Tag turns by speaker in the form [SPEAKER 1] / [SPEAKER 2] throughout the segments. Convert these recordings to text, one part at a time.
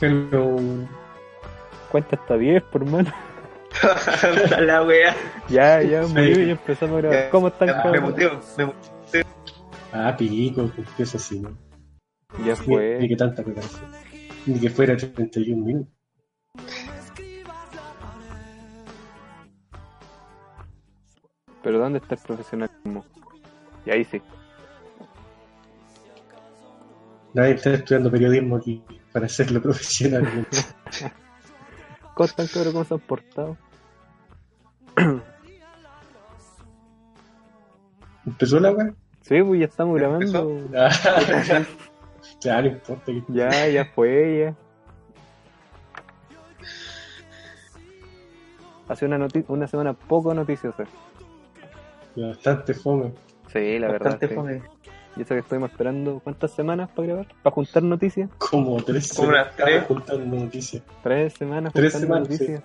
[SPEAKER 1] Pero.
[SPEAKER 2] Cuenta hasta 10, por hermano.
[SPEAKER 3] la wea.
[SPEAKER 2] Ya, ya, muy bien, empezamos a grabar.
[SPEAKER 3] Ya,
[SPEAKER 2] ¿Cómo están,
[SPEAKER 3] ya, Me
[SPEAKER 2] cabrón?
[SPEAKER 3] muteo, me muteo.
[SPEAKER 1] Ah, pico, confieso así, ¿no?
[SPEAKER 2] Ya
[SPEAKER 1] Ni, ni
[SPEAKER 2] fue.
[SPEAKER 1] que tanta pedazo. Ni que fuera 31 minutos.
[SPEAKER 2] Pero ¿dónde está el profesionalismo? Y ahí sí.
[SPEAKER 1] Nadie está estudiando periodismo aquí para hacerlo profesionalmente.
[SPEAKER 2] ¿Cómo están, cabrón? ¿Cómo se han portado?
[SPEAKER 1] ¿Empezó la weá?
[SPEAKER 2] Sí, pues ya estamos
[SPEAKER 3] ¿Ya
[SPEAKER 2] grabando.
[SPEAKER 1] Ah, ya, no importa. que-
[SPEAKER 2] Ya, ya fue, ya. Hace una, noti- una semana poco noticiosa.
[SPEAKER 1] Bastante fome.
[SPEAKER 2] Sí, la verdad.
[SPEAKER 3] Bastante
[SPEAKER 2] sí.
[SPEAKER 3] fome.
[SPEAKER 2] Y eso que estuvimos esperando cuántas semanas para grabar, para juntar noticias.
[SPEAKER 1] Como tres
[SPEAKER 3] Como
[SPEAKER 1] semanas
[SPEAKER 3] las tres.
[SPEAKER 1] juntando noticias.
[SPEAKER 2] Tres semanas
[SPEAKER 1] Tres
[SPEAKER 2] juntando
[SPEAKER 1] semanas, sí.
[SPEAKER 2] noticias.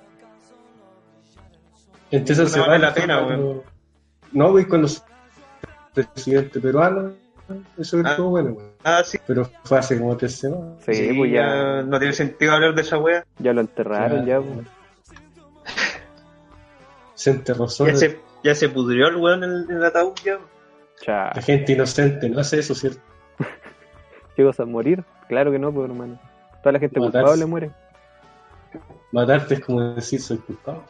[SPEAKER 1] Entre esas
[SPEAKER 3] Ninguna vale
[SPEAKER 1] semanas.
[SPEAKER 3] la pena,
[SPEAKER 1] cuando- No, güey, cuando el presidente peruano, eso
[SPEAKER 3] Ah.
[SPEAKER 1] estuvo bueno, güey.
[SPEAKER 3] Ah, sí.
[SPEAKER 1] Pero fue hace como tres semanas.
[SPEAKER 2] Sí, pues ya,
[SPEAKER 3] ya No tiene sentido hablar de esa wea.
[SPEAKER 2] ya lo enterraron, ya. pues.
[SPEAKER 1] Se enterró solo.
[SPEAKER 3] Ya se, ya se pudrió el weón en el, en el ataúd ya.
[SPEAKER 2] Chao.
[SPEAKER 1] La gente inocente no hace eso, ¿cierto?
[SPEAKER 2] ¿Llegas a morir? Claro que no, pues hermano. Toda la gente
[SPEAKER 1] Matarse.
[SPEAKER 2] culpable muere.
[SPEAKER 1] Matarte es como decir soy culpable.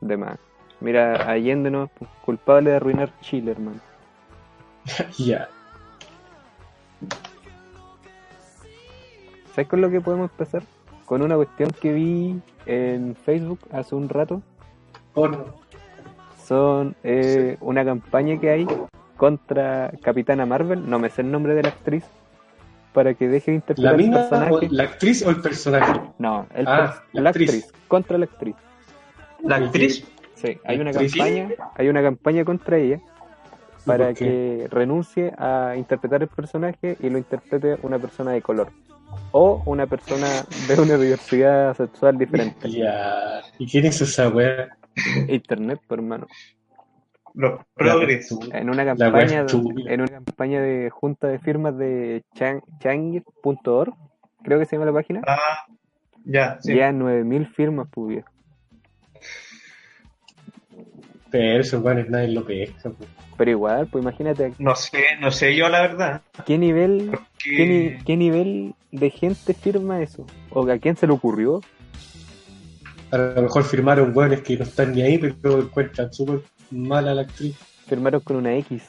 [SPEAKER 2] De más. Mira, Allende no es pues, culpable de arruinar Chile, hermano.
[SPEAKER 1] Ya.
[SPEAKER 2] ¿Sabes con lo que podemos empezar? Con una cuestión que vi en Facebook hace un rato.
[SPEAKER 1] Porno.
[SPEAKER 2] Son eh, una campaña que hay contra Capitana Marvel, no me sé el nombre de la actriz, para que deje
[SPEAKER 1] ¿La
[SPEAKER 2] de interpretar el
[SPEAKER 1] mina, o
[SPEAKER 2] personaje.
[SPEAKER 1] la actriz o el personaje?
[SPEAKER 2] No, el
[SPEAKER 1] Ah,
[SPEAKER 2] per- la,
[SPEAKER 1] la
[SPEAKER 2] actriz.
[SPEAKER 1] actriz.
[SPEAKER 2] contra la actriz.
[SPEAKER 3] La actriz.
[SPEAKER 2] Sí, hay una
[SPEAKER 1] actriz.
[SPEAKER 2] campaña, hay una campaña contra ella para
[SPEAKER 1] por qué?
[SPEAKER 2] que renuncie a interpretar el personaje y lo interprete una persona de color o una persona de una diversidad sexual diferente.
[SPEAKER 1] Ya. ¿Y quién hizo esa wea?
[SPEAKER 2] Internet, por hermano.
[SPEAKER 3] Los
[SPEAKER 1] La
[SPEAKER 3] progres.
[SPEAKER 1] wea
[SPEAKER 2] En una
[SPEAKER 1] La wea
[SPEAKER 2] campaña,
[SPEAKER 1] estúpida.
[SPEAKER 2] en una campaña de junta de firmas de Chang- Changi.org, creo que se llama la página.
[SPEAKER 3] Ah, ya, sí.
[SPEAKER 2] Ya 9000 firmas, pues. viejo.
[SPEAKER 1] Pero esos weones nadie lo pesca. po.
[SPEAKER 2] Pero igual, pues imagínate a
[SPEAKER 3] No sé, no sé yo la verdad.
[SPEAKER 2] qué nivel ¿Qué, ni-
[SPEAKER 3] Que...
[SPEAKER 2] qué nivel de gente firma eso? ¿O a quién se le ocurrió?
[SPEAKER 1] A lo mejor firmaron weones que no están ni ahí, pero encuentran súper mala a la actriz
[SPEAKER 2] Firmaron con una X.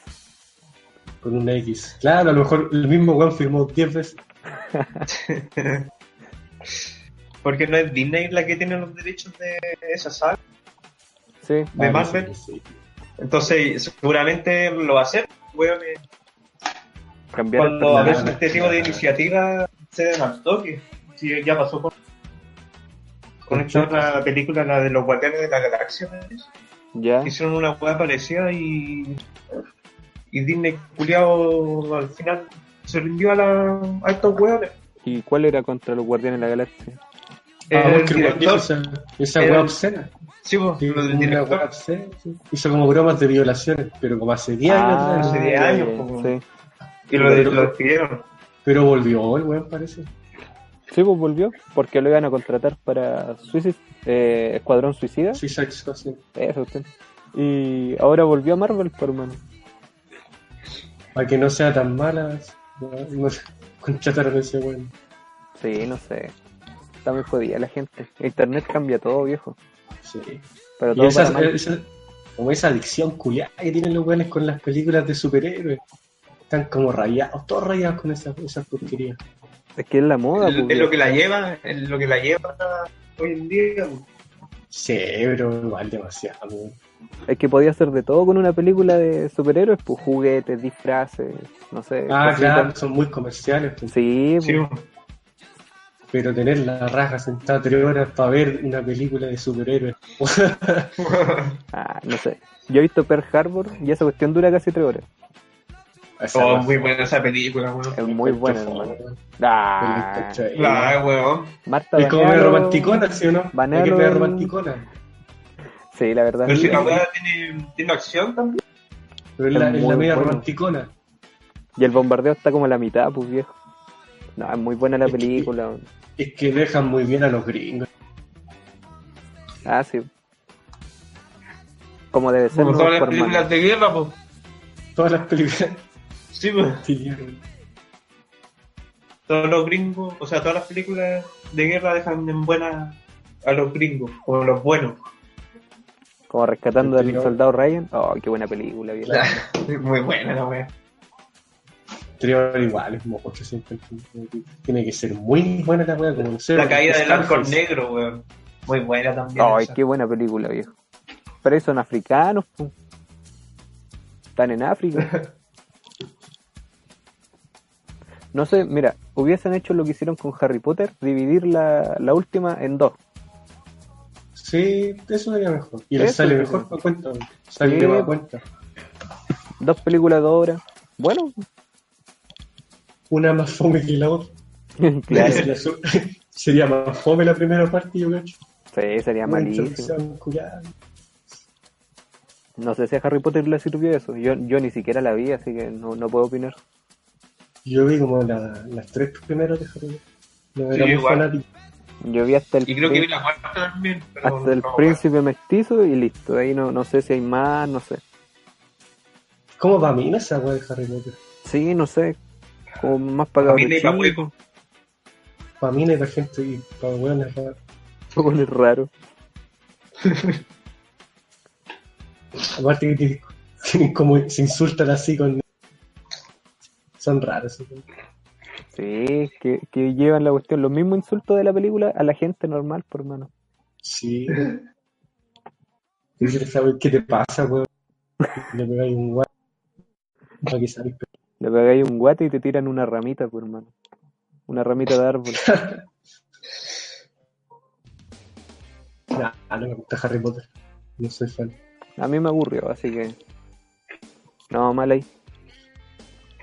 [SPEAKER 1] con una X. Claro, a lo mejor el mismo weón firmó 10 veces.
[SPEAKER 3] Porque no es Disney la que tiene los derechos de esa saga.
[SPEAKER 2] Sí,
[SPEAKER 3] ¿De
[SPEAKER 1] Ah,
[SPEAKER 3] Marvel?
[SPEAKER 1] sí, sí.
[SPEAKER 3] Entonces, seguramente lo va a hacer, weón. eh,
[SPEAKER 2] cambiaron
[SPEAKER 3] Cuando a
[SPEAKER 2] el
[SPEAKER 1] Claro,
[SPEAKER 3] veces
[SPEAKER 2] personaje.
[SPEAKER 3] este tipo de iniciativas se den al toque. Sí, ya pasó con, con esta otra película, la de los Guardianes de la Galaxia. ¿no?
[SPEAKER 2] Ya,
[SPEAKER 3] hicieron una hueá parecida y. Y Disney culiao al final se rindió a, la, a estos hueones.
[SPEAKER 2] ¿y cuál era contra los Guardianes de la Galaxia?
[SPEAKER 1] Ah,
[SPEAKER 3] el
[SPEAKER 1] porque weón hizo
[SPEAKER 3] director,
[SPEAKER 1] esa, esa
[SPEAKER 3] el-
[SPEAKER 1] weá obscena.
[SPEAKER 3] sí, pues,
[SPEAKER 1] Sí,
[SPEAKER 3] lo del
[SPEAKER 1] una
[SPEAKER 3] director.
[SPEAKER 1] weá obscena, sí. Hizo como bromas de violaciones, pero como hace 10 años
[SPEAKER 2] Ah,
[SPEAKER 1] atrás.
[SPEAKER 3] hace
[SPEAKER 2] ya,
[SPEAKER 3] 10 años,
[SPEAKER 2] ya,
[SPEAKER 3] como-
[SPEAKER 2] sí.
[SPEAKER 3] Y lo, de- lo despidieron.
[SPEAKER 1] Pero volvió el weón, parece.
[SPEAKER 2] Sí, pues volvió, porque lo iban a contratar para Suicide, eh, Escuadrón Suicida.
[SPEAKER 1] Suicide Squad, sí.
[SPEAKER 2] Eso, usted. Y ahora volvió a Marvel, por hermano.
[SPEAKER 1] Para que no sea tan mala, no, no contrataron a ese weón.
[SPEAKER 2] Sí, no sé. Está muy jodida la gente. Internet cambia todo, viejo.
[SPEAKER 1] Sí.
[SPEAKER 2] Pero
[SPEAKER 1] Y
[SPEAKER 2] todo
[SPEAKER 1] esa,
[SPEAKER 2] para mal.
[SPEAKER 1] esa- como esa adicción culiada que tienen los weones con las películas de superhéroes. Están como rayados, todos rayados con esas esas porquerías.
[SPEAKER 2] Es que es la moda, pues,
[SPEAKER 3] El- Es lo
[SPEAKER 2] viejo.
[SPEAKER 3] que la lleva, es lo que la lleva hoy en día. pues.
[SPEAKER 1] Sí, pero igual demasiado. weón.
[SPEAKER 2] Es que podía hacer de todo con una película de superhéroes, pues juguetes, disfraces, no sé.
[SPEAKER 1] Ah,
[SPEAKER 2] cositas.
[SPEAKER 1] claro, son muy comerciales, pues,
[SPEAKER 2] Sí,
[SPEAKER 3] Sí,
[SPEAKER 2] pues,
[SPEAKER 3] pues.
[SPEAKER 1] pero tener la raja sentada tres horas para ver una película de superhéroes.
[SPEAKER 3] pues.
[SPEAKER 2] ah, no sé. Yo he visto Pearl Harbor y esa cuestión dura casi tres horas.
[SPEAKER 1] Esa
[SPEAKER 3] Oh,
[SPEAKER 1] weá
[SPEAKER 3] muy buena esa película, weón.
[SPEAKER 2] Es muy buena,
[SPEAKER 1] Por favor,
[SPEAKER 2] hermano.
[SPEAKER 1] weón.
[SPEAKER 2] Ah,
[SPEAKER 3] La weón.
[SPEAKER 2] Marta
[SPEAKER 1] Es como medio
[SPEAKER 2] Bañaro.
[SPEAKER 1] romanticona, ¿sí o no?
[SPEAKER 2] Bañaro-
[SPEAKER 1] Hay que ver romanticona.
[SPEAKER 2] Sí, la verdad.
[SPEAKER 3] Pero si la
[SPEAKER 1] sí.
[SPEAKER 3] weá tiene, tiene acción también.
[SPEAKER 1] Pero es la,
[SPEAKER 2] Es
[SPEAKER 1] es la
[SPEAKER 2] muy
[SPEAKER 1] media
[SPEAKER 2] bueno.
[SPEAKER 1] romanticona.
[SPEAKER 2] Y el bombardeo está como a la mitad, pues viejo. No, es muy buena la película.
[SPEAKER 1] Es que dejan muy bien a los gringos.
[SPEAKER 2] Ah, sí. Como debe ser.
[SPEAKER 3] Como
[SPEAKER 2] ¿no?
[SPEAKER 3] todas las
[SPEAKER 2] Superman.
[SPEAKER 3] películas de guerra, pues.
[SPEAKER 1] Todas las películas
[SPEAKER 3] Sí, pues.
[SPEAKER 1] tienen-
[SPEAKER 3] Todos los gringos, o sea, todas las películas de guerra dejan en buena a los gringos, como los buenos.
[SPEAKER 2] Como rescatando al
[SPEAKER 1] Anterior.
[SPEAKER 2] soldado Ryan. Oh, qué buena película. bien.
[SPEAKER 3] Muy buena la wea.
[SPEAKER 1] tienen iguales, como 850. Tiene que ser muy buena la weá, como no sé.
[SPEAKER 3] La caída del
[SPEAKER 1] Scarface.
[SPEAKER 3] árbol negro, weón. Muy buena también.
[SPEAKER 2] Ay,
[SPEAKER 3] esa.
[SPEAKER 2] qué buena película, viejo. Pero esos son africanos, pu. Están en África. No sé, mira, hubiesen hecho lo que hicieron con Harry Potter, dividir la, la última en dos.
[SPEAKER 1] Sí, eso sería mejor. Y le
[SPEAKER 2] Eso
[SPEAKER 1] sale
[SPEAKER 2] sería
[SPEAKER 1] mejor
[SPEAKER 2] mejor.
[SPEAKER 1] para cuenta. Sale
[SPEAKER 2] Sí.
[SPEAKER 1] para cuenta.
[SPEAKER 2] Dos películas de obra. Bueno,
[SPEAKER 1] Una más fome que la otra.
[SPEAKER 2] claro,
[SPEAKER 1] Sería, su- sería más fome la primera parte, yo cacho.
[SPEAKER 2] sí, sería
[SPEAKER 1] Una
[SPEAKER 2] malísimo.
[SPEAKER 1] introducción culiada.
[SPEAKER 2] No sé si a Harry Potter le sirvió eso. Yo, yo ni siquiera la vi, así que no, no puedo opinar.
[SPEAKER 1] Yo vi como la- las tres primeras de Harry Potter. No
[SPEAKER 3] Sí,
[SPEAKER 1] era muy
[SPEAKER 3] igual.
[SPEAKER 1] fanático.
[SPEAKER 2] Yo vi hasta el
[SPEAKER 3] Y creo que
[SPEAKER 2] prin-
[SPEAKER 3] vi la cuarta también. Pero
[SPEAKER 2] hasta el
[SPEAKER 3] no,
[SPEAKER 2] príncipe mestizo y listo. De ahí no, no sé si hay más, no sé.
[SPEAKER 1] ¿Cómo va a mí esa weá de Harry Potter?
[SPEAKER 2] Sí, no sé. Como más
[SPEAKER 3] weón. A
[SPEAKER 2] pagado.
[SPEAKER 3] mí ni pa' hueco.
[SPEAKER 1] Para mí, la gente y para weones raras.
[SPEAKER 2] es raro.
[SPEAKER 1] Aparte que tienen- tienen como se insultan así con. Son raros. esos weones.
[SPEAKER 2] Sí, que, que llevan la cuestión, los mismos insultos de la película a la gente normal, por mano.
[SPEAKER 1] Sí. Quisiera saber qué te pasa, weón. Le pegáis un guay. Para que salga.
[SPEAKER 2] Le pegáis un guate y te tiran una ramita, por mano. Una ramita de árbol.
[SPEAKER 1] Nah, no me gusta Harry Potter. No soy fan.
[SPEAKER 2] A mí me aburrió, así que. No, mal ahí.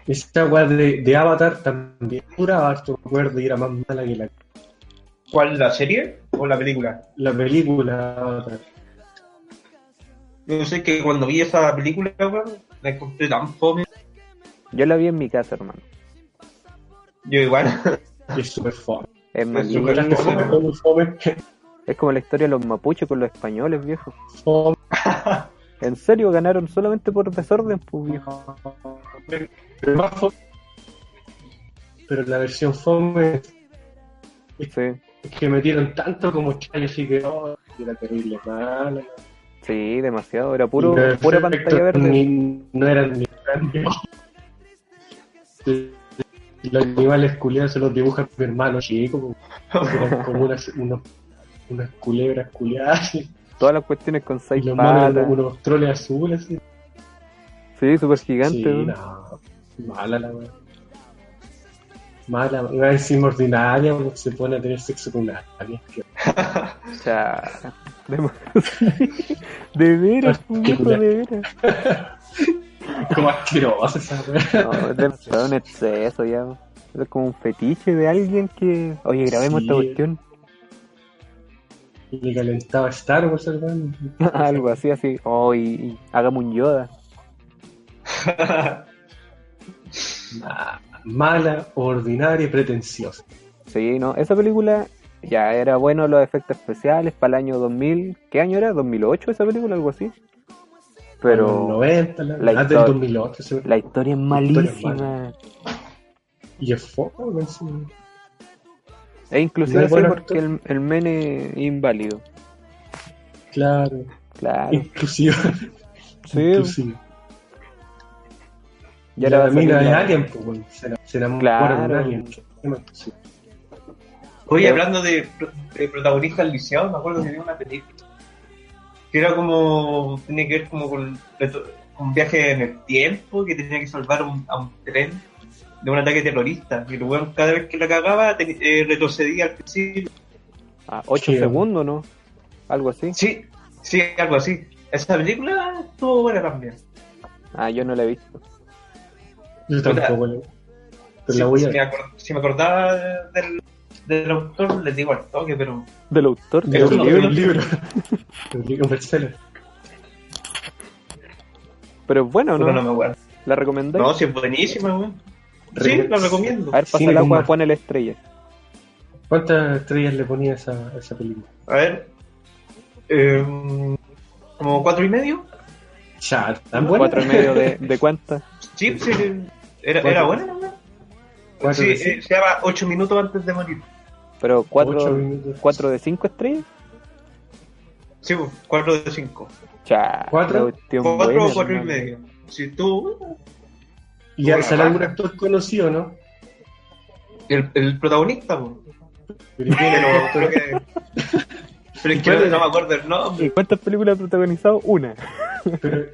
[SPEAKER 1] Esta weá de, de Avatar también duraba harto, me acuerdo, y era más mala que la,
[SPEAKER 3] ¿Cuál, la serie o la película?
[SPEAKER 1] la película Avatar.
[SPEAKER 3] Yo sé que cuando vi esa película, weón, la encontré tan fome.
[SPEAKER 2] Yo la vi en mi casa, hermano.
[SPEAKER 3] Yo igual.
[SPEAKER 1] Y es súper fome.
[SPEAKER 2] Es,
[SPEAKER 3] Es
[SPEAKER 2] malísima.
[SPEAKER 3] súper fome.
[SPEAKER 1] Fue muy fome.
[SPEAKER 2] es como la historia de los mapuches con los españoles, viejo.
[SPEAKER 1] Fome.
[SPEAKER 2] En serio, ganaron solamente por desorden, pues, viejo.
[SPEAKER 1] Pero más fome. Pero la versión fome
[SPEAKER 2] Sí,
[SPEAKER 1] es que metieron tanto como Chay, así que oh, era terrible, mala.
[SPEAKER 2] sí, demasiado. Era puro,
[SPEAKER 1] Y los
[SPEAKER 2] pura
[SPEAKER 1] efectos
[SPEAKER 2] pantalla verde.
[SPEAKER 1] ni- no eran ni grandes. Y Los animales culiados se los dibuja mi hermano chico, como- eran como unas, unos- unas culebras culiadas. Y
[SPEAKER 2] Todas las cuestiones con seis
[SPEAKER 1] los malos eran
[SPEAKER 2] patas.
[SPEAKER 1] como unos troles azules. así.
[SPEAKER 2] Sí, súper gigante.
[SPEAKER 1] Sí,
[SPEAKER 2] ¿no?
[SPEAKER 1] no, mala la wea. Mala, iba a decir ordinaria, porque se pone a tener sexo con una alguien.
[SPEAKER 2] O sea, de, de veras, un viejo de veras.
[SPEAKER 1] Como asquerosa esa wea.
[SPEAKER 2] No, es demasiado un exceso ya. Eso es como un fetiche de alguien que. Oye, grabemos
[SPEAKER 1] Sí.
[SPEAKER 2] esta cuestión.
[SPEAKER 1] Y le calentaba Star Wars al weón.
[SPEAKER 2] Algo así, así. Oh, y, y hagamos un Yoda.
[SPEAKER 1] Ma- Mala, ordinaria y pretenciosa.
[SPEAKER 2] Sí, no. Esa película ya era bueno los efectos especiales para el año 2000. ¿Qué año era? ¿2008 esa película? Algo así.
[SPEAKER 1] Los
[SPEAKER 2] Pero
[SPEAKER 1] 90, la,
[SPEAKER 2] la
[SPEAKER 1] ah, del
[SPEAKER 2] historia-
[SPEAKER 1] 2008. se ve.
[SPEAKER 2] la historia es
[SPEAKER 1] historia es
[SPEAKER 2] malísima.
[SPEAKER 1] Y es fome, encima.
[SPEAKER 2] E
[SPEAKER 1] No
[SPEAKER 2] inclusive
[SPEAKER 1] es
[SPEAKER 2] así
[SPEAKER 1] buen
[SPEAKER 2] porque el, el mene es inválido.
[SPEAKER 1] Claro,
[SPEAKER 2] Claro.
[SPEAKER 1] inclusive.
[SPEAKER 2] Sí,
[SPEAKER 1] inclusive. Ya
[SPEAKER 2] ya era
[SPEAKER 1] la mina de Alien, pues, weón. Se la- se enamora de un
[SPEAKER 2] Claro.
[SPEAKER 1] Alien. Sí.
[SPEAKER 3] Oye, hablando de, de protagonistas lisiados, me acuerdo que vi una película que era como. tenía que ver como con, con un viaje en el tiempo, que tenía que salvar un- a un tren de un ataque terrorista. Y el weón, cada vez que la cagaba, te- eh, retrocedía al principio.
[SPEAKER 2] a 8
[SPEAKER 1] Sí.
[SPEAKER 2] segundos, ¿no? Algo así.
[SPEAKER 3] Sí, sí, algo así. Esa película estuvo buena también.
[SPEAKER 2] Ah, yo no la he visto.
[SPEAKER 1] Yo tampoco, la- Pero
[SPEAKER 3] Sí,
[SPEAKER 1] la voy a
[SPEAKER 3] si, me acor- si me acordaba del, del autor, les digo al toque, pero.
[SPEAKER 2] Del autor,
[SPEAKER 1] Es
[SPEAKER 2] de
[SPEAKER 3] Eso
[SPEAKER 2] un
[SPEAKER 3] lo-
[SPEAKER 2] libro,
[SPEAKER 1] un libro. un libro, un bestseller.
[SPEAKER 2] pero es bueno,
[SPEAKER 3] pero
[SPEAKER 2] ¿no?
[SPEAKER 3] no me acuerdo.
[SPEAKER 2] ¿La recomendáis?
[SPEAKER 3] No, si es buenísima, weón. Sí,
[SPEAKER 1] Re-
[SPEAKER 3] la recomiendo.
[SPEAKER 2] a ver, pasa
[SPEAKER 1] Cine
[SPEAKER 2] el
[SPEAKER 1] con
[SPEAKER 2] agua,
[SPEAKER 1] mar.
[SPEAKER 2] pone la estrella.
[SPEAKER 1] ¿Cuántas estrellas le ponía a esa, a esa película?
[SPEAKER 3] A ver. em, como cuatro y medio.
[SPEAKER 1] Ya, tan buena.
[SPEAKER 2] Cuatro y medio de, de cuánta.
[SPEAKER 3] Sí, sí. Era, era
[SPEAKER 1] Cuatro.
[SPEAKER 3] buena, la verdad.
[SPEAKER 1] Cuatro
[SPEAKER 3] Sí,
[SPEAKER 1] de cinco.
[SPEAKER 3] eh, se llama Ocho minutos antes de morir.
[SPEAKER 2] Pero
[SPEAKER 1] Ocho
[SPEAKER 2] cuatro,
[SPEAKER 1] minutos.
[SPEAKER 2] cuatro de cinco estrellas.
[SPEAKER 3] Sí, pues, cuatro de cinco.
[SPEAKER 2] Cha,
[SPEAKER 1] ¿Cuatro?
[SPEAKER 2] la cuestión
[SPEAKER 3] Cuatro
[SPEAKER 2] buena,
[SPEAKER 3] o cuatro y
[SPEAKER 2] hermano.
[SPEAKER 3] medio. Si tú.
[SPEAKER 1] Y ya
[SPEAKER 3] Una
[SPEAKER 1] sale algún
[SPEAKER 3] baja.
[SPEAKER 1] actor conocido, ¿no?
[SPEAKER 3] El, el protagonista, pues.
[SPEAKER 1] Pero ¿quién era el
[SPEAKER 3] Pero creo
[SPEAKER 1] actor?
[SPEAKER 3] que. Pero es que
[SPEAKER 1] Bueno.
[SPEAKER 3] no me acuerdo el nombre.
[SPEAKER 2] ¿Y cuántas películas ha protagonizado? Una.
[SPEAKER 1] Pero,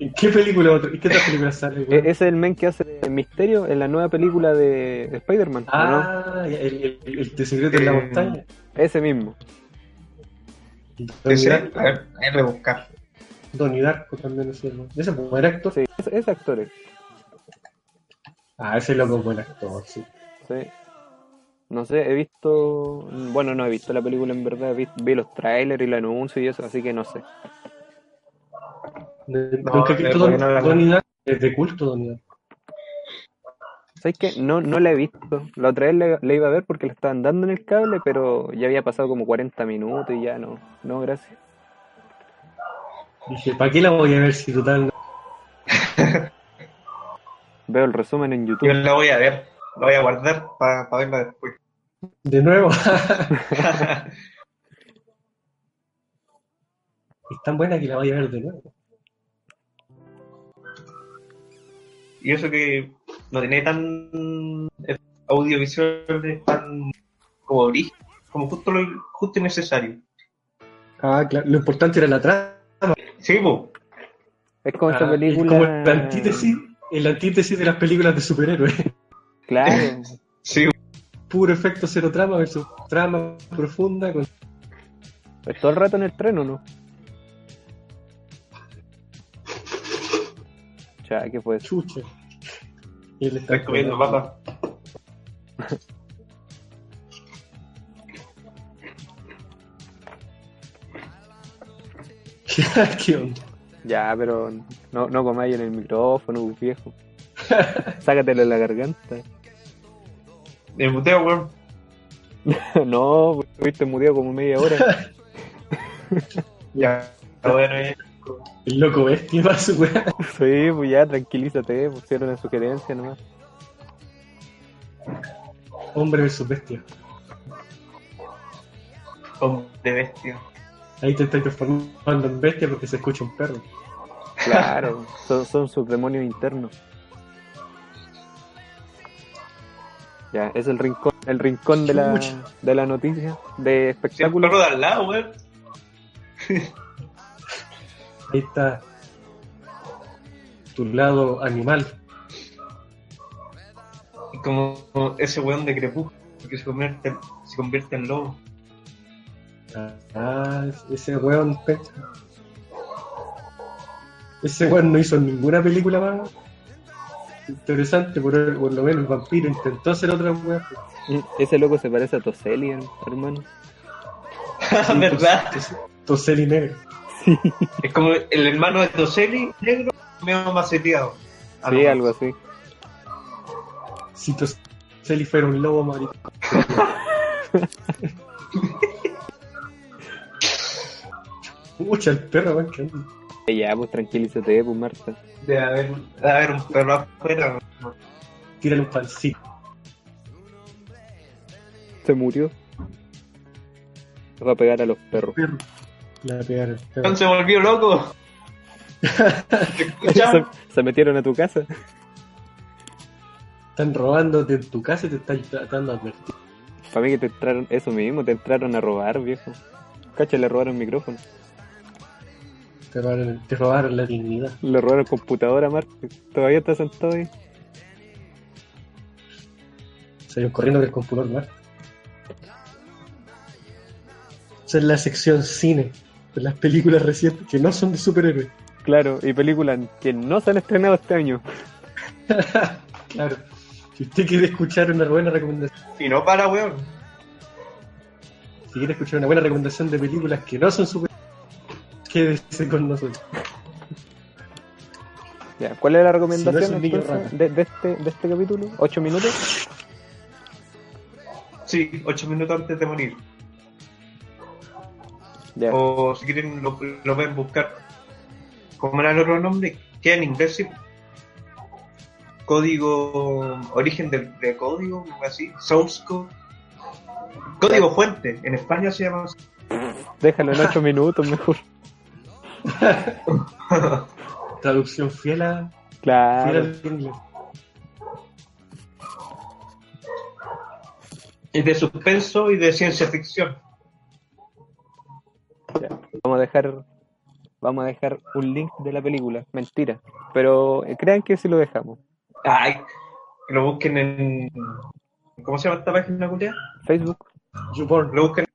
[SPEAKER 1] ¿En qué película otro? ¿En qué otra película sale?
[SPEAKER 2] E-
[SPEAKER 1] güey?
[SPEAKER 2] Ese es el men que hace el misterio en la nueva película de Spider-Man. ¿o no?
[SPEAKER 1] ah, el, el, el de secreto en la
[SPEAKER 3] Eh,
[SPEAKER 1] montaña.
[SPEAKER 2] Ese mismo.
[SPEAKER 1] Donnie
[SPEAKER 3] Ese, a
[SPEAKER 1] Darko,
[SPEAKER 3] ver, hay que rebuscar.
[SPEAKER 1] Donnie Darko también es el. Ese es un buen actor.
[SPEAKER 2] Sí, ese, ese actor eh. es.
[SPEAKER 1] Ah, ese loco es buen actor, sí.
[SPEAKER 2] Sí. No sé, he visto. Bueno, no he visto la película en verdad. Vi, vi los trailers y los anuncios y eso, así que no sé.
[SPEAKER 1] De-
[SPEAKER 3] No,
[SPEAKER 1] Nunca he
[SPEAKER 3] le
[SPEAKER 1] visto
[SPEAKER 3] voy
[SPEAKER 1] Don-
[SPEAKER 3] a dar la-
[SPEAKER 1] Donnie Darko. Es de culto, Donnie Darko.
[SPEAKER 2] ¿Sabes qué? No, no la he visto. La otra vez la, la iba a ver porque la estaban dando en el cable, pero ya había pasado como 40 minutos y ya no. No, gracias.
[SPEAKER 1] Dije, ¿para qué la voy a ver si total no?
[SPEAKER 2] Veo el resumen en
[SPEAKER 3] Yo
[SPEAKER 2] YouTube.
[SPEAKER 3] la voy a ver. La voy a guardar para verla después.
[SPEAKER 1] De nuevo. es tan buena que la vaya a ver de nuevo.
[SPEAKER 3] y eso que no tiene tan audiovisual tan como origen, como justo lo justo y necesario.
[SPEAKER 1] Ah, claro. Lo importante era la trama.
[SPEAKER 3] Sí, po.
[SPEAKER 2] Es como esta
[SPEAKER 1] Ah,
[SPEAKER 2] película.
[SPEAKER 1] Es como la antítesis, el antítesis de las películas de superhéroes.
[SPEAKER 2] Claro.
[SPEAKER 3] Sí,
[SPEAKER 1] Puro efecto cero trama versus trama profunda. con-
[SPEAKER 2] Pues todo el rato en el tren, ¿o no? Ya, ¿qué fue eso?
[SPEAKER 1] Chucha. Y él está
[SPEAKER 3] estoy comiendo papas.
[SPEAKER 1] ¿Qué onda?
[SPEAKER 2] Ya, pero no, no comáis en el micrófono, pues, viejo. Sácatelo de la garganta.
[SPEAKER 3] Me muteo, weón.
[SPEAKER 2] no, pues, estuviste muteado como media hora.
[SPEAKER 3] Ya. Lo voy a ver.
[SPEAKER 1] El loco bestia para su weá.
[SPEAKER 2] Sí, pues ya, tranquilízate, pusieron la sugerencia nomás.
[SPEAKER 1] Hombre versus bestia.
[SPEAKER 3] Hombre bestia.
[SPEAKER 1] Ahí te estás transformando en bestia porque se escucha un perro.
[SPEAKER 2] Claro, son, son sus demonios internos. Ya, es el rincón, el rincón de la, de la noticia, de
[SPEAKER 3] Sí, el
[SPEAKER 2] espectáculo.
[SPEAKER 3] perro de al lado, weón.
[SPEAKER 1] Ahí está. Tu lado animal.
[SPEAKER 3] Y como ese weón de crepúsculo que se convierte, se convierte en lobo.
[SPEAKER 1] Ah, ese weón. pe- Ese weón no hizo ninguna película más interesante, por, por lo menos Vampiro intentó hacer otra weón.
[SPEAKER 2] Ese loco se parece a Toselli, hermano.
[SPEAKER 1] Ah,
[SPEAKER 3] Ah, ¿Verdad?
[SPEAKER 1] Toseli negro.
[SPEAKER 3] Es como el hermano de Toseli, negro, medio maceteado. A
[SPEAKER 2] Sí,
[SPEAKER 3] lo-
[SPEAKER 2] algo así.
[SPEAKER 1] Si Toseli fuera un lobo, marico. Pucha, el perro, weón. que-
[SPEAKER 2] Eh, Ya, pues tranquilízate, pues Marta.
[SPEAKER 3] De haber, de haber un perro afuera.
[SPEAKER 1] Tírale un pancito.
[SPEAKER 2] Se murió. Se va a pegar a los perros.
[SPEAKER 1] Perro. Le va a pegar el perro.
[SPEAKER 3] Juan se volvió loco. ¿Te
[SPEAKER 2] Se,
[SPEAKER 3] escuchan?
[SPEAKER 2] se metieron a tu casa.
[SPEAKER 1] Están robándote en tu casa y te están tratando de advertir.
[SPEAKER 2] Para mí que te entraron, eso mismo, te entraron a robar, viejo. Cacha, le robaron micrófono.
[SPEAKER 1] Te robaron, te robaron la dignidad.
[SPEAKER 2] Le robaron computadora, Marta. Todavía está sentado ahí.
[SPEAKER 1] Salió corriendo que el computador mar. Esa es la sección cine de las películas recientes que no son de superhéroes.
[SPEAKER 2] Claro, y películas que no se han estrenado este año.
[SPEAKER 1] Claro. Si usted quiere escuchar una buena recomendación,
[SPEAKER 3] Y no para, weón.
[SPEAKER 1] si quiere escuchar una buena recomendación de películas que no son superhéroes, quédese con nosotros.
[SPEAKER 2] Ya, ¿cuál es la
[SPEAKER 1] Si no
[SPEAKER 2] recomendación este,
[SPEAKER 1] es un niño
[SPEAKER 2] entonces,
[SPEAKER 1] rata.
[SPEAKER 2] de, de este, de este capítulo? ¿Ocho minutos?
[SPEAKER 3] Sí, ocho minutos antes de morir.
[SPEAKER 2] Ya.
[SPEAKER 3] O si quieren, lo, lo pueden buscar. Como era el otro nombre, queda en inglés. sí. Código. Origen del de código, algo así. Source code. Código fuente. En España se llama. así.
[SPEAKER 2] Déjalo en ocho minutos mejor.
[SPEAKER 1] Traducción fiel a. fiel
[SPEAKER 2] Claro.
[SPEAKER 1] al inglés.
[SPEAKER 3] Es de suspenso y de ciencia ficción.
[SPEAKER 2] Vamos a dejar vamos a dejar un link de la película. Mentira. Pero eh, crean que sí lo dejamos.
[SPEAKER 3] Ay, que lo busquen en. ¿Cómo se llama esta página, Julia?
[SPEAKER 2] Facebook.
[SPEAKER 1] YouPorn.
[SPEAKER 3] Lo busquen.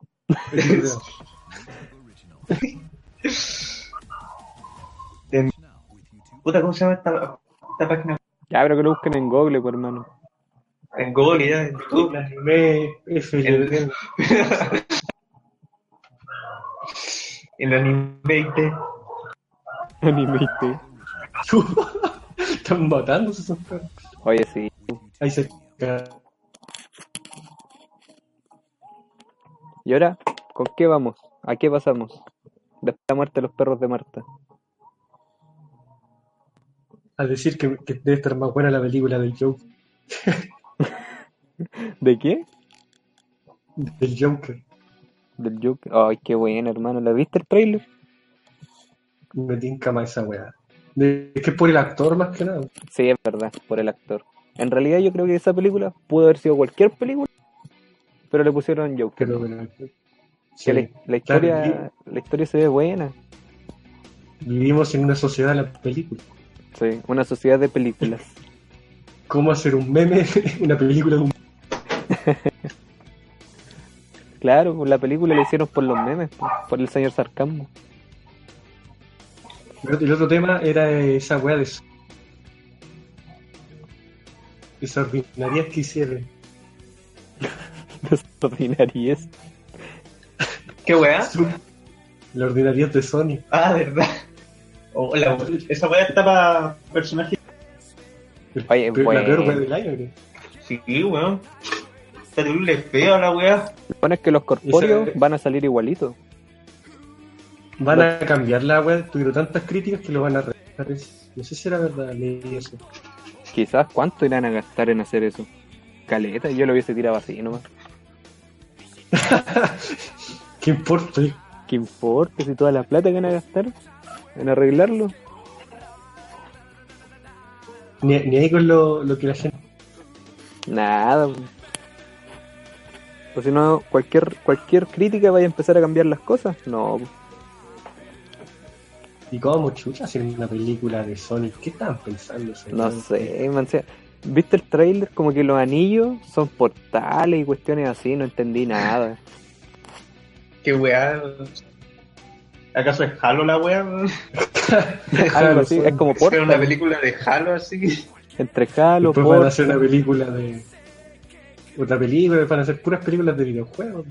[SPEAKER 3] en- Puta, ¿cómo se llama esta, esta página?
[SPEAKER 2] Ya, pero que lo busquen en Google, pues, hermano.
[SPEAKER 3] En Google, ya, en YouTube.
[SPEAKER 1] anime, F, yo
[SPEAKER 3] El-
[SPEAKER 1] entiendo.
[SPEAKER 3] En la Animate.
[SPEAKER 2] Animiste.
[SPEAKER 1] Están matándose esos perros.
[SPEAKER 2] Oye, sí.
[SPEAKER 1] Ahí cerca.
[SPEAKER 2] ¿Y ahora? ¿Con qué vamos? ¿A qué pasamos? Después de la muerte de los perros de Marta.
[SPEAKER 1] A decir que, que debe estar más buena la película del Joker.
[SPEAKER 2] ¿De qué?
[SPEAKER 1] Del Joker.
[SPEAKER 2] Del Joker. Ay, qué buena, hermano. ¿La viste el trailer?
[SPEAKER 1] Me tinca más esa weá. De- Es que es por el actor más que nada.
[SPEAKER 2] Sí, es verdad, por el actor. En realidad yo creo que esa película pudo haber sido cualquier película, pero le pusieron Joker.
[SPEAKER 1] Pero bueno. sí.
[SPEAKER 2] Que la, la
[SPEAKER 1] claro,
[SPEAKER 2] historia, la historia se ve buena.
[SPEAKER 1] Vivimos en una sociedad de la película.
[SPEAKER 2] Sí, una sociedad de películas.
[SPEAKER 1] ¿Cómo hacer un meme? una película de un.
[SPEAKER 2] Claro, la película la hicieron por los memes, po, por el señor sarcasmo.
[SPEAKER 1] El otro tema era esa weá de. Esa ordinariedad que hicieron.
[SPEAKER 2] Las ordinariedades.
[SPEAKER 3] ¿Qué
[SPEAKER 2] Ah.
[SPEAKER 3] weá?
[SPEAKER 1] La ordinariedad de Sony.
[SPEAKER 3] Ah, verdad. Oh, la- esa weá está para personajes.
[SPEAKER 2] Oye,
[SPEAKER 1] la peor
[SPEAKER 2] bueno.
[SPEAKER 1] weá del año, creo.
[SPEAKER 3] Sí, weón. Está terrible feo la weá.
[SPEAKER 2] Lo bueno es que los corpóreos
[SPEAKER 1] Esa-
[SPEAKER 2] van a salir igualitos.
[SPEAKER 1] Van a cambiar la web, tuvieron tantas críticas que lo van a arreglar. Es- No sé si era verdad, leí eso.
[SPEAKER 2] Quizás cuánto irán a gastar en hacer eso. Caleta, yo lo hubiese tirado así nomás.
[SPEAKER 1] ¿Qué importa?
[SPEAKER 2] ¿Qué importa si toda la plata que van a gastar en arreglarlo?
[SPEAKER 1] Ni, ni ahí con lo, lo que la gente.
[SPEAKER 2] Nada. po. O si no, cualquier, cualquier crítica vaya a empezar a cambiar las cosas. No, po.
[SPEAKER 1] ¿Y cómo chucha hacer una película de Sonic? ¿Qué estaban pensando?
[SPEAKER 2] no sé, man. sea, ¿Viste el trailer? Como que los anillos son portales y cuestiones así, no entendí nada.
[SPEAKER 3] Qué weá. ¿Acaso es Halo la weá? weón?
[SPEAKER 2] Algo así, es como
[SPEAKER 3] Era una
[SPEAKER 2] portal.
[SPEAKER 3] película de Halo así.
[SPEAKER 2] Entre Halo,
[SPEAKER 1] Después van a hacer una
[SPEAKER 2] Portal.
[SPEAKER 1] película de. Otra película, van a hacer puras películas de videojuegos.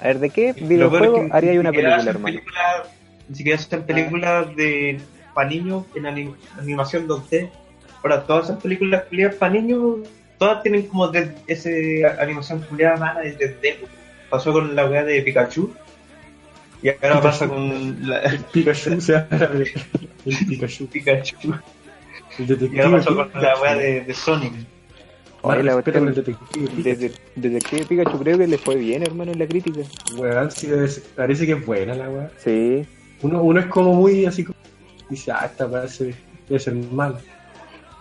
[SPEAKER 2] A ver, ¿de qué
[SPEAKER 3] Lo peor es que
[SPEAKER 2] videojuego
[SPEAKER 3] ni
[SPEAKER 2] haría una
[SPEAKER 3] siquiera
[SPEAKER 2] película,
[SPEAKER 3] hacen
[SPEAKER 2] hermano?
[SPEAKER 3] películas- ni siquiera hacen películas de para niños en ani- animación 2D. Ahora, todas esas películas culiadas para niños, todas tienen como de, ese animación culiada mala de 3D. Pasó con la weá de Pikachu. Y ahora pasa con la
[SPEAKER 1] El Pikachu, o sea, el Pikachu.
[SPEAKER 3] Pikachu.
[SPEAKER 1] El
[SPEAKER 3] Y ahora
[SPEAKER 1] detective.
[SPEAKER 3] pasó con la weá de, de Sonic. Oh,
[SPEAKER 2] Oye, la
[SPEAKER 1] Respeto
[SPEAKER 2] cuestión-
[SPEAKER 1] con el detective.
[SPEAKER 2] Desde, desde que Pikachu creo que le fue bien, hermano, en la crítica.
[SPEAKER 1] Weón, sí, es- parece que es buena la weá.
[SPEAKER 2] Sí,
[SPEAKER 1] Uno, uno es como muy así como. Dice, ah, esta weá se- debe ser mala.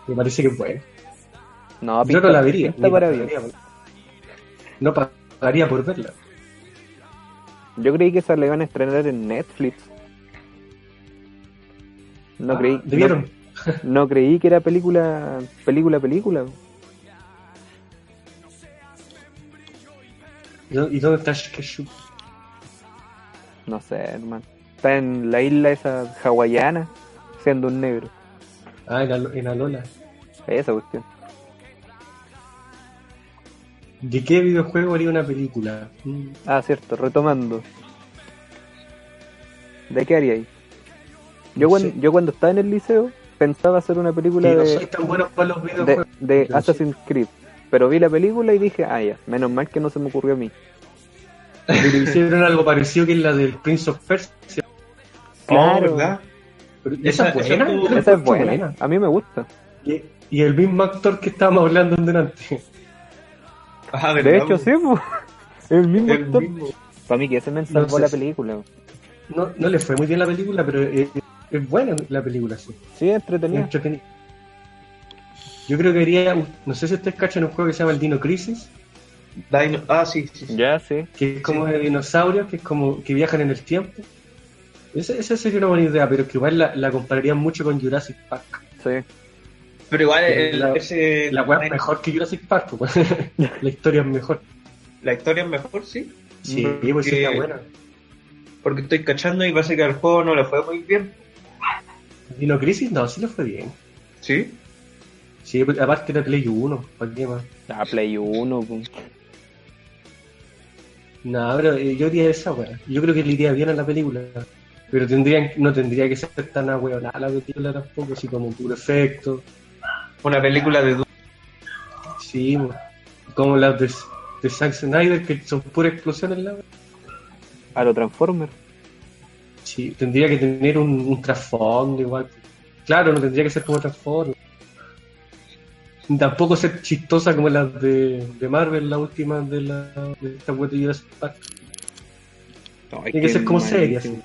[SPEAKER 1] Me parece que es buena.
[SPEAKER 2] no,
[SPEAKER 1] Yo no la vería.
[SPEAKER 2] pinta
[SPEAKER 1] ni
[SPEAKER 2] para bien.
[SPEAKER 1] pagaría por- No pagaría por verla.
[SPEAKER 2] Yo creí que esa la iban a estrenar en Netflix. No
[SPEAKER 1] Ah,
[SPEAKER 2] creí. no-
[SPEAKER 1] ¿Debieron?
[SPEAKER 2] No, creí que era película, película, película.
[SPEAKER 1] ¿Y dónde está Pikachu?
[SPEAKER 2] No sé, hermano. Está en la isla esa hawaiana, siendo un negro.
[SPEAKER 1] Ah, en, Al- en Alola.
[SPEAKER 2] Esa cuestión.
[SPEAKER 1] ¿De qué videojuego haría una película? Mm,
[SPEAKER 2] Ah, cierto, retomando. ¿De qué haría ahí? Yo,
[SPEAKER 1] No
[SPEAKER 2] cuando,
[SPEAKER 1] sé.
[SPEAKER 2] yo cuando estaba en el liceo pensaba hacer una película
[SPEAKER 1] que no
[SPEAKER 2] de,
[SPEAKER 1] soy tan bueno para los videojuegos.
[SPEAKER 2] de, de
[SPEAKER 1] Yo sí.
[SPEAKER 2] Assassin's Creed. Pero vi la película y dije, ah, ya, menos mal que no se me ocurrió a mí.
[SPEAKER 1] Pero hicieron algo parecido que es la del Prince of Persia.
[SPEAKER 3] Oh, ¿verdad?
[SPEAKER 1] Pero esa,
[SPEAKER 3] Esa-
[SPEAKER 1] es buena.
[SPEAKER 3] esa
[SPEAKER 1] yo
[SPEAKER 3] estuvo-
[SPEAKER 1] la
[SPEAKER 2] Esa es
[SPEAKER 1] encuentro
[SPEAKER 2] buena. A mí me gusta.
[SPEAKER 1] Y, y el mismo actor que estábamos hablando delante.
[SPEAKER 3] Ajá,
[SPEAKER 2] De
[SPEAKER 3] Ah, ¿verdad,
[SPEAKER 2] hecho,
[SPEAKER 3] po?
[SPEAKER 2] sí, pues. El mismo
[SPEAKER 3] El
[SPEAKER 2] actor.
[SPEAKER 3] mismo.
[SPEAKER 2] Para mí que ese men
[SPEAKER 1] No
[SPEAKER 2] salvó
[SPEAKER 1] sé
[SPEAKER 2] la
[SPEAKER 1] si-
[SPEAKER 2] película.
[SPEAKER 1] No, no le fue muy bien la película, pero es, es buena la película, sí.
[SPEAKER 2] Sí,
[SPEAKER 1] Es
[SPEAKER 2] entretenida.
[SPEAKER 1] entretenida. Yo creo que haría, no sé si ustedes cachan un juego que se llama el Dino Crisis,
[SPEAKER 3] Dino- Ah, sí, sí. sí.
[SPEAKER 2] Ya, sí.
[SPEAKER 1] que es como de dinosaurios, que es como que viajan en el tiempo. Esa, esa sería una buena idea, pero que igual la, la compararían mucho con Jurassic Park.
[SPEAKER 2] Sí.
[SPEAKER 3] Pero igual,
[SPEAKER 1] Pero
[SPEAKER 3] el-
[SPEAKER 1] la-
[SPEAKER 3] ese-
[SPEAKER 1] La weá es
[SPEAKER 3] Dino-
[SPEAKER 1] mejor que Jurassic Park, pues, weón. la historia es mejor.
[SPEAKER 3] La historia es mejor, sí.
[SPEAKER 1] Sí,
[SPEAKER 3] Porque-
[SPEAKER 1] pues sería buena.
[SPEAKER 3] Porque estoy cachando y parece que al juego no le fue muy bien.
[SPEAKER 1] Dino Crisis no, sí le fue bien.
[SPEAKER 3] Sí.
[SPEAKER 1] Sí, pues, aparte era Play 1, ¿para qué más?
[SPEAKER 2] Ah, Play 1. po.
[SPEAKER 1] No, pero eh, yo diría esa weá. Yo creo que le iría bien a la película. Pero tendrían, no tendría que ser tan ahueonada la película tampoco, así como puro efecto.
[SPEAKER 3] Una película de... du-
[SPEAKER 1] Sí, mo. como las de, de Zack Snyder, que son pura explosión en la weá.
[SPEAKER 2] A lo Transformer.
[SPEAKER 1] Sí, tendría que tener un, un trasfondo igual. Claro, no tendría que ser como trasfondo. Tampoco ser chistosa como las de, de Marvel, la última de, la, de esta web de Jurassic Park. Tiene que ser como seria, así.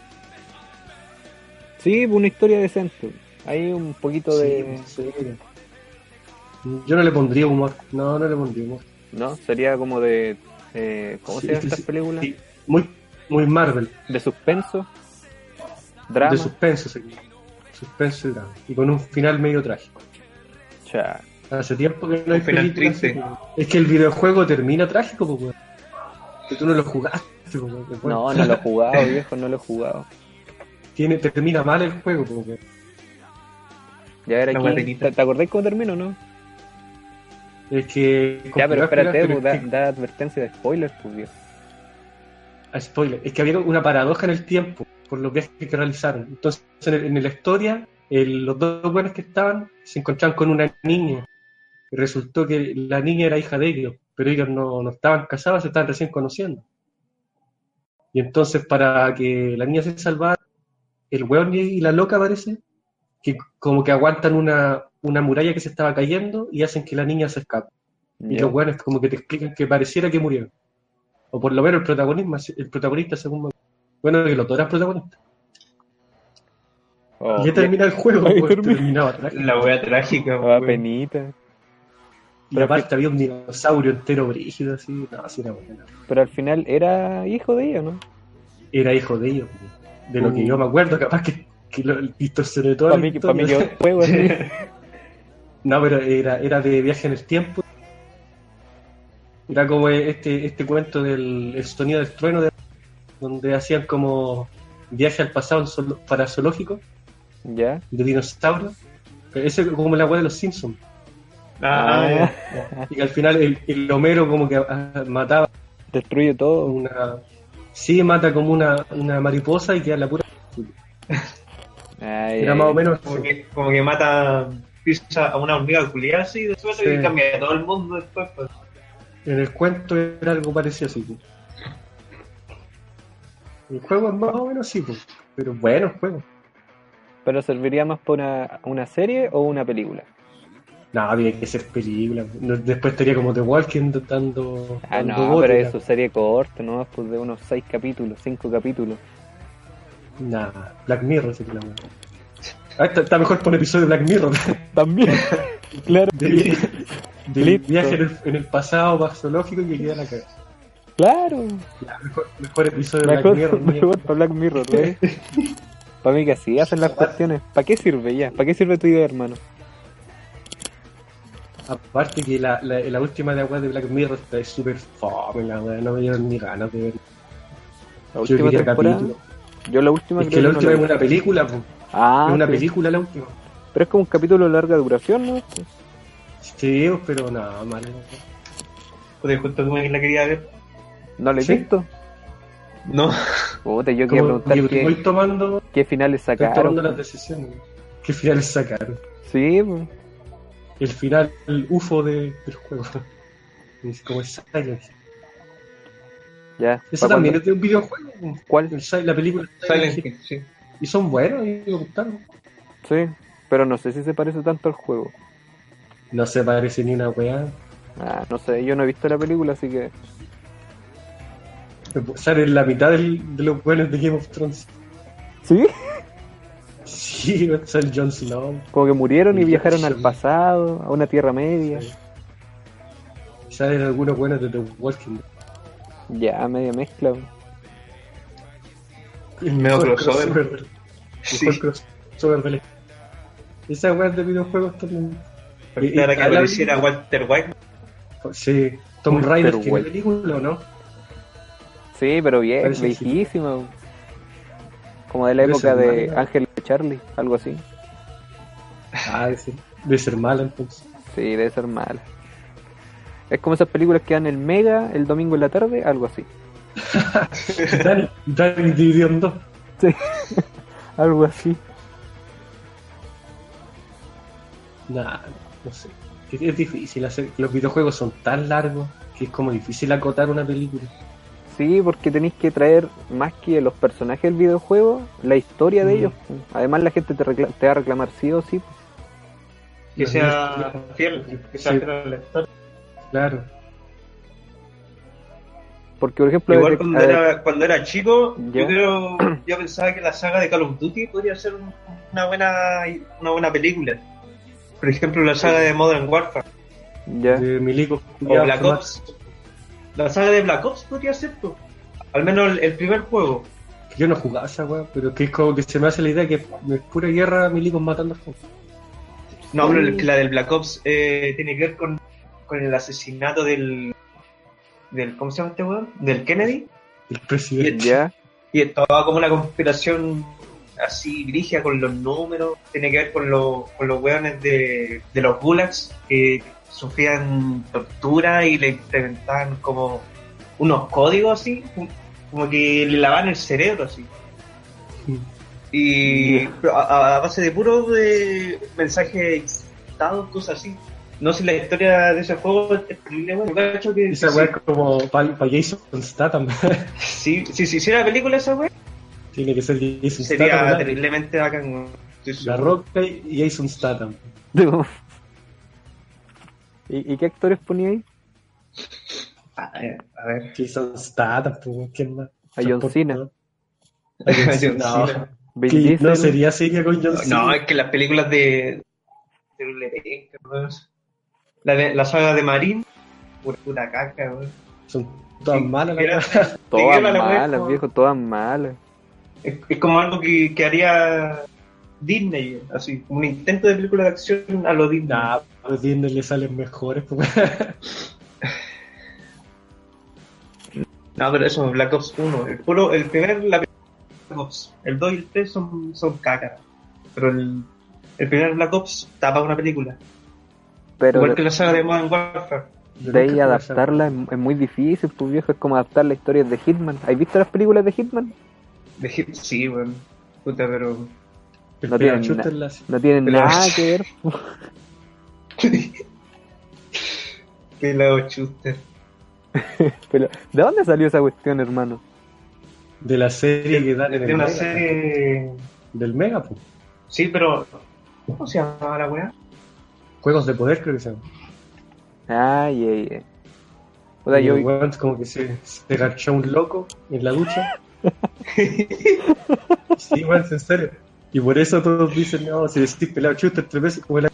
[SPEAKER 2] Sí, pues, una historia decente. Hay un poquito de.
[SPEAKER 1] Sí, serio. Yo no le pondría humor. No, no le pondría humor.
[SPEAKER 2] ¿No? Sería como de. eh, ¿Cómo
[SPEAKER 1] Sí,
[SPEAKER 2] se llaman
[SPEAKER 1] sí,
[SPEAKER 2] estas
[SPEAKER 1] sí.
[SPEAKER 2] películas?
[SPEAKER 1] Sí, Muy, muy Marvel.
[SPEAKER 2] De suspenso. Drama.
[SPEAKER 1] De suspenso sería. Suspenso y drama. Y con un final medio trágico.
[SPEAKER 2] Cha.
[SPEAKER 1] Hace tiempo que no hay
[SPEAKER 3] Un final
[SPEAKER 1] películas así,
[SPEAKER 3] triste.
[SPEAKER 1] pues. Es que el videojuego termina trágico, pues, weón. Que tú no lo jugaste, pues, weón. Que, bueno,
[SPEAKER 2] No, no lo he jugado, viejo, no lo he jugado.
[SPEAKER 1] tiene, termina mal el juego, pues, weón.
[SPEAKER 2] Ya era
[SPEAKER 3] La
[SPEAKER 2] aquí.
[SPEAKER 3] guatenita.
[SPEAKER 2] ¿Te, te acordás cómo termino, no?
[SPEAKER 1] Es que.
[SPEAKER 2] Ya, pero
[SPEAKER 1] complicado
[SPEAKER 2] espérate,
[SPEAKER 1] esperar, pero
[SPEAKER 2] pues, da,
[SPEAKER 1] es que-
[SPEAKER 2] da advertencia de spoilers, pues, viejo.
[SPEAKER 1] a spoiler, es que había una paradoja en el tiempo por los viajes que realizaron. Entonces, en, el- en la historia, el- los dos buenos que estaban se encontraban con una niña. Y resultó que la niña era hija de ellos, pero ellos no, no estaban casados, se estaban recién conociendo. Y entonces, para que la niña se salvara, el weón y la loca parece que como que aguantan una, una muralla que se estaba cayendo y hacen que la niña se escape. Y
[SPEAKER 2] Ya.
[SPEAKER 1] los weones como que te explican que pareciera que murieron. O por lo menos el protagonista, el protagonista según me- Bueno, que los dos eran protagonistas.
[SPEAKER 2] Oh,
[SPEAKER 1] y ya termina el juego,
[SPEAKER 2] Ahí
[SPEAKER 1] pues,
[SPEAKER 2] termina.
[SPEAKER 1] terminaba atrás.
[SPEAKER 3] La wea trágica.
[SPEAKER 2] Ah,
[SPEAKER 3] weón.
[SPEAKER 2] penita.
[SPEAKER 1] Y aparte había un dinosaurio entero brígido así. No, así era bueno.
[SPEAKER 2] Pero al final era hijo de ella, ¿no?
[SPEAKER 1] Era hijo de ellos. pues. De lo que yo me acuerdo, capaz que, que lo distorsioné todo.
[SPEAKER 2] Para mí, pa' mí quedó el juego así.
[SPEAKER 1] No, pero era, era de viaje en el tiempo. Era como este, este cuento del el sonido del trueno, de- donde hacían como viaje al pasado en zoolo- para zoológicos
[SPEAKER 2] Ya.
[SPEAKER 1] de dinosaurios. Pero Ese es como la weá de los Simpsons.
[SPEAKER 3] Ah, ya.
[SPEAKER 1] Y que al final el, el Homero como que ah, mataba
[SPEAKER 2] Destruye todo.
[SPEAKER 1] una... Sí, mata como una, una mariposa y queda la pura...
[SPEAKER 2] Ay,
[SPEAKER 1] Era
[SPEAKER 2] ay,
[SPEAKER 1] más o
[SPEAKER 2] ay.
[SPEAKER 1] menos...
[SPEAKER 3] Como que, como que mata pisa a una hormiga culiada así de suerte
[SPEAKER 1] Sí.
[SPEAKER 3] y cambia a todo el mundo después. pues.
[SPEAKER 1] En el cuento era algo parecido así. pues. El juego es más o menos así, pues. pero bueno, el juego.
[SPEAKER 2] Pero serviría más para una, una serie o una película.
[SPEAKER 1] No, había que ser película. No, Después estaría como The Walking Dead dando.
[SPEAKER 2] Ah,
[SPEAKER 1] dando
[SPEAKER 2] no,
[SPEAKER 1] bote,
[SPEAKER 2] pero
[SPEAKER 1] ya.
[SPEAKER 2] eso serie corta, ¿no? Pues de unos seis capítulos, cinco capítulos.
[SPEAKER 1] Nah, Black Mirror se llama. Ah, está, está mejor por un episodio de Black Mirror.
[SPEAKER 2] También. claro,
[SPEAKER 1] De, vi- de
[SPEAKER 2] Listo.
[SPEAKER 1] viaje en el, en el pasado más zoológico y que queda la cagada.
[SPEAKER 2] claro.
[SPEAKER 1] Ya, Mejor, mejor episodio de
[SPEAKER 2] Mejor,
[SPEAKER 1] Black Mirror.
[SPEAKER 2] mejor para Black Mirror, ¿eh? Para mí que así hacen las cuestiones. ¿Para qué sirve ya? ¿Para qué sirve tu idea, hermano?
[SPEAKER 1] mierda. Aparte que la, la, la última de agua de Black Mirror está es súper fome, la wea, No me dieron ni ganas de ver. Yo
[SPEAKER 2] La última
[SPEAKER 1] quería
[SPEAKER 2] temporada.
[SPEAKER 1] capítulo.
[SPEAKER 2] Yo la última
[SPEAKER 1] Es que
[SPEAKER 2] creo
[SPEAKER 1] la
[SPEAKER 2] no
[SPEAKER 1] última
[SPEAKER 2] la
[SPEAKER 1] es
[SPEAKER 2] vi.
[SPEAKER 1] una película, po.
[SPEAKER 2] Ah,
[SPEAKER 1] es una
[SPEAKER 2] sí.
[SPEAKER 1] película la última.
[SPEAKER 2] Pero es como un capítulo de larga duración, ¿no?
[SPEAKER 1] Sí, pues, pero nada, mal.
[SPEAKER 3] Porque justo como que la quería ver.
[SPEAKER 2] No lo he
[SPEAKER 1] Sí.
[SPEAKER 2] visto.
[SPEAKER 3] No,
[SPEAKER 2] Puta, yo quería
[SPEAKER 1] Como
[SPEAKER 2] preguntar
[SPEAKER 1] yo
[SPEAKER 2] qué,
[SPEAKER 1] voy tomando
[SPEAKER 2] qué finales
[SPEAKER 1] Están tomando las
[SPEAKER 2] sacaron.
[SPEAKER 1] decisiones. ¿Qué final sacaron?
[SPEAKER 2] Sí, pues.
[SPEAKER 1] El final el UFO de- del juego. Es como el Silence.
[SPEAKER 2] Ya.
[SPEAKER 1] Eso
[SPEAKER 2] ¿pa'
[SPEAKER 1] también
[SPEAKER 2] cuándo?
[SPEAKER 1] es de un videojuego.
[SPEAKER 2] ¿Cuál?
[SPEAKER 1] el Si- la película
[SPEAKER 3] Silent Hill, sí.
[SPEAKER 1] Y son buenos, y me gustaron.
[SPEAKER 2] Sí, pero no sé si se parece tanto al juego.
[SPEAKER 1] No se parece ni una weá.
[SPEAKER 2] Ah, no sé, yo no he visto la película, así que
[SPEAKER 1] Sale la mitad del- de los buenos de Game of Thrones.
[SPEAKER 2] ¿Sí?
[SPEAKER 1] Sí, sale Jon Snow.
[SPEAKER 2] Como que murieron y
[SPEAKER 1] Sí,
[SPEAKER 2] viajaron al
[SPEAKER 1] sí.
[SPEAKER 2] pasado, a una Tierra Media.
[SPEAKER 1] Salen algunos buenos de The Walking Dead.
[SPEAKER 2] Ya, media mezcla. pues.
[SPEAKER 3] El medio
[SPEAKER 1] Mejor
[SPEAKER 3] crossover.
[SPEAKER 1] del-
[SPEAKER 3] Sí.
[SPEAKER 1] Mejor crossover de la Esa weá de videojuegos también. Y- y-
[SPEAKER 3] Para que apareciera Walter White.
[SPEAKER 1] Sí, Tom
[SPEAKER 2] Uy,
[SPEAKER 1] Raider
[SPEAKER 2] pero
[SPEAKER 1] tiene
[SPEAKER 2] bueno.
[SPEAKER 1] película o no?
[SPEAKER 2] Sí, pero bien,
[SPEAKER 1] Parece que sí.
[SPEAKER 2] viejísima. Como de la
[SPEAKER 1] Debe
[SPEAKER 2] época
[SPEAKER 1] ser
[SPEAKER 2] de
[SPEAKER 1] mala.
[SPEAKER 2] Ángel y Charlie, algo así.
[SPEAKER 1] Ah, sí. Debe ser mala entonces.
[SPEAKER 2] Sí, debe ser mala. Es como esas películas que dan el mega el domingo en la tarde, algo así.
[SPEAKER 1] Dani, Dani dividió en dos.
[SPEAKER 2] Sí, algo así.
[SPEAKER 1] Nah, no sé. Es, es difícil hacer. Los videojuegos son tan largos que es como difícil acotar una película.
[SPEAKER 2] Sí, porque tenéis que traer más que los personajes del videojuego, la historia de
[SPEAKER 1] Mm.
[SPEAKER 2] ellos. Además la gente te, recla- te va a reclamar sí o sí.
[SPEAKER 3] Que sea fiel. Que sea
[SPEAKER 1] Sí.
[SPEAKER 3] fiel al lector.
[SPEAKER 1] Claro.
[SPEAKER 2] Porque, por ejemplo,
[SPEAKER 3] Igual
[SPEAKER 2] desde-
[SPEAKER 3] cuando
[SPEAKER 2] a ver,
[SPEAKER 3] era, cuando era chico,
[SPEAKER 2] Ya.
[SPEAKER 3] yo creo, yo pensaba que la saga de Call of Duty podría ser un- una buena una buena película. Por ejemplo, la saga de Modern Warfare
[SPEAKER 2] ya.
[SPEAKER 1] De Milico.
[SPEAKER 3] o Black Ops. La saga de Black Ops podría ser, pues. al menos el, el primer juego.
[SPEAKER 1] Yo no jugaba esa weá, pero que es como que se me hace la idea que es pura guerra milicos matando gente.
[SPEAKER 3] No, pero el-
[SPEAKER 2] Sí.
[SPEAKER 3] que la del Black Ops eh, tiene que ver con, con el asesinato del, del. ¿Cómo se llama este weón? Del Kennedy.
[SPEAKER 1] El presidente.
[SPEAKER 2] Ya,
[SPEAKER 3] Y estaba como una conspiración así grigia con los números, tiene que ver con, los con los weones de, de los gulags que sufrían tortura y le implementaban como unos códigos así, como que le lavaban el cerebro así. Y a, a base de puro de mensajes dictados, cosas así. No sé, la historia de ese juego es terrible, bueno, cacho que
[SPEAKER 1] Esa
[SPEAKER 3] si-
[SPEAKER 1] weá es como para Jason Statham.
[SPEAKER 3] si, si se hiciera película esa weá,
[SPEAKER 1] Tiene que ser Jason Statham.
[SPEAKER 3] sería
[SPEAKER 1] ¿verdad?
[SPEAKER 3] terriblemente bacán. weón. Estoy
[SPEAKER 1] La
[SPEAKER 3] seguro.
[SPEAKER 1] Roca y Jason Statham.
[SPEAKER 2] Digo, ¿Y, y qué actores ponía ahí?
[SPEAKER 3] Ah, eh, A ver.
[SPEAKER 1] Jason Statham, pues, weón, ¿quién más?
[SPEAKER 2] A John Cena.
[SPEAKER 1] No, A John Cena,
[SPEAKER 3] John
[SPEAKER 1] no.
[SPEAKER 3] Cena.
[SPEAKER 2] Vin
[SPEAKER 1] Que
[SPEAKER 2] Diesel,
[SPEAKER 1] no sería seria con John Cena.
[SPEAKER 3] No, es que las películas de. de Blue Beck, weón. la, de- la saga de Marín, pura, pura caca, weón.
[SPEAKER 1] Son todas malas.
[SPEAKER 3] Era-
[SPEAKER 1] la verdad.
[SPEAKER 2] todas
[SPEAKER 3] Miguel a la wea,
[SPEAKER 2] malas,
[SPEAKER 3] po.
[SPEAKER 2] viejo, todas malas.
[SPEAKER 3] es, es como algo que, que haría Disney, así, como un intento de película de acción a lo Disney.
[SPEAKER 1] Nah, a los Disney le salen mejores. pues,
[SPEAKER 3] No, pero eso, Black Ops 1. El, puro, el primer, la primera Black Ops. El 2 y el 3 son, son caca. Pero el, el primer Black Ops tapa una película.
[SPEAKER 2] Pero
[SPEAKER 3] Igual que
[SPEAKER 2] de,
[SPEAKER 3] la saga de Modern Warfare.
[SPEAKER 2] de ahí adaptarla es, es muy difícil, pues viejo, es como adaptar la historia de Hitman. ¿Has visto las películas de Hitman?
[SPEAKER 3] De Hit- sí, weón. Puta, pero.
[SPEAKER 2] No
[SPEAKER 1] No
[SPEAKER 2] tienen No tienen
[SPEAKER 3] Pero-
[SPEAKER 2] nada que ver.
[SPEAKER 3] Pelado Schuster.
[SPEAKER 2] Pero, ¿De dónde salió esa cuestión, hermano?
[SPEAKER 1] De la serie que dan en el
[SPEAKER 3] De una
[SPEAKER 1] Mega,
[SPEAKER 3] serie.
[SPEAKER 1] Del Mega, pues.
[SPEAKER 3] Sí, pero. ¿Cómo se llamaba la weá?
[SPEAKER 1] Juegos de poder, creo que se llama.
[SPEAKER 2] Ay, ay, ay. O sea,
[SPEAKER 1] Y
[SPEAKER 2] yo,
[SPEAKER 1] el weón como que se, se garchó un loco en la ducha. sí, weón, en serio. Y por eso todos dicen, no, si decís pelado chuter tres veces, como el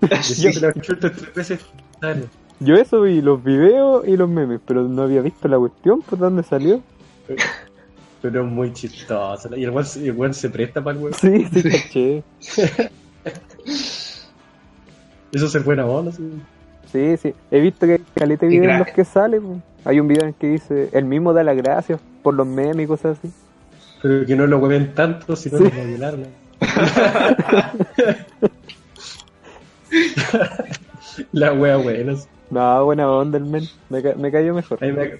[SPEAKER 1] decís pelado chuter tres veces, dale.
[SPEAKER 2] yo eso vi los videos y los memes, pero no había visto la cuestión, pues ¿de dónde salió?
[SPEAKER 1] Pero es muy chistoso. Y el weón, se- el weón se presta para el weón.
[SPEAKER 2] Sí, sí, caché.
[SPEAKER 1] Eso es ser buena onda, sí.
[SPEAKER 2] Sí, sí. He visto que hay caleta de
[SPEAKER 3] Y
[SPEAKER 2] videos en
[SPEAKER 3] crack.
[SPEAKER 2] los que sale. po. Hay un video en el que dice, el mismo da las gracias por los memes y cosas así.
[SPEAKER 1] Pero que no lo hueven tanto, si no
[SPEAKER 2] Sí.
[SPEAKER 1] lo van a violar, ¿no? La wea buena. sí.
[SPEAKER 2] No, buena onda el men. Me, ca- me cayó mejor.
[SPEAKER 1] A mí me,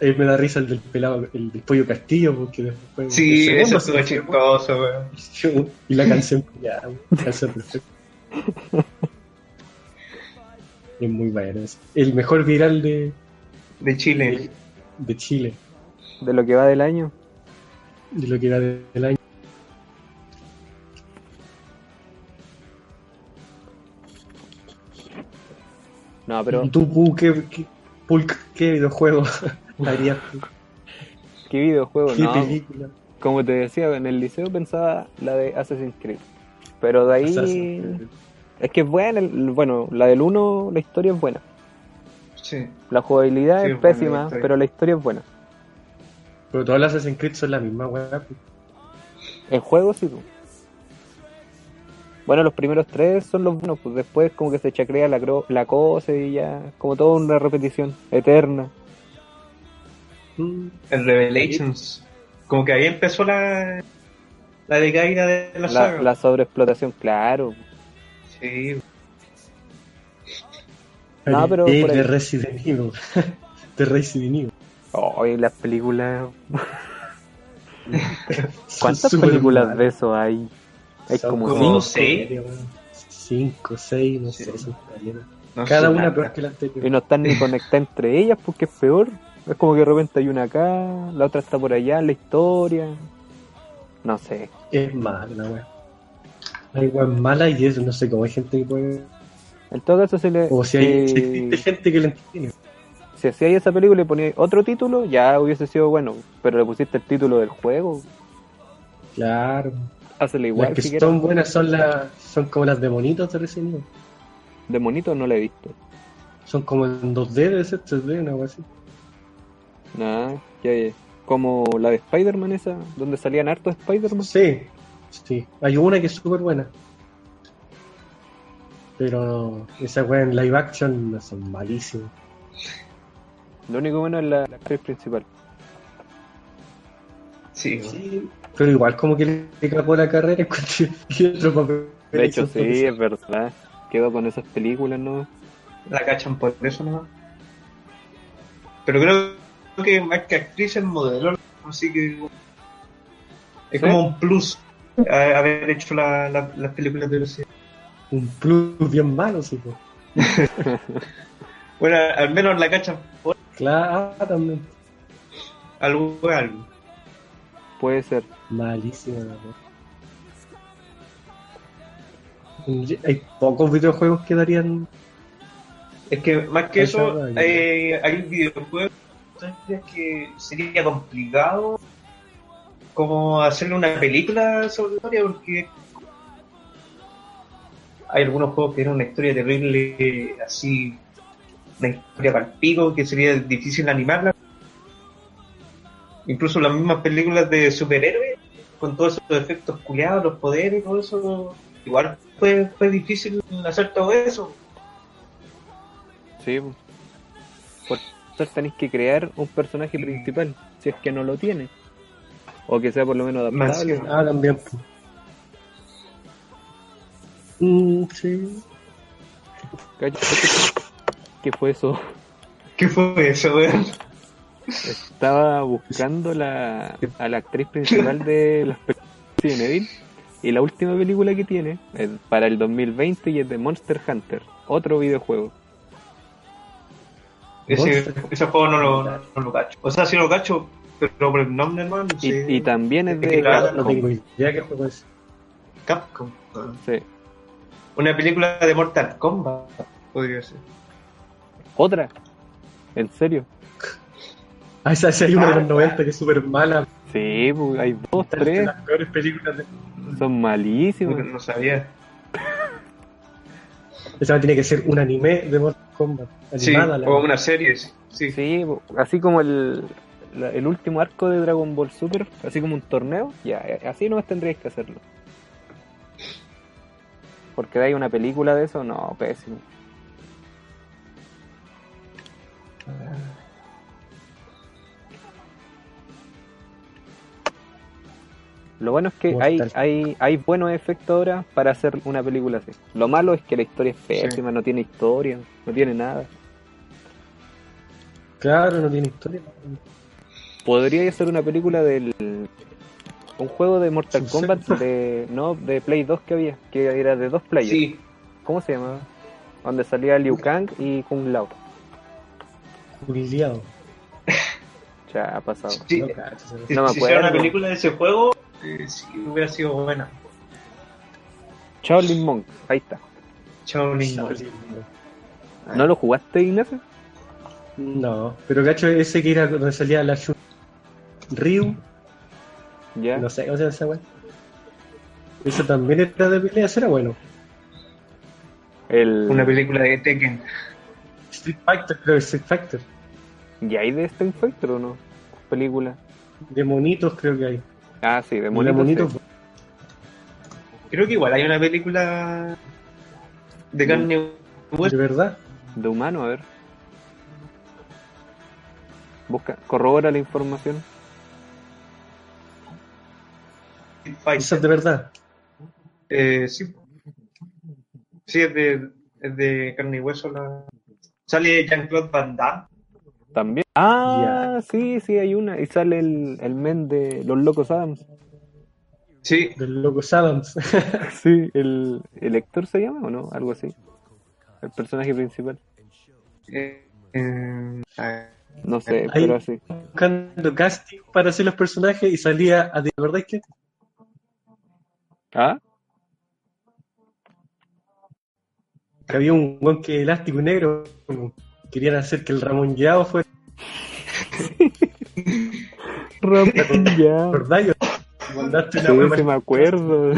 [SPEAKER 1] a mí me da risa el del pelado, el del pollo castillo, porque después.
[SPEAKER 3] Sí,
[SPEAKER 1] el
[SPEAKER 3] eso
[SPEAKER 1] segundo
[SPEAKER 3] estuvo
[SPEAKER 1] se-
[SPEAKER 3] chistoso, weón.
[SPEAKER 1] Y la canción, ya, canción perfecta. Es muy bueno. Es el mejor viral de,
[SPEAKER 3] de Chile.
[SPEAKER 1] de Chile,
[SPEAKER 2] de lo que va del año.
[SPEAKER 1] de lo que va de- del año.
[SPEAKER 2] No, pero
[SPEAKER 1] ¿Y tú, Pu, qué, qué- Pulk, qué videojuego harías? tú?
[SPEAKER 2] qué videojuego,
[SPEAKER 1] ¿Qué
[SPEAKER 2] no.
[SPEAKER 1] película?
[SPEAKER 2] Como te decía, en el liceo pensaba la de Assassin's Creed. Pero de ahí.
[SPEAKER 1] Assassin's Creed.
[SPEAKER 2] Es que es buena, el- bueno, la del 1, la historia es buena.
[SPEAKER 3] Sí.
[SPEAKER 2] La jugabilidad
[SPEAKER 3] Sí,
[SPEAKER 2] es
[SPEAKER 3] es buena la
[SPEAKER 2] pésima,
[SPEAKER 3] historia.
[SPEAKER 2] pero la historia es buena.
[SPEAKER 1] Pero todas las Assassin's Creed son la misma, weá. pues. pu.
[SPEAKER 2] El juego sí. pues. Bueno, los primeros tres son los buenos, pues después como que se chacrea la, cro- la cosa y ya, como toda una repetición eterna.
[SPEAKER 1] Mm,
[SPEAKER 3] El Revelations. Como que ahí empezó la. La decaída de la,
[SPEAKER 2] La,
[SPEAKER 3] saga.
[SPEAKER 2] la sobreexplotación, claro.
[SPEAKER 3] Sí.
[SPEAKER 2] No, pero
[SPEAKER 1] Eh,
[SPEAKER 2] por ahí.
[SPEAKER 1] de Resident Evil. de Resident Evil.
[SPEAKER 2] Ay, las películas.
[SPEAKER 1] Son
[SPEAKER 2] ¿Cuántas
[SPEAKER 1] súper
[SPEAKER 2] películas
[SPEAKER 1] malas.
[SPEAKER 2] de eso hay? Hay
[SPEAKER 1] Son
[SPEAKER 2] como,
[SPEAKER 3] como
[SPEAKER 2] cinco.
[SPEAKER 3] seis.
[SPEAKER 1] creo, weón. Cinco, seis, no
[SPEAKER 3] Sí.
[SPEAKER 1] sé. son caleta.
[SPEAKER 3] No
[SPEAKER 1] Cada
[SPEAKER 3] sé
[SPEAKER 1] una
[SPEAKER 3] nada.
[SPEAKER 1] peor que la
[SPEAKER 2] Y
[SPEAKER 1] anterior.
[SPEAKER 2] no están ni conectadas entre ellas porque es peor. Es como que de repente hay una acá, la otra está por allá, la historia. No sé.
[SPEAKER 1] Es mala, la weá. La igual mala y eso, no sé cómo hay gente que puede.
[SPEAKER 2] En todo caso, se le.
[SPEAKER 1] O si hay
[SPEAKER 2] si-
[SPEAKER 1] si existe gente que la entiende.
[SPEAKER 2] si hacíais esa película y poníais otro título, ya hubiese sido bueno, pero le pusiste el título del juego,
[SPEAKER 1] Claro.
[SPEAKER 2] hazle igual
[SPEAKER 1] las que
[SPEAKER 2] siquiera.
[SPEAKER 1] son buenas son las son como las de monitos de Resident Evil.
[SPEAKER 2] De monito no la he visto.
[SPEAKER 1] Son como en 2D, debe ser 3D, una weá así.
[SPEAKER 2] Nada, ya, ya. Como la de Spider-Man esa, donde salían hartos Spider-Man.
[SPEAKER 1] Sí, sí. Hay una que es súper buena. Pero esas weas en live action no son malísimas.
[SPEAKER 2] Lo único bueno es la, la actriz principal.
[SPEAKER 3] Sí.
[SPEAKER 1] Sí, pero igual como que le, le capó la carrera en cuanto que otro papel.
[SPEAKER 2] De hecho, sí, es verdad. Quedó con esas películas, ¿no?
[SPEAKER 3] La cachan por eso nomás. Pero creo que más que actriz es modelo. Así que.
[SPEAKER 2] ¿Sí?
[SPEAKER 3] Es como un plus a- haber hecho la- la- las películas de los
[SPEAKER 1] Un plus bien malo, sí. po.
[SPEAKER 3] Bueno, al menos la cachan por
[SPEAKER 1] Claro, también.
[SPEAKER 3] algo fue algo.
[SPEAKER 2] Puede ser.
[SPEAKER 1] Malísima la wea. Hay pocos videojuegos que darían
[SPEAKER 3] Es que más que
[SPEAKER 1] Esa
[SPEAKER 3] eso,
[SPEAKER 1] vaina.
[SPEAKER 3] eh, hay videojuegos entonces, que sería complicado como hacerle una película sobre la historia porque hay algunos juegos que tienen una historia terrible, eh, así, una historia para pico, que sería difícil animarla. Incluso las mismas películas de superhéroes, con todos esos efectos culiados, los poderes, todo eso, igual fue, fue difícil hacer todo eso.
[SPEAKER 2] Sí. po. Por eso tenéis que crear un personaje principal, si es que no lo tiene. O que sea por lo menos
[SPEAKER 3] Más
[SPEAKER 2] adaptable.
[SPEAKER 3] que-
[SPEAKER 1] Ah, también. po. Mm, sí.
[SPEAKER 2] Cacha, cacha. ¿Qué fue eso?
[SPEAKER 3] ¿Qué fue eso, weón?
[SPEAKER 2] Estaba buscando la, a la actriz principal de las películas de Resident Evil, y la última película que tiene es para el 2020 y es de Monster Hunter, otro videojuego.
[SPEAKER 3] Ese,
[SPEAKER 1] Monster.
[SPEAKER 3] ese juego no lo, no, no lo cacho. O sea, sí lo cacho, pero por el nombre, hermano.
[SPEAKER 2] Y,
[SPEAKER 3] sí.
[SPEAKER 2] y también es
[SPEAKER 3] Es
[SPEAKER 2] de
[SPEAKER 3] que claro,
[SPEAKER 1] No
[SPEAKER 2] Capcom.
[SPEAKER 1] tengo idea qué juego es.
[SPEAKER 3] Capcom.
[SPEAKER 2] Sí.
[SPEAKER 3] Una película de Mortal Kombat, podría ser.
[SPEAKER 2] ¿Otra? ¿En serio?
[SPEAKER 1] Ah, esa, esa hay una de
[SPEAKER 3] Ah,
[SPEAKER 1] los 90 que es súper mala.
[SPEAKER 2] Sí, pues, hay dos,
[SPEAKER 1] Es de
[SPEAKER 2] tres,
[SPEAKER 1] las peores películas. de-
[SPEAKER 2] son
[SPEAKER 3] No,
[SPEAKER 2] malísimos.
[SPEAKER 3] no sabía.
[SPEAKER 1] Esa tiene que ser un anime de Mortal Kombat.
[SPEAKER 3] Sí,
[SPEAKER 1] Animada la
[SPEAKER 3] o una serie, sí. sí.
[SPEAKER 2] Sí, pues, así como el, la- el último arco de Dragon Ball Super, así como un torneo, ya, eh, así no tendríais que hacerlo. Porque hay una película de eso, no, pésimo. Lo bueno es que hay,
[SPEAKER 1] Mortal.
[SPEAKER 2] hay, hay buenos efectos ahora para hacer una película así. Lo malo es que la historia es pésima, no tiene historia, no tiene nada.
[SPEAKER 1] Claro, no tiene historia.
[SPEAKER 2] Podría ser una película del un juego de Mortal
[SPEAKER 1] Subset.
[SPEAKER 2] Kombat de no de Play 2 que había, que era de dos players.
[SPEAKER 3] Sí,
[SPEAKER 2] ¿Cómo se llamaba? donde salía Liu Kang y Kung Lao.
[SPEAKER 1] Juliado.
[SPEAKER 2] Ya ha pasado.
[SPEAKER 3] Sí,
[SPEAKER 1] No, cacho, se-
[SPEAKER 3] si,
[SPEAKER 2] No me
[SPEAKER 3] si hiciera una
[SPEAKER 2] acuerdo.
[SPEAKER 3] película de ese juego, eh, sí, hubiera sido buena.
[SPEAKER 2] Shaolin Monk, ahí está.
[SPEAKER 3] Shaolin Monk.
[SPEAKER 1] No,
[SPEAKER 2] ¿No lo jugaste, Ignacio?
[SPEAKER 1] pero cacho ese que era donde salía la Shun- Ryu,
[SPEAKER 2] Ya.
[SPEAKER 1] no sé, o sea, esa weá. Eso también era de peleas, era bueno.
[SPEAKER 2] El...
[SPEAKER 3] Una película de Tekken.
[SPEAKER 1] Street Fighter, creo que Street Fighter.
[SPEAKER 2] ¿Y hay de Street Fighter o no? Película.
[SPEAKER 1] De monitos creo que hay.
[SPEAKER 2] Ah, sí, de
[SPEAKER 1] De
[SPEAKER 2] Monito.
[SPEAKER 1] monitos.
[SPEAKER 2] sí.
[SPEAKER 3] Creo que igual hay una película de carne y
[SPEAKER 1] De
[SPEAKER 3] hueso.
[SPEAKER 1] verdad.
[SPEAKER 2] De humano, a ver. Busca, corrobora la información.
[SPEAKER 3] Street Fighter.
[SPEAKER 1] Eso es de verdad.
[SPEAKER 3] Eh, sí. Sí, es de, es de carne y hueso. La... Sale Jean-Claude Van Damme.
[SPEAKER 2] También. Ah, sí, sí, hay una. Y sale el, el men de Los Locos Adams.
[SPEAKER 3] Sí,
[SPEAKER 1] Del loco Adams.
[SPEAKER 2] Sí, el, el Héctor se llama o no, algo así. El personaje principal.
[SPEAKER 3] eh, eh, ah,
[SPEAKER 2] No sé,
[SPEAKER 1] Ahí-
[SPEAKER 2] pero así.
[SPEAKER 1] Buscando casting para hacer los personajes y salía a de verdad es que
[SPEAKER 2] Ah,
[SPEAKER 1] que había un guan que elástico y negro. como Querían hacer que el Ramón Yao fuera.
[SPEAKER 2] ya.
[SPEAKER 1] ¿Verdad? Yo mandaste
[SPEAKER 2] Sí,
[SPEAKER 1] una wea
[SPEAKER 2] sí me acuerdo.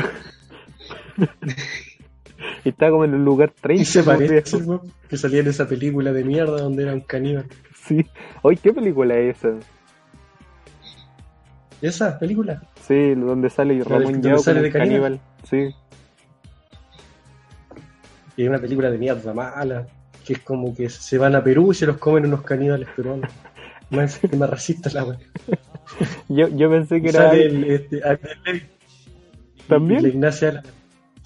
[SPEAKER 2] y está como en un lugar
[SPEAKER 1] Y
[SPEAKER 2] 30.
[SPEAKER 1] se
[SPEAKER 2] como
[SPEAKER 1] parece,
[SPEAKER 2] que-
[SPEAKER 1] weón, que salía en esa película de mierda donde era un caníbal.
[SPEAKER 2] Sí. Oye, ¿qué película es esa?
[SPEAKER 1] ¿Esa película?
[SPEAKER 2] Sí, donde sale Ramón
[SPEAKER 1] donde
[SPEAKER 2] Yao
[SPEAKER 1] sale
[SPEAKER 2] como
[SPEAKER 1] de caníbal.
[SPEAKER 2] caníbal. Sí.
[SPEAKER 1] Y es una película de mierda mala. Que es como que se van a Perú y se los comen unos caníbales peruanos. Más encima racista la wea.
[SPEAKER 2] Yo, yo pensé que era
[SPEAKER 1] Sale el, este, Ariel Levy.
[SPEAKER 2] también.
[SPEAKER 1] La Ignacia. Laval.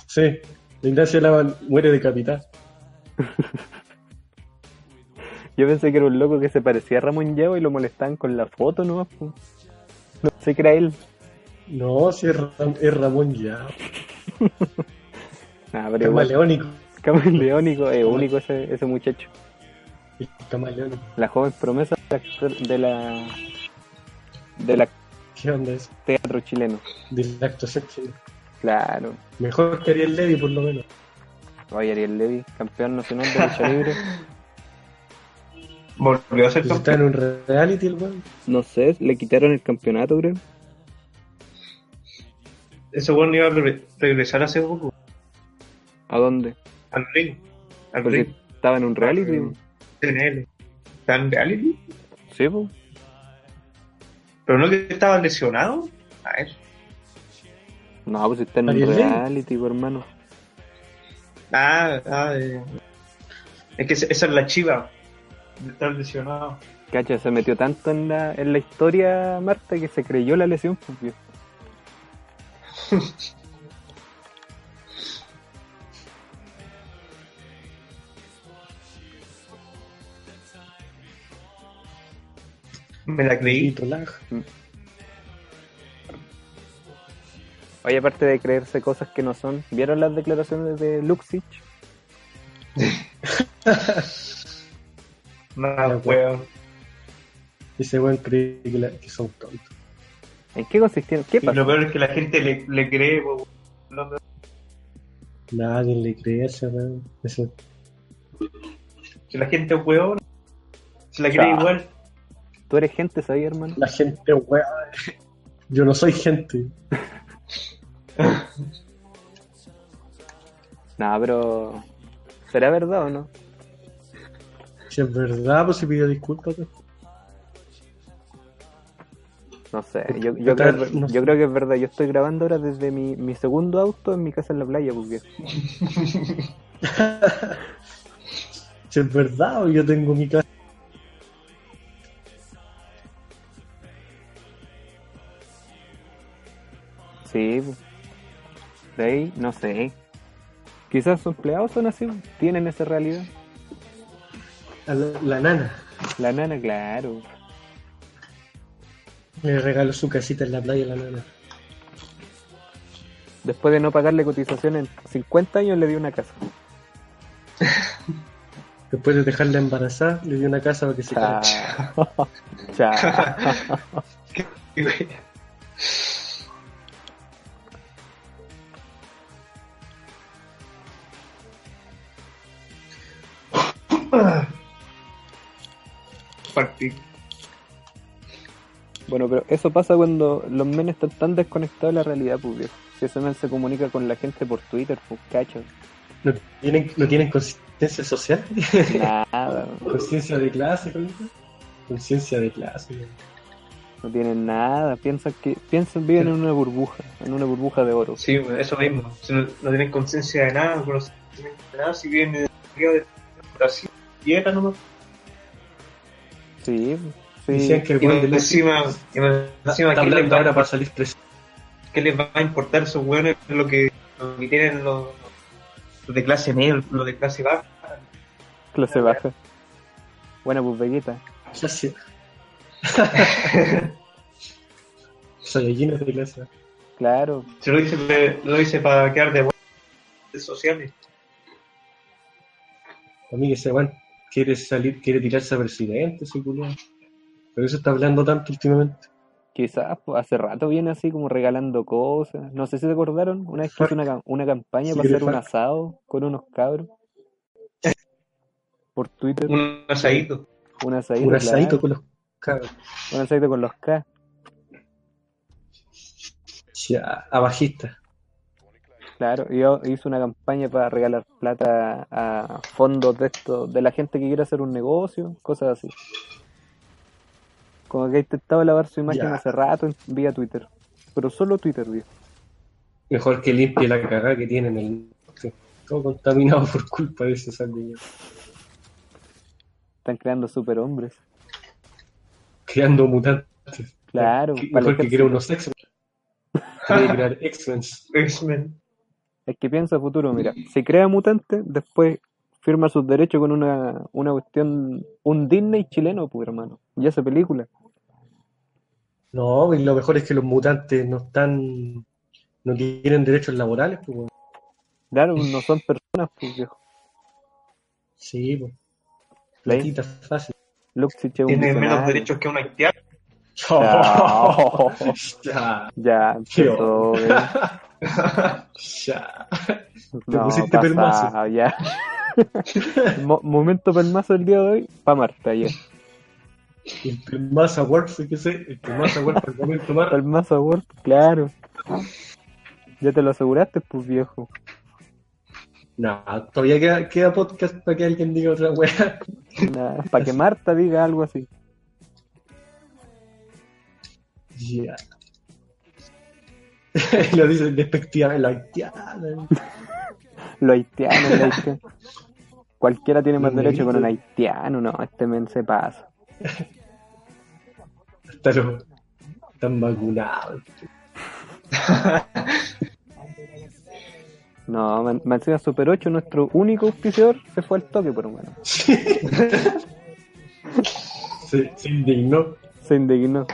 [SPEAKER 1] Sí, la Ignacia Laval muere decapitada.
[SPEAKER 2] Yo pensé que era un loco que se parecía a Ramón Yao y lo molestaban con la foto nomás. po. No sé que era él.
[SPEAKER 1] No, si es, Ram- es Ramón ya.
[SPEAKER 2] Ah, pero igual,
[SPEAKER 1] Camaleónico.
[SPEAKER 2] camaleónico, es único ese, ese muchacho.
[SPEAKER 1] Es camaleónico.
[SPEAKER 2] La joven promesa de la actor- de la del
[SPEAKER 1] ¿Qué onda es?
[SPEAKER 2] teatro chileno.
[SPEAKER 1] Del acto sexy.
[SPEAKER 2] Claro.
[SPEAKER 1] Mejor que Ariel Levy, por lo menos.
[SPEAKER 2] Oye, Ariel Levy, campeón nacional de lucha libre.
[SPEAKER 3] volvió a ser
[SPEAKER 1] Pues Está en
[SPEAKER 3] campeón.
[SPEAKER 1] un reality el weón.
[SPEAKER 2] No sé, le quitaron el campeonato, creo.
[SPEAKER 3] Ese bueno iba a re- regresar hace poco.
[SPEAKER 2] ¿A dónde?
[SPEAKER 3] Al ring. Al
[SPEAKER 2] Porque
[SPEAKER 3] ring.
[SPEAKER 2] estaba en un reality.
[SPEAKER 3] Mm. TNL. ¿Está en reality?
[SPEAKER 2] Sí, po.
[SPEAKER 3] ¿Pero no que estaba lesionado? A ver.
[SPEAKER 2] No, pues está en un
[SPEAKER 1] ¿Ariel Levy?
[SPEAKER 2] reality, po, hermano.
[SPEAKER 3] Ah, ah, eh. Es que esa es la chiva. De estar lesionado.
[SPEAKER 2] Cacha, se metió tanto en la, en la historia, Marta, que se creyó la lesión. Pues, viejo.
[SPEAKER 3] Me la creí.
[SPEAKER 1] Tito Lag.
[SPEAKER 2] Oye, aparte de creerse cosas que no son, ¿vieron las declaraciones de Luxich?
[SPEAKER 3] Nada, weón.
[SPEAKER 1] Ese weón cree que, la- que son tontos.
[SPEAKER 2] ¿En qué consistieron? ¿Qué
[SPEAKER 3] Y
[SPEAKER 2] pasó?
[SPEAKER 3] lo peor es que la gente le, le cree, po, weón.
[SPEAKER 1] Nadie le cree a ese weón. Ese-
[SPEAKER 3] Si la gente es weón, se la cree
[SPEAKER 2] Ya.
[SPEAKER 3] igual.
[SPEAKER 2] ¿Tú eres gente, sabía, hermano?
[SPEAKER 1] La gente es weón. Yo no soy gente.
[SPEAKER 2] No, pero... ¿Será verdad o no?
[SPEAKER 1] Si es verdad, pues se pidió disculpas. pues.
[SPEAKER 2] No sé, yo, yo creo,
[SPEAKER 1] No sé.
[SPEAKER 2] yo creo que es verdad. Yo estoy grabando ahora desde mi, mi segundo auto en mi casa en la playa, pues viejo.
[SPEAKER 1] Si es verdad, o yo tengo mi casa.
[SPEAKER 2] Sí, pues. De ahí, no sé. Quizás sus empleados son así, tienen esa realidad.
[SPEAKER 1] a la- la nana.
[SPEAKER 2] La nana, claro.
[SPEAKER 1] Le regaló su casita en la playa a la nana.
[SPEAKER 2] Después de no pagarle cotización en 50 años, le dio una casa.
[SPEAKER 1] Después de dejarla embarazada, le dio una casa para que se
[SPEAKER 2] Chao.
[SPEAKER 1] quedara.
[SPEAKER 2] Chao.
[SPEAKER 3] Partí.
[SPEAKER 2] Bueno, pero eso pasa cuando los menes están tan desconectados de la realidad, pues viejo. Si ese men se comunica con la gente por Twitter, pues cacho.
[SPEAKER 1] ¿No tienen, no tienen conciencia social?
[SPEAKER 2] Nada,
[SPEAKER 1] ¿Conciencia de clase? ¿cómo dice? Conciencia de clase. güey.
[SPEAKER 2] no tienen nada. Piensan que piensan viven en una burbuja, en una burbuja de oro.
[SPEAKER 3] Sí, bueno, eso mismo. Si no, no tienen conciencia de nada, no conocen de nada, si viven en el de así, dieta nomás.
[SPEAKER 2] Sí,
[SPEAKER 1] Decían
[SPEAKER 2] sí.
[SPEAKER 1] que el
[SPEAKER 3] Y
[SPEAKER 1] weón de
[SPEAKER 3] más encima, y más encima,
[SPEAKER 1] está
[SPEAKER 3] ¿qué les,
[SPEAKER 1] hablando ahora
[SPEAKER 3] va,
[SPEAKER 1] para salir preso.
[SPEAKER 3] qué les va a importar esos hueones lo que, lo que tienen los, los de clase media, los de clase baja?
[SPEAKER 2] Clase baja. Bueno, pues Vegeta.
[SPEAKER 1] Clase. Saiyajines de clase.
[SPEAKER 2] Claro,
[SPEAKER 3] Se lo hice, lo hice para quedar de buenas sociales.
[SPEAKER 1] A mí que ese weón quiere salir, quiere tirarse a presidente, su culiao. Por eso está hablando tanto últimamente.
[SPEAKER 2] quizás pues, hace rato viene así como regalando cosas. No sé si se acordaron, una vez que hizo una, cam- una campaña
[SPEAKER 1] Sí,
[SPEAKER 2] para
[SPEAKER 1] de
[SPEAKER 2] hacer un
[SPEAKER 1] Farc.
[SPEAKER 2] asado con unos cabros. Por Twitter,
[SPEAKER 3] Un asadito.
[SPEAKER 2] un asadito.
[SPEAKER 1] Un asadito
[SPEAKER 2] claro.
[SPEAKER 1] con los cabros.
[SPEAKER 2] Un asadito con los K.
[SPEAKER 1] Ya, a bajista.
[SPEAKER 2] Claro, yo hice una campaña para regalar plata a fondos de esto, de la gente que quiere hacer un negocio, cosas así. Como que ha intentado lavar su imagen
[SPEAKER 1] Ya.
[SPEAKER 2] hace rato en- vía Twitter. Pero solo Twitter, viejo.
[SPEAKER 1] Mejor que limpie la cagada que tiene en el norte. Todo contaminado por culpa de ese saco. weón.
[SPEAKER 2] Están creando superhombres.
[SPEAKER 1] Creando mutantes.
[SPEAKER 2] Claro,
[SPEAKER 1] Que-
[SPEAKER 2] para el
[SPEAKER 1] Mejor que
[SPEAKER 2] ejército.
[SPEAKER 1] crea unos X-Men. Tiene que crear X-Men.
[SPEAKER 3] X-Men.
[SPEAKER 2] Es que piensa a futuro, mira.
[SPEAKER 3] Mm.
[SPEAKER 2] Si crea mutante, después firma sus derechos con una, una cuestión, un Disney chileno, pues hermano. Y hace película.
[SPEAKER 1] No, y lo mejor es que los mutantes no están. No tienen derechos laborales, pues. weón.
[SPEAKER 2] Claro, no son personas, pues viejo.
[SPEAKER 1] Sí, pues.
[SPEAKER 2] Play.
[SPEAKER 1] Platita fácil.
[SPEAKER 2] Luxich es un
[SPEAKER 3] Tiene menos
[SPEAKER 2] visionario.
[SPEAKER 3] derechos que un haitiano.
[SPEAKER 2] No.
[SPEAKER 1] Ya,
[SPEAKER 2] Ya,
[SPEAKER 1] Qué
[SPEAKER 2] empezó, eh.
[SPEAKER 1] ya. Te
[SPEAKER 2] No,
[SPEAKER 1] pusiste
[SPEAKER 2] pasado,
[SPEAKER 1] pelmazo.
[SPEAKER 2] ya. Mo- momento pelmazo del día de hoy, pa' Marta, ya.
[SPEAKER 1] El primazo award, sí que sé. El primazo award para comer tomar.
[SPEAKER 2] Pelmazo a Word, claro. Ya te lo aseguraste, pues viejo.
[SPEAKER 1] No, todavía queda, queda podcast para que alguien diga otra wea.
[SPEAKER 2] para que Marta diga algo así.
[SPEAKER 1] Ya. Lo dicen despectivamente, la haitiana.
[SPEAKER 2] Los haitianos, los haitianos. Cualquiera tiene más
[SPEAKER 1] Un
[SPEAKER 2] derecho con un
[SPEAKER 1] negrito.
[SPEAKER 2] haitiano, no, este men se pasa.
[SPEAKER 1] Hasta los. Están vacunados.
[SPEAKER 2] No, man- Mancina Super 8, nuestro único auspiciador, se fue al toque, por humano.
[SPEAKER 1] Se, se indignó.
[SPEAKER 2] Se indignó.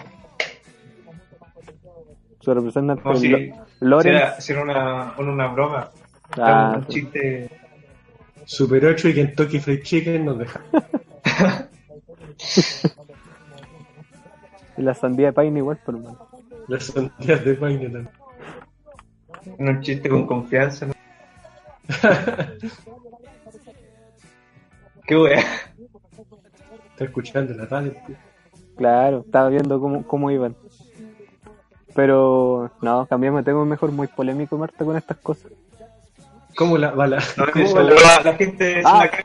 [SPEAKER 2] Su representante,
[SPEAKER 3] No, sí.
[SPEAKER 2] Lo-
[SPEAKER 3] Si
[SPEAKER 2] Lawrence.
[SPEAKER 3] era, si era una, una, una broma.
[SPEAKER 2] Ah,
[SPEAKER 3] era un
[SPEAKER 2] sí.
[SPEAKER 3] chiste.
[SPEAKER 1] Super 8 y Kentucky Fried Chicken nos dejaron.
[SPEAKER 2] Y la sandía de Paine igual, por hermano.
[SPEAKER 1] Las sandías de Paine también.
[SPEAKER 3] Era un chiste con confianza. ¿no? Qué wea.
[SPEAKER 1] Está escuchando la radio. tío.
[SPEAKER 2] Claro, estaba viendo cómo, cómo iban. Pero no, cambiamos de tema mejor, muy polémico Marta con estas cosas.
[SPEAKER 1] ¿Cómo la, va la,
[SPEAKER 3] No,
[SPEAKER 1] cómo
[SPEAKER 3] eso,
[SPEAKER 1] va la,
[SPEAKER 3] la, la gente es
[SPEAKER 2] Ah.
[SPEAKER 3] una caca.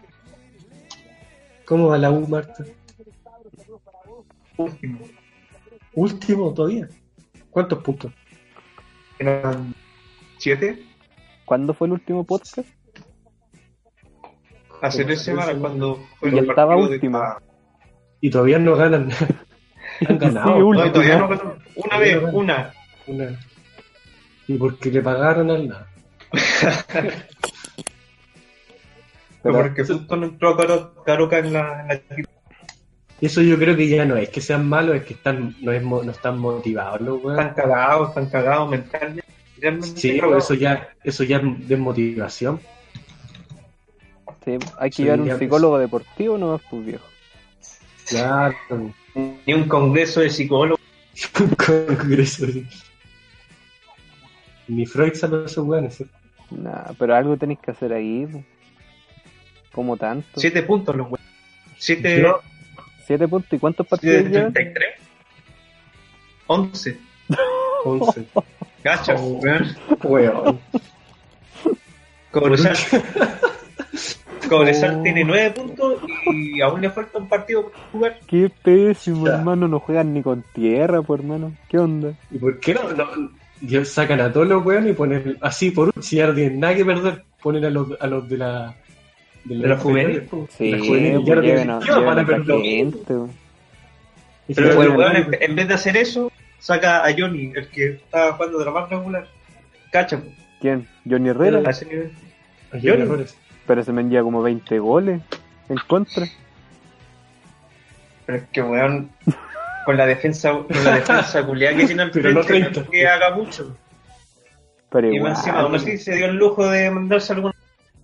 [SPEAKER 1] cómo va la U, Marta? Último todavía. ¿Cuántos puntos?
[SPEAKER 3] Eran siete.
[SPEAKER 2] ¿Cuándo fue el último podcast?
[SPEAKER 3] Hace tres semanas cuando fue
[SPEAKER 2] Y
[SPEAKER 3] el
[SPEAKER 2] estaba
[SPEAKER 3] partido de-
[SPEAKER 2] última.
[SPEAKER 1] Y todavía no ganan. Han ganado.
[SPEAKER 2] Sí,
[SPEAKER 3] No, y todavía no
[SPEAKER 2] Última.
[SPEAKER 3] ganó. Una vez, una.
[SPEAKER 1] Una- Y porque le pagaron al nada.
[SPEAKER 3] Pero
[SPEAKER 2] Pero-
[SPEAKER 3] porque justo no entró Caro- Caroca en la, en la-
[SPEAKER 1] Eso yo creo que ya no es que sean malos, es que están, no, es, mo- no están motivados los weones.
[SPEAKER 3] Están cagados, están cagados mentalmente. Realmente
[SPEAKER 1] Sí,
[SPEAKER 3] cagados.
[SPEAKER 1] pues eso ya, eso ya es desmotivación.
[SPEAKER 2] Sí, hay que
[SPEAKER 1] Sí,
[SPEAKER 2] llevar un
[SPEAKER 1] ya, pues.
[SPEAKER 2] psicólogo deportivo nomás, pues viejo.
[SPEAKER 1] Claro.
[SPEAKER 3] Ni un congreso de psicólogos.
[SPEAKER 1] Un congreso. sí. Ni Freud salvó a esos weones, ¿eh? ¿cierto?
[SPEAKER 2] Nah, pero algo tenéis que hacer ahí. pues. Como tanto.
[SPEAKER 3] Siete puntos los güeyes. Siete,
[SPEAKER 1] Yo-
[SPEAKER 2] Siete puntos. ¿Y cuántos
[SPEAKER 3] siete
[SPEAKER 2] partidos
[SPEAKER 3] de
[SPEAKER 2] llevan?
[SPEAKER 3] 33. Once.
[SPEAKER 1] 11.
[SPEAKER 3] Gacha,
[SPEAKER 1] Oh.
[SPEAKER 3] weón.
[SPEAKER 1] Weón.
[SPEAKER 3] Cobresal. Cobresal
[SPEAKER 2] Oh.
[SPEAKER 3] tiene nueve puntos y aún le falta un partido por jugar.
[SPEAKER 2] Qué pésimo,
[SPEAKER 1] Ya.
[SPEAKER 2] hermano. No juegan ni con tierra, pues, hermano. ¿Qué onda?
[SPEAKER 1] ¿Y por qué no? no- Dios, sacan a todos los weones y ponen así por un si ya no tienen nada que perder, ponen a los, a los de la.
[SPEAKER 3] De la juvenil.
[SPEAKER 1] po.
[SPEAKER 2] Sí,
[SPEAKER 1] La
[SPEAKER 2] pues,
[SPEAKER 1] juvenil ya no
[SPEAKER 2] lleven
[SPEAKER 1] tienen.
[SPEAKER 2] a,
[SPEAKER 1] ¿Qué más van
[SPEAKER 2] lleven a
[SPEAKER 1] a
[SPEAKER 2] otra
[SPEAKER 1] perder?
[SPEAKER 2] gente, pues.
[SPEAKER 1] Y
[SPEAKER 3] Pero
[SPEAKER 1] se
[SPEAKER 3] el
[SPEAKER 1] juegan
[SPEAKER 3] weón,
[SPEAKER 1] al-
[SPEAKER 3] en, en vez de hacer eso, saca a Johnny, el que estaba jugando de la más regular. Cacha, po.
[SPEAKER 2] ¿Quién? ¿Johnny Herrera?
[SPEAKER 3] a ese nivel.
[SPEAKER 1] al- al- al- errores.
[SPEAKER 2] Pero se me envía como 20 goles en contra.
[SPEAKER 3] Pero es que weón, con la defensa, con la defensa culiada que tiene al
[SPEAKER 1] Pero no
[SPEAKER 3] frente, no
[SPEAKER 1] 30.
[SPEAKER 3] que haga mucho.
[SPEAKER 2] Pero
[SPEAKER 3] Y
[SPEAKER 2] igual,
[SPEAKER 3] más encima, aún así se dio el lujo de mandarse alguna.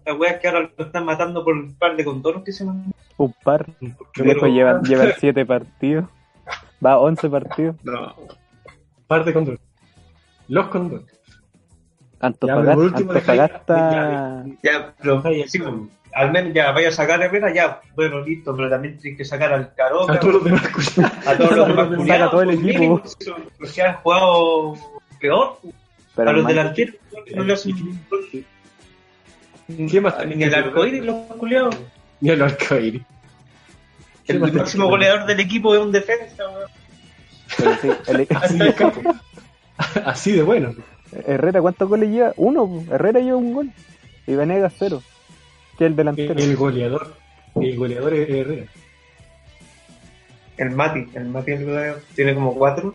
[SPEAKER 3] La weas que ahora lo están matando por un par de contornos que se mandan.
[SPEAKER 2] un par.
[SPEAKER 1] Porque
[SPEAKER 3] Pero-
[SPEAKER 2] Después llevan, llevan 7 partidos. Va 11 partidos.
[SPEAKER 3] No.
[SPEAKER 1] par de condores. Los condores.
[SPEAKER 2] Antofagasta,
[SPEAKER 1] por último,
[SPEAKER 2] Antofagasta
[SPEAKER 3] Ya, pero
[SPEAKER 1] Está bien.
[SPEAKER 3] sí, bueno, al menos ya vaya a sacar a Herrera, ya, bueno, listo, pero también tienes que sacar al Caroca,
[SPEAKER 1] A todos los demás culiados.
[SPEAKER 3] a todos los demás
[SPEAKER 1] Saca
[SPEAKER 3] culiados,
[SPEAKER 2] todo el
[SPEAKER 3] pues,
[SPEAKER 2] equipo.
[SPEAKER 3] mínimo, si son- Los que han jugado peor,
[SPEAKER 2] pero
[SPEAKER 3] a los
[SPEAKER 2] hermano,
[SPEAKER 3] delanteros, no le hacen un gol.
[SPEAKER 1] ¿Qué más
[SPEAKER 3] Ni el arcoíris, los culiados.
[SPEAKER 1] Ni el arcoíris. ¿Qué
[SPEAKER 3] El
[SPEAKER 1] más
[SPEAKER 3] máximo
[SPEAKER 1] tenés?
[SPEAKER 3] goleador del equipo es un defensa, weón.
[SPEAKER 2] pero sí, el-
[SPEAKER 1] Así de capo. Así Ah, de bueno.
[SPEAKER 2] Herrera, ¿cuántos goles lleva? Uno, po. Herrera lleva un gol. Y Venegas cero. Que es el delantero.
[SPEAKER 1] El goleador. El goleador es Herrera.
[SPEAKER 3] El Mati, el Mati el goleador, tiene como cuatro.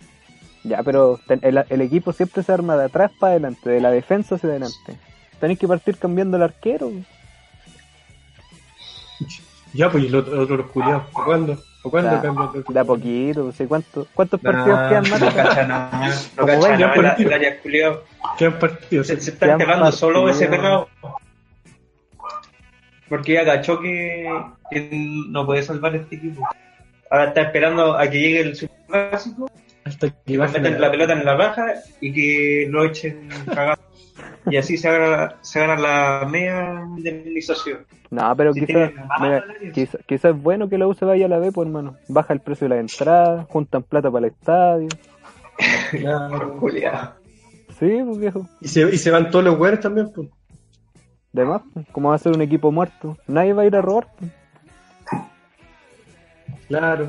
[SPEAKER 2] Ya, pero ten- el, el equipo siempre se arma de atrás para adelante, de la defensa hacia adelante. Tenéis que partir cambiando el arquero.
[SPEAKER 1] Ya, pues y los otros los culiados. ¿O cuándo? ¿O cuándo
[SPEAKER 3] Ah.
[SPEAKER 2] Da-
[SPEAKER 1] cambian de-
[SPEAKER 2] De a poquito, no sé cuánto- cuántos partidos
[SPEAKER 3] Nah,
[SPEAKER 2] quedan
[SPEAKER 3] No
[SPEAKER 2] más.
[SPEAKER 3] cacha nada, no
[SPEAKER 2] Como
[SPEAKER 3] cacha
[SPEAKER 2] ven,
[SPEAKER 1] ya
[SPEAKER 3] nada, el-
[SPEAKER 1] partido.
[SPEAKER 3] el área culiado.
[SPEAKER 1] ¿Qué han partido?
[SPEAKER 3] Pues Se, se
[SPEAKER 1] Sí.
[SPEAKER 3] está
[SPEAKER 2] Ya
[SPEAKER 3] enterrando solo
[SPEAKER 2] partido.
[SPEAKER 3] ese perrao. Porque ya cachó que, que no puede salvar este equipo. Ahora está esperando a que llegue el superclásico,
[SPEAKER 1] Hasta que bajen
[SPEAKER 3] meten la
[SPEAKER 1] la-
[SPEAKER 3] pelota en la baja y que lo echen cagado. Y así se gana, se gana la media indemnización.
[SPEAKER 2] No, pero
[SPEAKER 3] Si
[SPEAKER 2] quizás
[SPEAKER 3] tienen más
[SPEAKER 2] mira,
[SPEAKER 3] salarios.
[SPEAKER 2] quizá- quizá es bueno que la U se vaya a la B, pues hermano. Baja el precio de la entrada, juntan plata para el estadio.
[SPEAKER 1] Claro.
[SPEAKER 3] Julián.
[SPEAKER 2] Sí, pues viejo.
[SPEAKER 1] ¿Y se, y se van todos los güeyes también, pues.
[SPEAKER 2] De más, pues, ¿cómo va a ser un equipo muerto? Nadie va a ir a robar. pues.
[SPEAKER 1] Claro.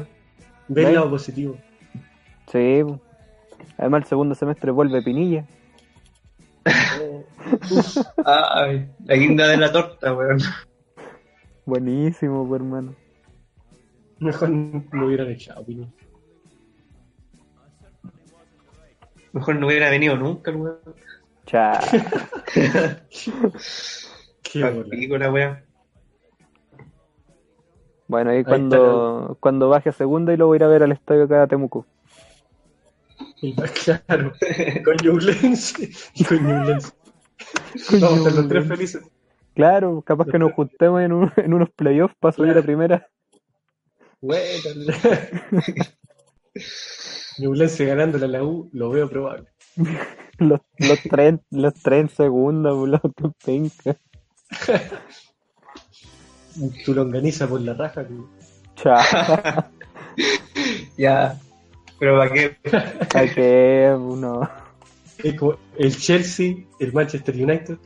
[SPEAKER 1] Ver
[SPEAKER 2] ¿Ven?
[SPEAKER 1] el lado positivo.
[SPEAKER 2] Sí, pues. Además, el segundo semestre vuelve Pinilla.
[SPEAKER 1] Oh,
[SPEAKER 3] Ay, la guinda de la torta, weón.
[SPEAKER 2] Buenísimo, pues hermano.
[SPEAKER 1] Mejor lo hubieran echado, Pino.
[SPEAKER 3] Mejor no hubiera venido nunca, el weón.
[SPEAKER 2] Chao.
[SPEAKER 1] Qué
[SPEAKER 3] Al
[SPEAKER 1] bola.
[SPEAKER 3] pico, la weá.
[SPEAKER 2] Bueno, ahí cuando, cuando baje a segunda y lo voy a ir a ver al estadio acá a Temuco.
[SPEAKER 1] Claro. Con Ñublense. Con Ñublense. Vamos a estar los tres felices.
[SPEAKER 2] Claro, capaz que nos juntemos en, un- en unos playoffs para subir a primera.
[SPEAKER 1] Bueno. Ñublense ganándole a la U, lo veo probable.
[SPEAKER 2] Los, los tres, los tres en segunda, pues, boludo, que penca.
[SPEAKER 1] Tú lo organizas por la raja, Pino.
[SPEAKER 2] Chao.
[SPEAKER 3] Ya. Pero para qué.
[SPEAKER 2] ¿A qué? pues, No.
[SPEAKER 1] Es como el Chelsea, el Manchester United,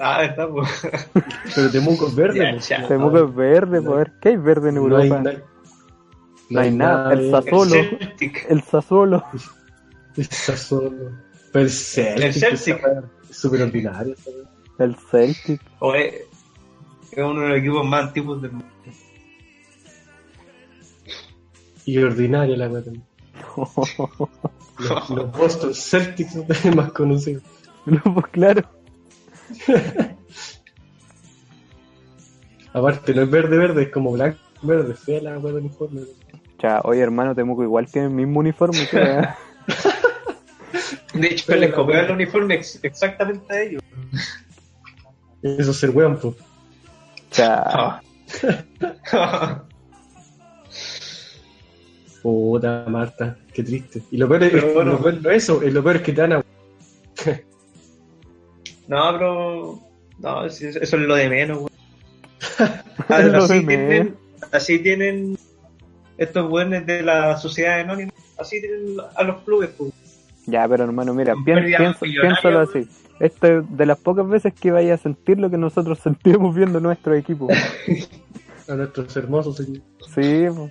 [SPEAKER 3] Ah, está, pues.
[SPEAKER 1] pero Temuco es verde.
[SPEAKER 3] Ya,
[SPEAKER 1] pues.
[SPEAKER 3] chao.
[SPEAKER 2] Temuco es verde,
[SPEAKER 1] no.
[SPEAKER 2] pues. a ver, ¿Qué hay verde en
[SPEAKER 1] No hay,
[SPEAKER 2] Europa?
[SPEAKER 1] no hay-
[SPEAKER 2] No hay nada. El
[SPEAKER 1] de-
[SPEAKER 2] Sassuolo.
[SPEAKER 3] El Celtic.
[SPEAKER 2] El Sassuolo.
[SPEAKER 1] El Sassuolo. Pero el Celtic.
[SPEAKER 3] El Celtic.
[SPEAKER 1] esa weá es Súper ordinario. esa weá.
[SPEAKER 2] El Celtic.
[SPEAKER 3] O es, es uno de los equipos más antiguos del mundo.
[SPEAKER 1] Y ordinaria la weá también. Los, los Boston Celtics son los más conocidos.
[SPEAKER 2] No, pues claro.
[SPEAKER 1] Aparte, no es verde, verde, es como blanco, verde. Fea la weá del uniforme.
[SPEAKER 2] Chao. Oye, hermano, Temuco igual tiene el mismo uniforme. que la-
[SPEAKER 3] De hecho, les copiaron el uniforme ex- exactamente a ellos.
[SPEAKER 1] Eso es ser weón, po.
[SPEAKER 2] Chao.
[SPEAKER 3] Ah.
[SPEAKER 1] Puta Marta, qué triste. Y lo peor es,
[SPEAKER 3] Pero bueno.
[SPEAKER 1] lo peor no es eso, es lo peor es que te dan a...
[SPEAKER 3] No, pero. No, sí, eso eso es lo de menos, weón.
[SPEAKER 2] Es lo
[SPEAKER 3] así,
[SPEAKER 2] de menos.
[SPEAKER 3] tienen, así tienen estos buenos de la sociedad anónima. Así tienen a los clubes, pues.
[SPEAKER 2] Ya, pero hermano, mira,
[SPEAKER 3] Con
[SPEAKER 2] pien-
[SPEAKER 3] pérdidas
[SPEAKER 2] pienso-
[SPEAKER 3] millonarias,
[SPEAKER 2] piénsalo así. Esto es de las pocas veces que vaya a sentir lo que nosotros sentimos viendo nuestro equipo.
[SPEAKER 1] a nuestros hermosos señores.
[SPEAKER 2] Sí, po.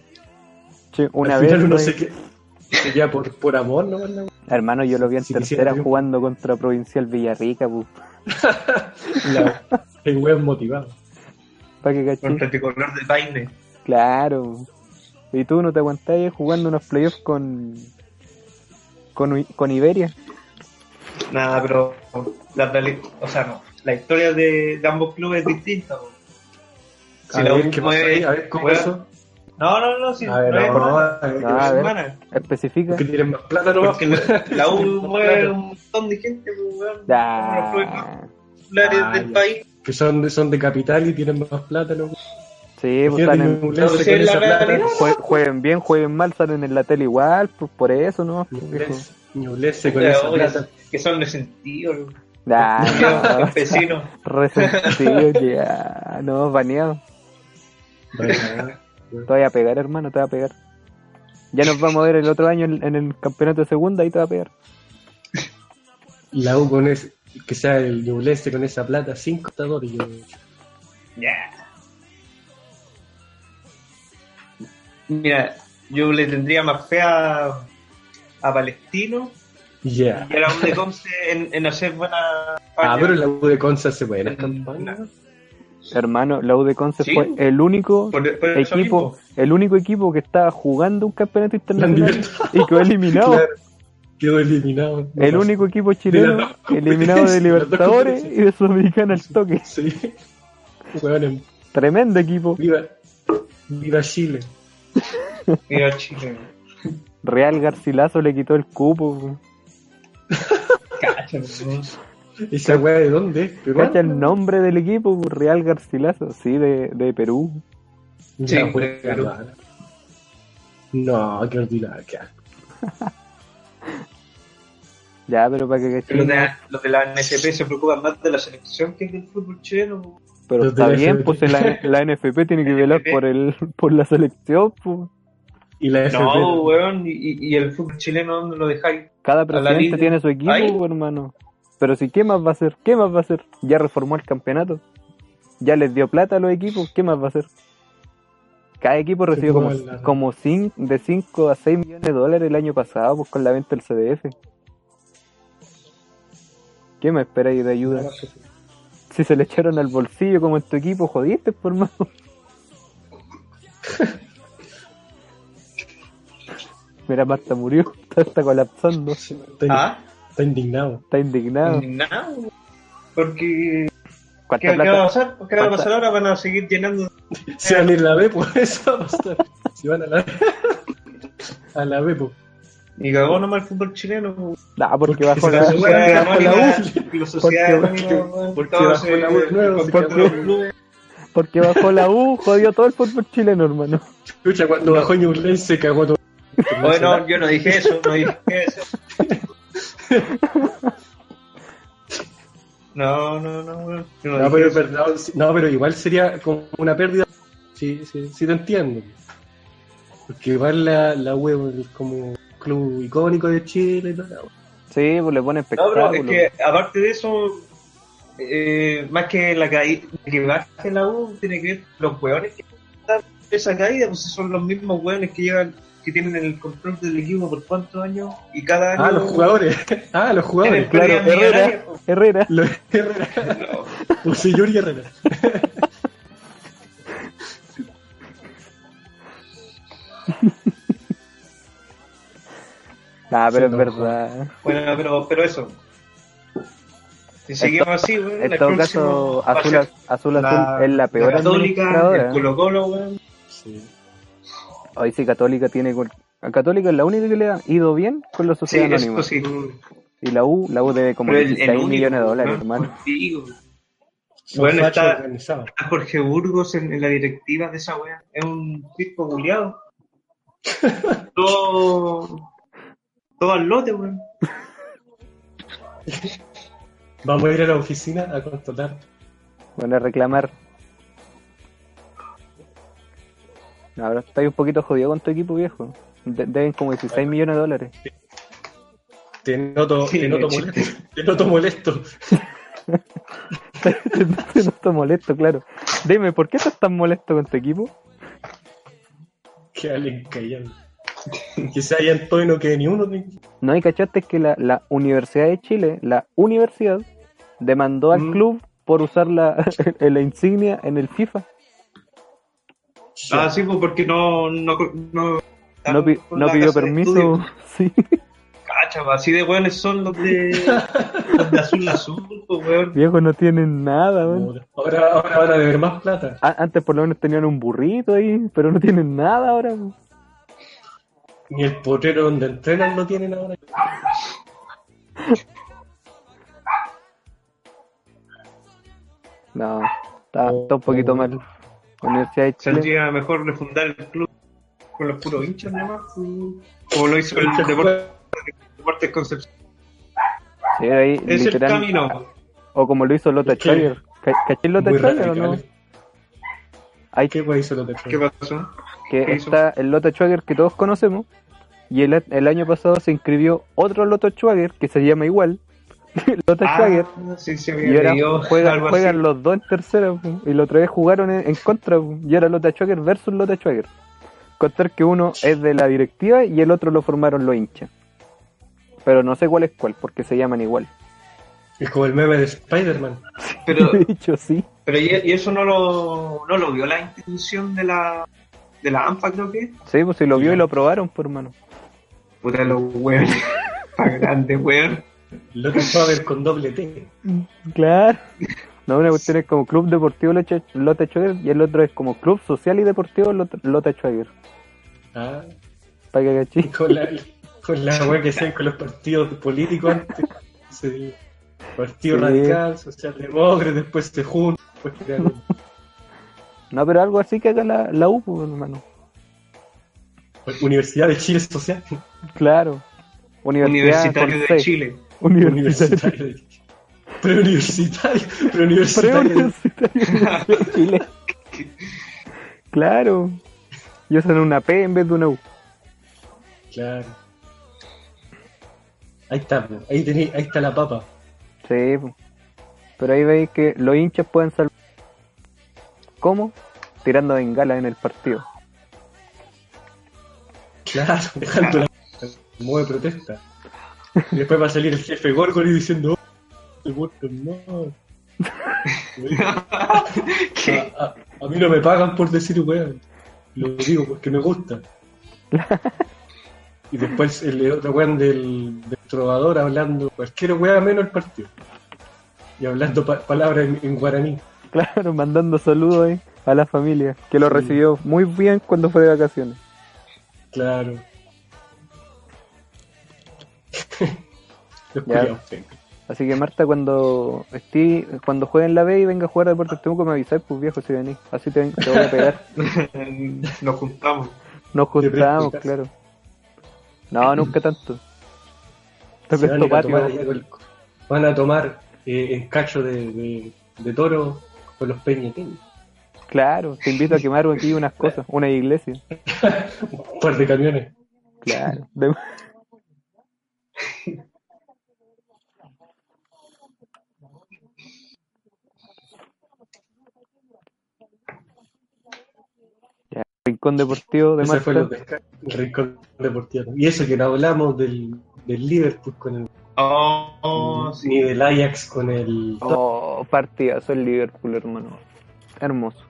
[SPEAKER 2] Che, una
[SPEAKER 1] Al
[SPEAKER 2] vez.
[SPEAKER 1] final uno
[SPEAKER 2] güey,
[SPEAKER 1] se queda, se queda por, por amor, ¿no? la wea.
[SPEAKER 2] Hermano, yo lo vi en
[SPEAKER 1] Si quisiera
[SPEAKER 2] tercera
[SPEAKER 1] yo.
[SPEAKER 2] jugando contra Provincial Villarrica, pu.
[SPEAKER 1] La, el weón motivado.
[SPEAKER 2] Para que cachín.
[SPEAKER 3] Contra el tricolor de Paine.
[SPEAKER 2] Claro. Y tú no te aguantáis jugando unos playoffs con. con, Ui- con Iberia.
[SPEAKER 3] Nada, pero. La, peli- o sea, no. La historia de, de ambos clubes es distinta, po. Si
[SPEAKER 1] a,
[SPEAKER 3] la
[SPEAKER 1] ver,
[SPEAKER 3] última
[SPEAKER 1] ¿qué pasó
[SPEAKER 3] es-
[SPEAKER 1] ahí? a ver, ¿cómo
[SPEAKER 3] weón,
[SPEAKER 1] eso?
[SPEAKER 3] No, no, no, sí.
[SPEAKER 1] A ver,
[SPEAKER 3] no es
[SPEAKER 1] no, no,
[SPEAKER 3] mala,
[SPEAKER 1] a ver,
[SPEAKER 2] No, a
[SPEAKER 3] es
[SPEAKER 2] ver.
[SPEAKER 3] mala.
[SPEAKER 2] Especifica.
[SPEAKER 1] que tienen más plata nomás.
[SPEAKER 3] Porque la, la U
[SPEAKER 1] Claro.
[SPEAKER 3] mueve un montón de gente, pues, weón.
[SPEAKER 2] Ya.
[SPEAKER 3] Los clubes más populares
[SPEAKER 1] Ah,
[SPEAKER 3] del
[SPEAKER 1] ya.
[SPEAKER 3] país.
[SPEAKER 1] Que son, son de capital y tienen más plata, loco.
[SPEAKER 2] Sí,
[SPEAKER 1] Imagínate,
[SPEAKER 2] pues están en-
[SPEAKER 1] Ñublense
[SPEAKER 3] Pero si
[SPEAKER 1] con
[SPEAKER 3] es la
[SPEAKER 1] esa plata.
[SPEAKER 3] realidad,
[SPEAKER 2] jue- jueguen bien, jueguen mal, salen en la tele igual, pues por eso, ¿no? Viejo.
[SPEAKER 1] Ñublense- Ñublense con
[SPEAKER 3] Pero
[SPEAKER 1] esa
[SPEAKER 3] ahora-
[SPEAKER 1] plata.
[SPEAKER 3] Que son resentidos,
[SPEAKER 2] Ya,
[SPEAKER 3] los
[SPEAKER 2] no,
[SPEAKER 3] campesinos.
[SPEAKER 2] resentido, ya, no, baneado.
[SPEAKER 1] Vale,
[SPEAKER 2] Te voy a pegar, hermano, te voy a pegar. Ya nos vamos a ver el otro año en, en el campeonato de segunda y te va a pegar.
[SPEAKER 1] La U con ese, que sea el Ñublense con esa plata, 5 dólares. yo-
[SPEAKER 3] Ya. Mira, yo le tendría más fe a, a Palestino
[SPEAKER 1] Ya.
[SPEAKER 3] y a la U de Conce en, en hacer buena
[SPEAKER 1] Ah,
[SPEAKER 3] campaña.
[SPEAKER 1] pero la U de Conza se puede
[SPEAKER 3] Mm, no.
[SPEAKER 2] Hermano, la U de Conce
[SPEAKER 3] Sí.
[SPEAKER 2] fue el único
[SPEAKER 3] Por, por eso
[SPEAKER 2] equipo,
[SPEAKER 3] mismo.
[SPEAKER 2] el único equipo que estaba jugando un campeonato internacional
[SPEAKER 1] También.
[SPEAKER 2] y quedó eliminado.
[SPEAKER 1] Claro. Quedó eliminado.
[SPEAKER 2] El
[SPEAKER 1] No,
[SPEAKER 2] único equipo chileno
[SPEAKER 1] dos competencias,
[SPEAKER 2] eliminado de
[SPEAKER 1] de las dos
[SPEAKER 2] Libertadores y de Sudamericana al toque.
[SPEAKER 1] Sí. Weón,
[SPEAKER 2] Tremendo equipo.
[SPEAKER 1] viva, viva Chile.
[SPEAKER 3] Mira, Chile.
[SPEAKER 2] Real Garcilaso le quitó el cupo.
[SPEAKER 3] Cacha, weón.
[SPEAKER 1] ¿Esa weá de dónde? es? ¿Peruana?
[SPEAKER 2] ¿Cacha el nombre del equipo? Pues, Real Garcilaso, sí, de, de Perú.
[SPEAKER 1] Ya,
[SPEAKER 3] Sí,
[SPEAKER 1] pues,
[SPEAKER 3] Perú.
[SPEAKER 1] hermano. No, qué ordinario. qué asco.
[SPEAKER 2] Ya, pero para que
[SPEAKER 3] Los
[SPEAKER 2] cachín.
[SPEAKER 3] de, los de la NFP se preocupan más de la selección que del fútbol chileno. weón.
[SPEAKER 2] Pero
[SPEAKER 1] Los de
[SPEAKER 2] está
[SPEAKER 1] la
[SPEAKER 2] bien,
[SPEAKER 1] NFP.
[SPEAKER 2] pues la, la NFP tiene que velar por el por la selección. pues.
[SPEAKER 1] Y la FP.
[SPEAKER 3] No, weón, y- y, y el fútbol chileno, ¿dónde lo dejáis?
[SPEAKER 2] Cada
[SPEAKER 3] la
[SPEAKER 2] presidente
[SPEAKER 3] liga.
[SPEAKER 2] tiene su equipo,
[SPEAKER 3] Ay.
[SPEAKER 2] pues, hermano. Pero si, ¿qué más va a hacer? ¿Qué más va a hacer? Ya reformó el campeonato. Ya les dio plata a los equipos. ¿Qué más va a hacer? Cada equipo recibió como,
[SPEAKER 1] pongo la-
[SPEAKER 2] como cin- de 5 a 6 millones de dólares el año pasado pues, con la venta del CDF. ¿Qué me espera ahí de ayuda? Si se le echaron al bolsillo como en tu equipo, jodiste, por más. Mira, Marta murió, está, está colapsando,
[SPEAKER 1] Está,
[SPEAKER 3] ¿Ah?
[SPEAKER 1] está indignado.
[SPEAKER 2] está indignado.
[SPEAKER 3] Nada, weón. Porque. ¿Qué,
[SPEAKER 2] ¿Cuánta
[SPEAKER 3] qué va a
[SPEAKER 2] plata?
[SPEAKER 3] pasar? ¿Qué va a
[SPEAKER 2] ¿Cuánta-
[SPEAKER 3] pasar ahora? Van a seguir llenando.
[SPEAKER 1] Se van a ir a la B, pues eso va a pasar. Se van a la A la B, pues.
[SPEAKER 3] Y cagó nomás el fútbol chileno. weón.
[SPEAKER 2] Ah, porque
[SPEAKER 1] porque
[SPEAKER 2] bajó
[SPEAKER 1] se
[SPEAKER 2] la.
[SPEAKER 1] la sube.
[SPEAKER 3] sociedad
[SPEAKER 1] Bajo la
[SPEAKER 3] anónima, la pues. sociedad
[SPEAKER 2] Porque-
[SPEAKER 3] anónima, weón,
[SPEAKER 1] porque
[SPEAKER 3] todos
[SPEAKER 1] bajo
[SPEAKER 3] se-
[SPEAKER 1] la U de nuevo, se
[SPEAKER 3] contra
[SPEAKER 1] quedó.
[SPEAKER 3] los clubes.
[SPEAKER 2] Porque bajó la U, jodió todo el fútbol chileno, hermano.
[SPEAKER 1] Escucha, cuando bajó Ñublense se cagó todo.
[SPEAKER 3] Bueno, yo no dije eso, no dije eso. No, no, no, weón. Yo no
[SPEAKER 1] No,
[SPEAKER 3] dije
[SPEAKER 1] pero, es
[SPEAKER 3] eso.
[SPEAKER 1] verdad, sí- no, pero igual sería como una pérdida. Sí, sí, sí te entiendo. Porque igual la, la huevo es como club icónico de Chile y todo. la wea.
[SPEAKER 2] Sí, pues le pone
[SPEAKER 3] No,
[SPEAKER 2] espectáculo.
[SPEAKER 3] pero es que aparte de eso, eh, más que la caída, que baje la U, tiene que ver los hueones que están en esa caída, pues son los mismos hueones que llevan, que tienen el control del equipo por cuántos años y cada año.
[SPEAKER 1] Ah, los jugadores. Ah, los jugadores.
[SPEAKER 3] tienen pérdidas
[SPEAKER 2] claro, Herrera.
[SPEAKER 3] millonarias, pues.
[SPEAKER 2] Herrera,
[SPEAKER 1] Los Herrera.
[SPEAKER 3] No,
[SPEAKER 1] O sea, Yuri Herrera.
[SPEAKER 2] ah, pero
[SPEAKER 1] Se
[SPEAKER 2] es
[SPEAKER 1] enojó.
[SPEAKER 2] verdad.
[SPEAKER 3] Bueno, pero, pero eso. Si seguimos así, weón,
[SPEAKER 2] En
[SPEAKER 3] el
[SPEAKER 2] todo
[SPEAKER 3] próximo
[SPEAKER 2] caso,
[SPEAKER 3] va a
[SPEAKER 2] Azul,
[SPEAKER 3] ser
[SPEAKER 2] Azul, Azul es la peor
[SPEAKER 3] Católica, el
[SPEAKER 2] administradora.
[SPEAKER 3] Colo Colo, weón.
[SPEAKER 1] Sí.
[SPEAKER 2] Hoy sí, Católica tiene. gol- A Católica es la única que le ha ido bien con la
[SPEAKER 3] Sí,
[SPEAKER 2] sociedad anónima.
[SPEAKER 3] eso sí.
[SPEAKER 2] Y la U, la U debe como
[SPEAKER 3] Pero el,
[SPEAKER 2] 16
[SPEAKER 3] el único,
[SPEAKER 2] millones de dólares,
[SPEAKER 3] weón,
[SPEAKER 2] hermano.
[SPEAKER 3] contigo.
[SPEAKER 1] Son
[SPEAKER 3] Bueno,
[SPEAKER 1] fachos
[SPEAKER 3] está-
[SPEAKER 1] organizados.
[SPEAKER 3] A Jorge Burgos en, en la directiva de esa wea. Es un tipo culiado. todo. Todo al lote, weón.
[SPEAKER 1] Vamos a ir a la oficina a constatar.
[SPEAKER 2] Van a reclamar. Ahora estáis un poquito jodido con tu equipo, viejo. De- deben como 16 millones de dólares.
[SPEAKER 1] Te noto,
[SPEAKER 3] Sí,
[SPEAKER 1] te noto
[SPEAKER 3] sí.
[SPEAKER 1] molesto. Te noto molesto.
[SPEAKER 2] no estoy molesto, claro. Dime, ¿por qué estás tan molesto con tu equipo?
[SPEAKER 1] Que alguien callado. Quizá ya en todo y no quede ni uno. ¿sí?
[SPEAKER 2] No hay cachaste que la, la Universidad de Chile, la universidad, demandó al
[SPEAKER 3] Mm.
[SPEAKER 2] club por usar la, la insignia en el FIFA.
[SPEAKER 3] Ah, sí, pues porque no. No, no,
[SPEAKER 2] No, pi-
[SPEAKER 3] con
[SPEAKER 2] no
[SPEAKER 3] Ah, la
[SPEAKER 2] pidió
[SPEAKER 3] casa de estudio.
[SPEAKER 2] permiso. Sí.
[SPEAKER 3] Cacha, pues, así de weones son los de. los de azul azul, pues, weón.
[SPEAKER 2] Viejos no tienen nada, weón.
[SPEAKER 1] Ahora, ahora van a deber más plata.
[SPEAKER 2] A- Antes por lo menos tenían un burrito ahí, pero no tienen nada ahora. weón.
[SPEAKER 1] Ni el potrero donde entrenan lo tienen ahora.
[SPEAKER 2] No, está, está un poquito mal. Universidad de Chile.
[SPEAKER 3] Saldría mejor refundar el club con los puros hinchas, nomás. Como lo hizo el Deportes
[SPEAKER 2] Ah,
[SPEAKER 3] Deportes Concepción.
[SPEAKER 2] Sí, ahí,
[SPEAKER 3] Es
[SPEAKER 2] literal-
[SPEAKER 3] el camino.
[SPEAKER 2] O como lo hizo Lota
[SPEAKER 1] Es que-
[SPEAKER 2] Schreier. Ca- ¿Caché Lota
[SPEAKER 1] Muy
[SPEAKER 2] Schreier o no?
[SPEAKER 1] radicales.
[SPEAKER 2] Hay
[SPEAKER 1] ¿Qué güey hizo lo de
[SPEAKER 3] ¿Qué pasó?
[SPEAKER 2] que
[SPEAKER 3] ¿Qué hizo?
[SPEAKER 2] está el Lota Schwager que todos conocemos y el, el año pasado se inscribió otro Lota Schwager que se llama igual Lota
[SPEAKER 3] Ah.
[SPEAKER 2] Schwager
[SPEAKER 3] sí, sí,
[SPEAKER 2] y
[SPEAKER 3] había
[SPEAKER 2] ahora
[SPEAKER 3] leído
[SPEAKER 2] juegan,
[SPEAKER 3] algo
[SPEAKER 2] juegan
[SPEAKER 3] así.
[SPEAKER 2] los dos en tercera pu, y la otra vez jugaron en, en contra pu, y ahora Lota Schwager versus Lota Schwager contar que uno es de la directiva y el otro lo formaron los hinchas pero no sé cuál es cuál porque se llaman igual
[SPEAKER 1] Es como el meme de Spider-Man.
[SPEAKER 3] Pero,
[SPEAKER 2] de hecho sí
[SPEAKER 3] pero y, y eso no lo, no lo vio la institución de la, de la AMPA, creo que.
[SPEAKER 2] sí pues si lo vio y lo aprobaron por mano
[SPEAKER 3] Puta, los hueones. Pa' grande, weón.
[SPEAKER 1] Lota Schwager con doble T.
[SPEAKER 2] Claro. No, una cuestión es como Club Deportivo Loche- Lota Schwager y el otro es como Club Social y Deportivo Lot- Lota Schwager.
[SPEAKER 1] Ah,
[SPEAKER 2] Para que cachis.
[SPEAKER 1] con la, con la weá que hacían con los partidos políticos antes. Sí. Partido
[SPEAKER 2] Sí.
[SPEAKER 1] Radical, Socialdemócrata, después se juntan. Después crearon-
[SPEAKER 2] No, pero algo así que haga la, la U, pues, hermano.
[SPEAKER 1] Universidad de Chile Social.
[SPEAKER 2] Claro. Universidad
[SPEAKER 3] Universitario
[SPEAKER 2] con
[SPEAKER 3] de
[SPEAKER 2] C.
[SPEAKER 3] Chile.
[SPEAKER 2] Universitario.
[SPEAKER 1] Universitario. de- Preuniversitario. Preuniversitario.
[SPEAKER 2] Preuniversitario de Chile. Claro. Yo son una P en vez de una U.
[SPEAKER 1] Claro. Ahí está, po. ahí, tení, ahí está la papa.
[SPEAKER 2] Sí, po. pero ahí veis que los hinchas pueden salvar. ¿Cómo? Tirando bengalas en el partido.
[SPEAKER 1] Claro, dejando la modo de protesta. Y después va a salir el jefe Gorgori diciendo, "Oh, el voto no.
[SPEAKER 3] ¿Qué?
[SPEAKER 1] A, a- a mí no me pagan por decir weón. Lo digo porque me gusta. Y después el, el otro weón del, del trovador hablando cualquier weón menos el partido. Y hablando pa- palabras en, en guaraní.
[SPEAKER 2] Claro, mandando saludos ahí a la familia, que lo
[SPEAKER 1] Sí.
[SPEAKER 2] recibió muy bien cuando fue de vacaciones.
[SPEAKER 1] Claro. Los
[SPEAKER 2] Ya.
[SPEAKER 1] culiados pencas.
[SPEAKER 2] Así que Marta, cuando esté, cuando juegue en la B y venga a jugar a Deportes Temuco, me avisáis, pues viejo, si venís. Así te, ven- te voy a pegar.
[SPEAKER 3] Nos juntamos.
[SPEAKER 2] Nos
[SPEAKER 1] Te prendo
[SPEAKER 2] juntamos,
[SPEAKER 1] casa.
[SPEAKER 2] claro. No, nunca tanto. Te
[SPEAKER 1] Se van, a
[SPEAKER 2] presto
[SPEAKER 1] ir a tomar
[SPEAKER 2] patio.
[SPEAKER 1] allá con- van a tomar eh, en cacho de, de- de toro con los peñetín.
[SPEAKER 2] Claro, te invito a quemar aquí unas cosas, una iglesia.
[SPEAKER 1] Un par de camiones.
[SPEAKER 2] Claro. de- Ya, Rincón deportivo de
[SPEAKER 1] Ese fue el
[SPEAKER 2] Marta.
[SPEAKER 1] rincón deportivo. Y eso que no hablamos del, del Liverpool con el.
[SPEAKER 3] Oh,
[SPEAKER 2] Mm,
[SPEAKER 3] oh, sí.
[SPEAKER 1] Ni del Ajax con el.
[SPEAKER 2] Oh, partidazo el Liverpool, hermano. Hermoso.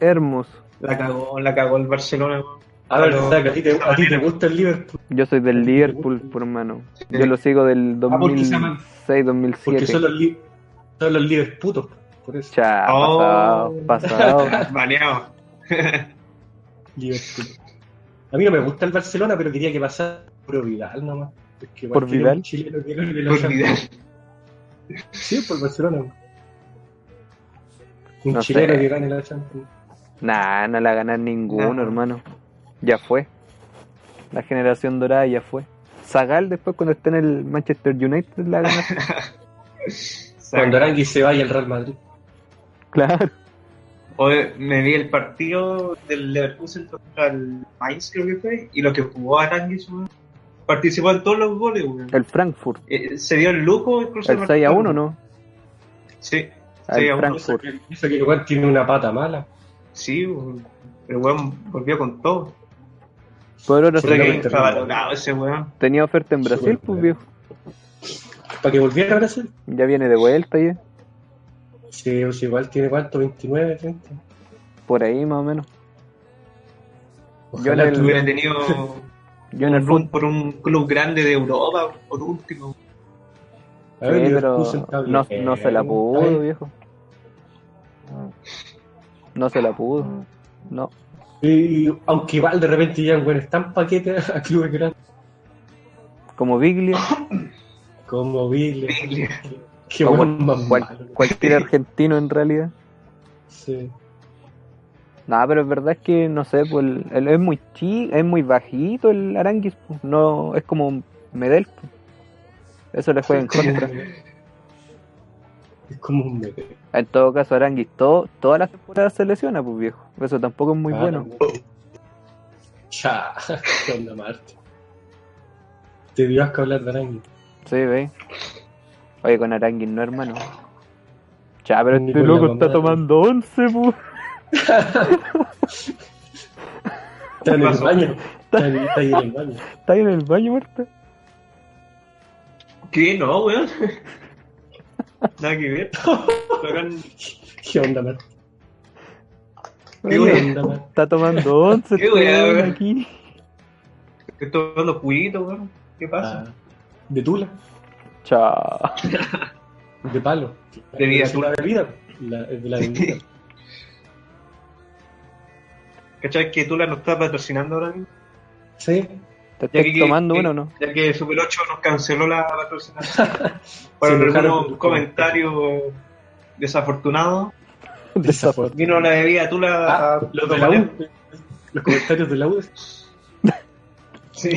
[SPEAKER 2] Hermoso.
[SPEAKER 3] La cagó, la cagó el Barcelona. weón.
[SPEAKER 1] A ver,
[SPEAKER 3] no.
[SPEAKER 1] Zac, ¿a ti, te, a ti te gusta el Liverpool?
[SPEAKER 2] Yo soy del Liverpool, por hermano. Yo lo sigo del
[SPEAKER 1] Ah, porque se llaman-
[SPEAKER 2] 2006,
[SPEAKER 1] Porque son
[SPEAKER 2] 2007.
[SPEAKER 1] los, li- son los Liverputos. Por eso.
[SPEAKER 2] Chao,
[SPEAKER 3] Oh.
[SPEAKER 2] pasado, pasado.
[SPEAKER 3] Baneado.
[SPEAKER 1] Liverpool. A mí no me gusta el Barcelona, pero quería que pasara por Vidal nomás. Porque
[SPEAKER 2] ¿Por
[SPEAKER 1] cualquier
[SPEAKER 2] Vidal?
[SPEAKER 1] chileno que gane la
[SPEAKER 3] Por
[SPEAKER 1] Champions.
[SPEAKER 3] Vidal.
[SPEAKER 1] Sí, por Barcelona. pues Un
[SPEAKER 2] No
[SPEAKER 1] chileno
[SPEAKER 2] sé.
[SPEAKER 1] que gane la Champions.
[SPEAKER 2] Nah, no la ganan ninguno,
[SPEAKER 3] Nah.
[SPEAKER 2] hermano. Ya fue. La generación dorada ya fue. Zagal después cuando esté en el Manchester United la gana.
[SPEAKER 1] Cuando Arangui se vaya al Real Madrid.
[SPEAKER 2] claro.
[SPEAKER 3] Hoy me vi el partido del Leverkusen contra el Mainz, creo que fue, y lo que jugó Aranguis, weón, participó en todos los goles, weón.
[SPEAKER 2] El Frankfurt.
[SPEAKER 3] Eh, se dio el lujo incluso
[SPEAKER 2] El
[SPEAKER 3] de
[SPEAKER 2] 6 a
[SPEAKER 3] marcar,
[SPEAKER 2] 1, ¿no?
[SPEAKER 3] Sí,
[SPEAKER 2] Al
[SPEAKER 3] 6 a 1.
[SPEAKER 2] Frankfurt.
[SPEAKER 1] Eso que igual tiene una pata mala.
[SPEAKER 3] Sí, weón. pero weón volvió con todo.
[SPEAKER 2] Por ahora
[SPEAKER 1] Sí,
[SPEAKER 3] Puta que
[SPEAKER 1] Totalmente.
[SPEAKER 3] está valorado ese weón.
[SPEAKER 2] tenía oferta en Brasil,
[SPEAKER 1] Súper
[SPEAKER 2] pues
[SPEAKER 1] bien.
[SPEAKER 2] viejo.
[SPEAKER 1] Para que volviera a Brasil.
[SPEAKER 2] Ya viene de vuelta ya.
[SPEAKER 1] Sí, o sea, igual tiene cuánto, 29, 30.
[SPEAKER 2] Por ahí más o menos.
[SPEAKER 1] Ojalá
[SPEAKER 2] Yo en el-
[SPEAKER 1] tuviera-
[SPEAKER 3] Hubiera tenido
[SPEAKER 2] Yo en el
[SPEAKER 3] un run
[SPEAKER 2] fútbol.
[SPEAKER 3] por un club grande de Europa, por último.
[SPEAKER 1] A ver,
[SPEAKER 2] sí,
[SPEAKER 1] Leverkusen está
[SPEAKER 2] pero no,
[SPEAKER 1] bien.
[SPEAKER 2] no se la
[SPEAKER 1] Eh, Está
[SPEAKER 2] pudo,
[SPEAKER 1] bien.
[SPEAKER 2] viejo. No se la pudo. No.
[SPEAKER 1] Y, aunque igual de repente llegan buenos tan paquetes a clubes grandes
[SPEAKER 2] Como Biglia,
[SPEAKER 1] como Vile.
[SPEAKER 3] Biglia.
[SPEAKER 1] Qué
[SPEAKER 2] O
[SPEAKER 1] bueno, más
[SPEAKER 2] cual-
[SPEAKER 1] malo.
[SPEAKER 2] cualquier argentino en realidad.
[SPEAKER 1] Sí.
[SPEAKER 2] No, pero es verdad es que, no sé, pues, el- el- es muy chi, es muy bajito el Aranguis, pues, no, es como Medel. pues. Eso le juega en contra.
[SPEAKER 1] Es como un bebé.
[SPEAKER 2] En todo caso, Aranguis todo, todas las temporadas se lesiona, pues viejo. Eso tampoco es muy
[SPEAKER 1] Ah,
[SPEAKER 2] bueno.
[SPEAKER 1] también. Ya, qué onda, Marte. Te dio asco hablar de Arangui.
[SPEAKER 2] Sí, ve. Oye, con Aranguis no, hermano. Ya, pero
[SPEAKER 1] Ni
[SPEAKER 2] este
[SPEAKER 1] con la
[SPEAKER 2] loco está
[SPEAKER 1] mamá.
[SPEAKER 2] tomando once, pues.
[SPEAKER 1] Está en el
[SPEAKER 3] Pasó.
[SPEAKER 1] baño. Está, en- está ahí en el baño.
[SPEAKER 2] Está ahí en el baño, Marta.
[SPEAKER 3] ¿Qué? No, weón. Nada que ver. Tocan-
[SPEAKER 1] ¿Qué onda, Marte?
[SPEAKER 3] Qué
[SPEAKER 1] ¿Qué
[SPEAKER 3] wea.
[SPEAKER 1] onda, Marte?
[SPEAKER 2] Está tomando once,
[SPEAKER 3] Qué wea,
[SPEAKER 2] este
[SPEAKER 3] wea.
[SPEAKER 2] aquí.
[SPEAKER 3] Estoy tomando juguito, weón. ¿Qué pasa?
[SPEAKER 1] Ah, de tula,
[SPEAKER 2] Chao.
[SPEAKER 1] de palo.
[SPEAKER 3] Bebida
[SPEAKER 1] Es una bebida. La, es de la bebida.
[SPEAKER 3] ¿Cachai que Tula nos está patrocinando ahora mismo?
[SPEAKER 1] Sí.
[SPEAKER 2] ¿Te estás
[SPEAKER 3] que-
[SPEAKER 2] tomando
[SPEAKER 3] que-
[SPEAKER 2] uno o no?
[SPEAKER 3] Ya que Super 8 nos canceló la patrocinación por
[SPEAKER 1] Se enojaron
[SPEAKER 3] algunos
[SPEAKER 1] por-
[SPEAKER 3] comentarios desafortunados.
[SPEAKER 1] Desafortunado.
[SPEAKER 3] Vino la bebida Tula
[SPEAKER 1] Ah,
[SPEAKER 3] a
[SPEAKER 1] los de la U. Los comentarios de la U.
[SPEAKER 3] Sí.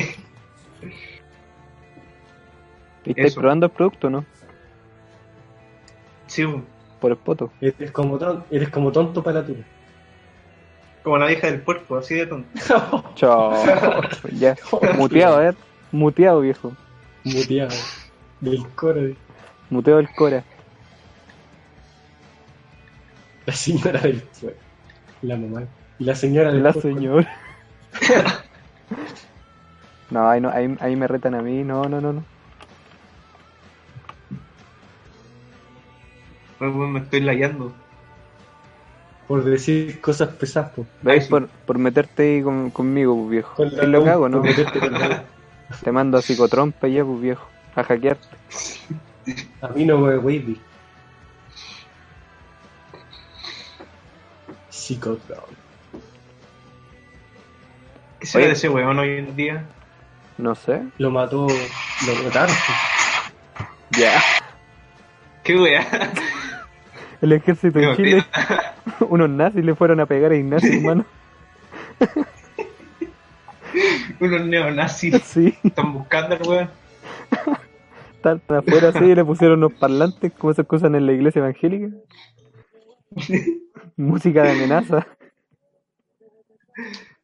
[SPEAKER 2] Y estáis
[SPEAKER 3] Eso.
[SPEAKER 2] probando el producto, ¿no?
[SPEAKER 3] Sí, weón.
[SPEAKER 2] Por el poto.
[SPEAKER 1] Eres como, ton- eres como tonto para la tula.
[SPEAKER 3] como la vieja del puerco, así de tonto.
[SPEAKER 2] Chao. ya. Muteado, a ver. Muteado, viejo.
[SPEAKER 1] Muteado. Del coro. de-
[SPEAKER 2] Muteado el Cora.
[SPEAKER 1] La señora del coro. La mamá. Y la señora del
[SPEAKER 2] La
[SPEAKER 1] coro.
[SPEAKER 2] señora. no, ahí, no ahí, ahí me retan a mí. No, no, no. no.
[SPEAKER 3] Pues, weón, me estoy layando.
[SPEAKER 1] Por decir cosas pesadas. po.
[SPEAKER 3] Ahí
[SPEAKER 2] ¿Veis?
[SPEAKER 3] sí.
[SPEAKER 2] Por, por meterte ahí con- conmigo, pues viejo.
[SPEAKER 1] Con la
[SPEAKER 2] es lo
[SPEAKER 1] U,
[SPEAKER 2] que hago, ¿no?
[SPEAKER 1] por meterte con la U.
[SPEAKER 2] Te mando a psicotrompa ya, pues viejo. A hackear.
[SPEAKER 1] A mí no me wavy. Psicodrome.
[SPEAKER 3] ¿Qué será
[SPEAKER 2] Oye.
[SPEAKER 3] de ese weón hoy en día?
[SPEAKER 2] No sé.
[SPEAKER 1] Lo mató. Lo mataron. po.
[SPEAKER 2] Ya.
[SPEAKER 3] ¿Qué weá?
[SPEAKER 2] El ejército
[SPEAKER 3] Qué
[SPEAKER 2] en Chile. Unos nazis le fueron a pegar a Ignacio, hermano.
[SPEAKER 3] Unos neonazis
[SPEAKER 2] Sí.
[SPEAKER 3] están buscando al weón.
[SPEAKER 2] Estaban afuera así y le pusieron unos parlantes como esas cosas en la iglesia evangélica. Música de amenaza.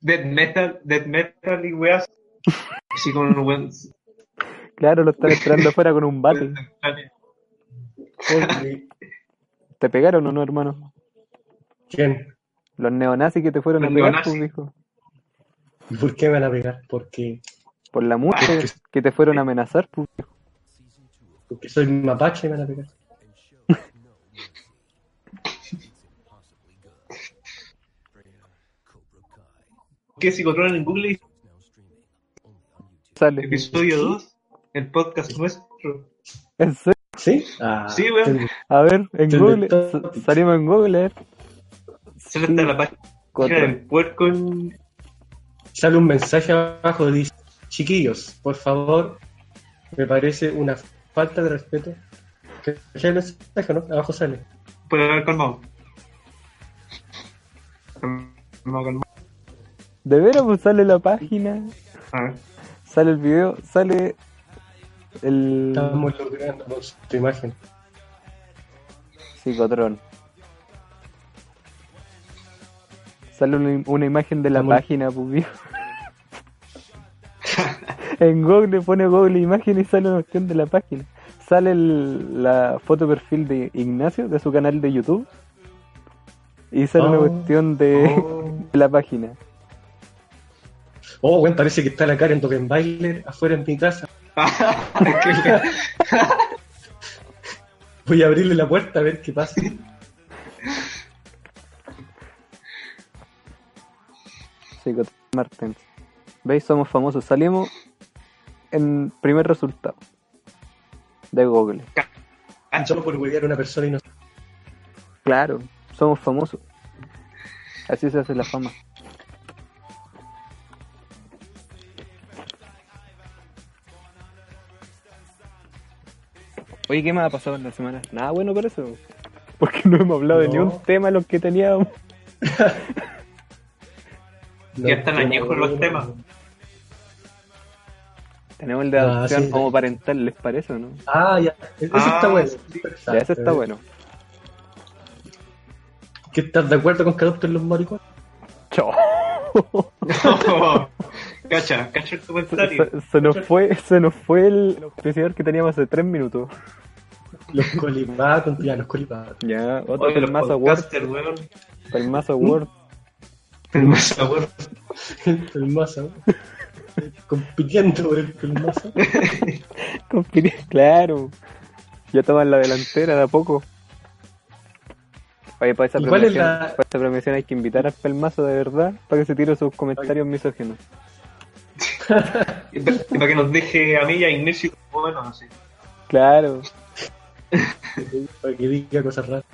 [SPEAKER 3] Death metal, death metal y weas. Así con un weón.
[SPEAKER 2] Claro, lo están esperando afuera con un bate.
[SPEAKER 1] Holy-
[SPEAKER 2] ¿Te pegaron o no, hermano?
[SPEAKER 1] ¿Quién?
[SPEAKER 2] Los neonazis que te fueron a
[SPEAKER 3] Los
[SPEAKER 2] pegar,
[SPEAKER 3] neonazis.
[SPEAKER 2] pues, viejo.
[SPEAKER 1] ¿Y por qué me van a pegar? Porque,
[SPEAKER 2] Por la música que te fueron a amenazar, pues.
[SPEAKER 1] porque soy mapache y me van a pegar.
[SPEAKER 3] ¿Qué psicotrón en Google? y
[SPEAKER 2] Sale.
[SPEAKER 3] Episodio 2. El podcast nuestro.
[SPEAKER 2] ¿En serio?
[SPEAKER 1] ¿Sí? Ah,
[SPEAKER 3] Sí, weón.
[SPEAKER 1] tengo-
[SPEAKER 2] A ver, en
[SPEAKER 1] Del
[SPEAKER 2] Google.
[SPEAKER 1] doctor.
[SPEAKER 2] sa- Salimos en Google, a ver.
[SPEAKER 3] Sale hasta la página
[SPEAKER 2] Control.
[SPEAKER 3] del puerco en.
[SPEAKER 1] sale un mensaje abajo dice chiquillos por favor me parece una falta de respeto que el mensaje no abajo sale
[SPEAKER 3] Puede haber calmado. calmado, calmado.
[SPEAKER 2] De veras, pues sale la página,
[SPEAKER 3] A ver.
[SPEAKER 2] sale el video, sale el
[SPEAKER 1] Estamos logrando tu imagen.
[SPEAKER 2] psicotrón. Sale una, una imagen de la
[SPEAKER 1] Estamos-
[SPEAKER 2] página, pues viejo. en Google pone Google imagen y sale una opción de la página. Sale el- la foto de perfil de Ignacio de su canal de YouTube. Y sale una
[SPEAKER 1] Oh.
[SPEAKER 2] cuestión de,
[SPEAKER 3] Oh,
[SPEAKER 2] de la página.
[SPEAKER 1] Oh, bueno, parece que está la Karen Bailer afuera en mi casa. Voy a abrirle la puerta a ver qué pasa.
[SPEAKER 2] Psicotrón Martens. ¿Veis? Somos famosos. Salimos en primer resultado de Google.
[SPEAKER 3] Ah.
[SPEAKER 1] Yo por huevear a una persona y no
[SPEAKER 2] Claro, somos famosos. Así se hace la fama. Oye, ¿qué más ha pasado en la semana? Nada bueno por eso. Porque no hemos hablado de
[SPEAKER 1] No.
[SPEAKER 2] ni un tema los que teníamos.
[SPEAKER 1] no,
[SPEAKER 3] Ya están
[SPEAKER 1] no,
[SPEAKER 3] añejos
[SPEAKER 1] no,
[SPEAKER 3] los
[SPEAKER 1] no.
[SPEAKER 3] temas.
[SPEAKER 2] Tenemos el de
[SPEAKER 1] Ah,
[SPEAKER 2] adopción
[SPEAKER 1] sí.
[SPEAKER 2] como parental, ¿les parece o no?
[SPEAKER 1] Ah, ya. Eso
[SPEAKER 3] Ah,
[SPEAKER 1] está bueno.
[SPEAKER 3] sí.
[SPEAKER 2] Ya, ese
[SPEAKER 1] Eh.
[SPEAKER 2] está bueno.
[SPEAKER 1] ¿Qué estás de acuerdo con que adopten los maricones?
[SPEAKER 2] Chao.
[SPEAKER 3] Oh, cacha, cacha el
[SPEAKER 2] Se,
[SPEAKER 3] comentario.
[SPEAKER 2] se- se nos fue, se nos fue el auspiciador que teníamos hace tres minutos.
[SPEAKER 1] Los colipatos, ya, los colipatos.
[SPEAKER 2] Ya, otro
[SPEAKER 3] Oye, los
[SPEAKER 2] Palmazo Award,
[SPEAKER 3] podcasters, weón.
[SPEAKER 2] Palmazo Award.
[SPEAKER 3] Pelmazo Award.
[SPEAKER 1] El pelmazo. Compitiendo por el pelmazo.
[SPEAKER 2] Confiría- claro. Ya estaba en la delantera de a poco. Oye, para esa,
[SPEAKER 1] ¿Y cuál es
[SPEAKER 2] premiación,
[SPEAKER 1] la-
[SPEAKER 2] para esa premiación hay que invitar al Pelmazo de verdad para que se tire sus comentarios misóginos.
[SPEAKER 3] Y pa- y para que nos deje a mí y a Ignacio, bueno, no sé.
[SPEAKER 2] Claro.
[SPEAKER 1] Para que diga cosas raras.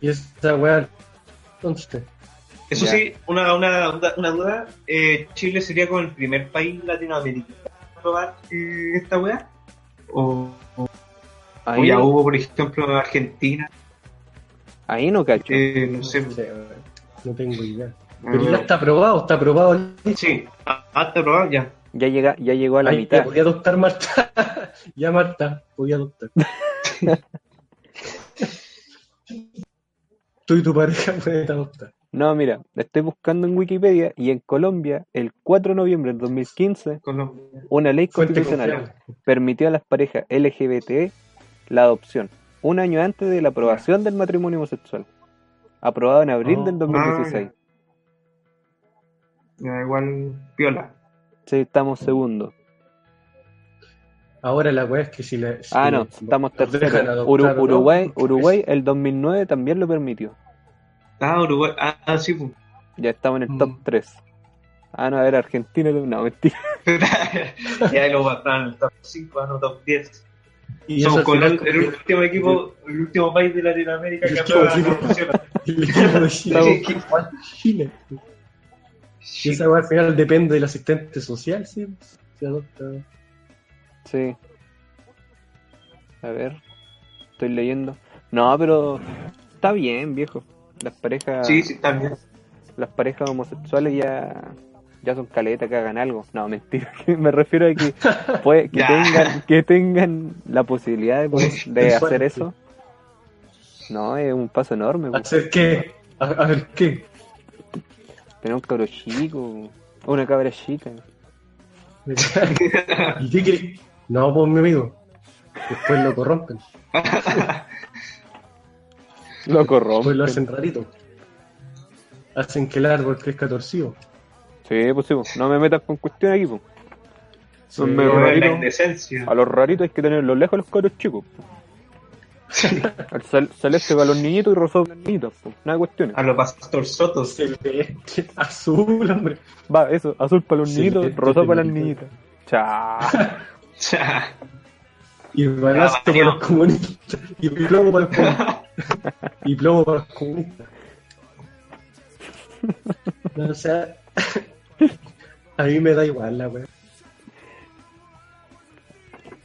[SPEAKER 1] Y esa weá, entonces,
[SPEAKER 3] Eso
[SPEAKER 2] Ya.
[SPEAKER 3] sí, una, una, una- una duda. eh, ¿Chile sería como el primer país latinoamericano a probar eh, esta weá? O, o
[SPEAKER 2] Ahí,
[SPEAKER 3] ya hubo, por ejemplo, en Argentina.
[SPEAKER 2] ahí no cacho.
[SPEAKER 3] eh, no sé.
[SPEAKER 1] no sé, weón. no tengo idea. Pero ya
[SPEAKER 3] eh,
[SPEAKER 1] está aprobado, está aprobado. el-
[SPEAKER 3] Sí, ah, hasta probar ya.
[SPEAKER 2] Ya, llega, ya llegó a la
[SPEAKER 1] Ay,
[SPEAKER 2] mitad.
[SPEAKER 1] Ya podía adoptar Marta. ya Marta, podía adoptar. Tú y tu pareja pueden adoptar.
[SPEAKER 2] No, mira, estoy buscando en Wikipedia y en Colombia, el 4 de noviembre del 2015,
[SPEAKER 3] Colombia.
[SPEAKER 2] una ley
[SPEAKER 1] Fuente
[SPEAKER 2] constitucional
[SPEAKER 1] confiable.
[SPEAKER 2] permitió a las parejas LGBT la adopción, un año antes de la aprobación del matrimonio homosexual, aprobado en abril
[SPEAKER 1] Oh.
[SPEAKER 2] del 2016.
[SPEAKER 3] Ya, igual, piola.
[SPEAKER 2] Sí, estamos segundos.
[SPEAKER 1] Ahora la weá es que si le. si
[SPEAKER 2] Ah, no,
[SPEAKER 1] le-
[SPEAKER 2] estamos
[SPEAKER 1] los dejan
[SPEAKER 2] terceros.
[SPEAKER 1] adoptar,
[SPEAKER 2] Uru-
[SPEAKER 1] ¿no?
[SPEAKER 2] Uruguay, Uruguay, el 2009 también lo permitió.
[SPEAKER 3] Ah, Uruguay. Ah, ah, sí, pues.
[SPEAKER 2] Ya estamos en el
[SPEAKER 1] Mm.
[SPEAKER 2] top 3. Ah, no, a ver, Argentina, no, mentira.
[SPEAKER 3] ya lo pasaron el top 5, no top 10.
[SPEAKER 1] Y
[SPEAKER 3] Somos
[SPEAKER 1] eso
[SPEAKER 3] con
[SPEAKER 1] al final
[SPEAKER 3] el, el último equipo, el último país de Latinoamérica
[SPEAKER 1] El
[SPEAKER 3] que
[SPEAKER 1] último
[SPEAKER 3] aprueba la
[SPEAKER 1] equipo.
[SPEAKER 3] corrupción.
[SPEAKER 1] el equipo de Chile. Chile. Y
[SPEAKER 3] Sí,
[SPEAKER 1] esa weá al final depende del asistente social, sí. Se adopta.
[SPEAKER 2] Sí. A ver, estoy leyendo. No, pero está bien, viejo. Las parejas,
[SPEAKER 3] sí, sí, también.
[SPEAKER 2] las parejas homosexuales ya, ya son caletas que hagan algo. No, mentira. que Me refiero a que, puede- que
[SPEAKER 3] Ya.
[SPEAKER 2] tengan, que tengan la posibilidad de, poder- de hacer eso. No, es un paso enorme. pues.
[SPEAKER 1] ¿Hacer qué? A, a ver qué.
[SPEAKER 2] Tener un cabro chico, una cabra chica.
[SPEAKER 1] ¿Y qué querés? No, pues mi amigo. Después lo corrompen. Pues
[SPEAKER 2] Lo
[SPEAKER 1] lo
[SPEAKER 2] corrompe.
[SPEAKER 1] hacen rarito. Hacen que el árbol crezca torcido.
[SPEAKER 2] Sí, pues sí, pues. no me metas con cuestión aquí. pues.
[SPEAKER 1] Sí,
[SPEAKER 2] Un
[SPEAKER 3] Pero es la
[SPEAKER 2] rarito.
[SPEAKER 3] indecencia.
[SPEAKER 2] A los raritos hay que tenerlos lejos a los cabros chicos. El cel- celeste para los niñitos y rosado para las niñitas. pues. Nada de cuestiones.
[SPEAKER 3] A los pastor sotos.
[SPEAKER 1] Celeste, azul, hombre.
[SPEAKER 2] Va, eso, azul para los
[SPEAKER 1] Celeste,
[SPEAKER 2] niñitos, rosado para las
[SPEAKER 1] celeste.
[SPEAKER 2] niñitas. Chao.
[SPEAKER 1] Y balazo
[SPEAKER 3] Ya,
[SPEAKER 1] para
[SPEAKER 3] Mateo.
[SPEAKER 1] los comunistas. Y plomo para los comunistas. Y plomo para los comunistas. No, o sea, a mí me da igual la wea.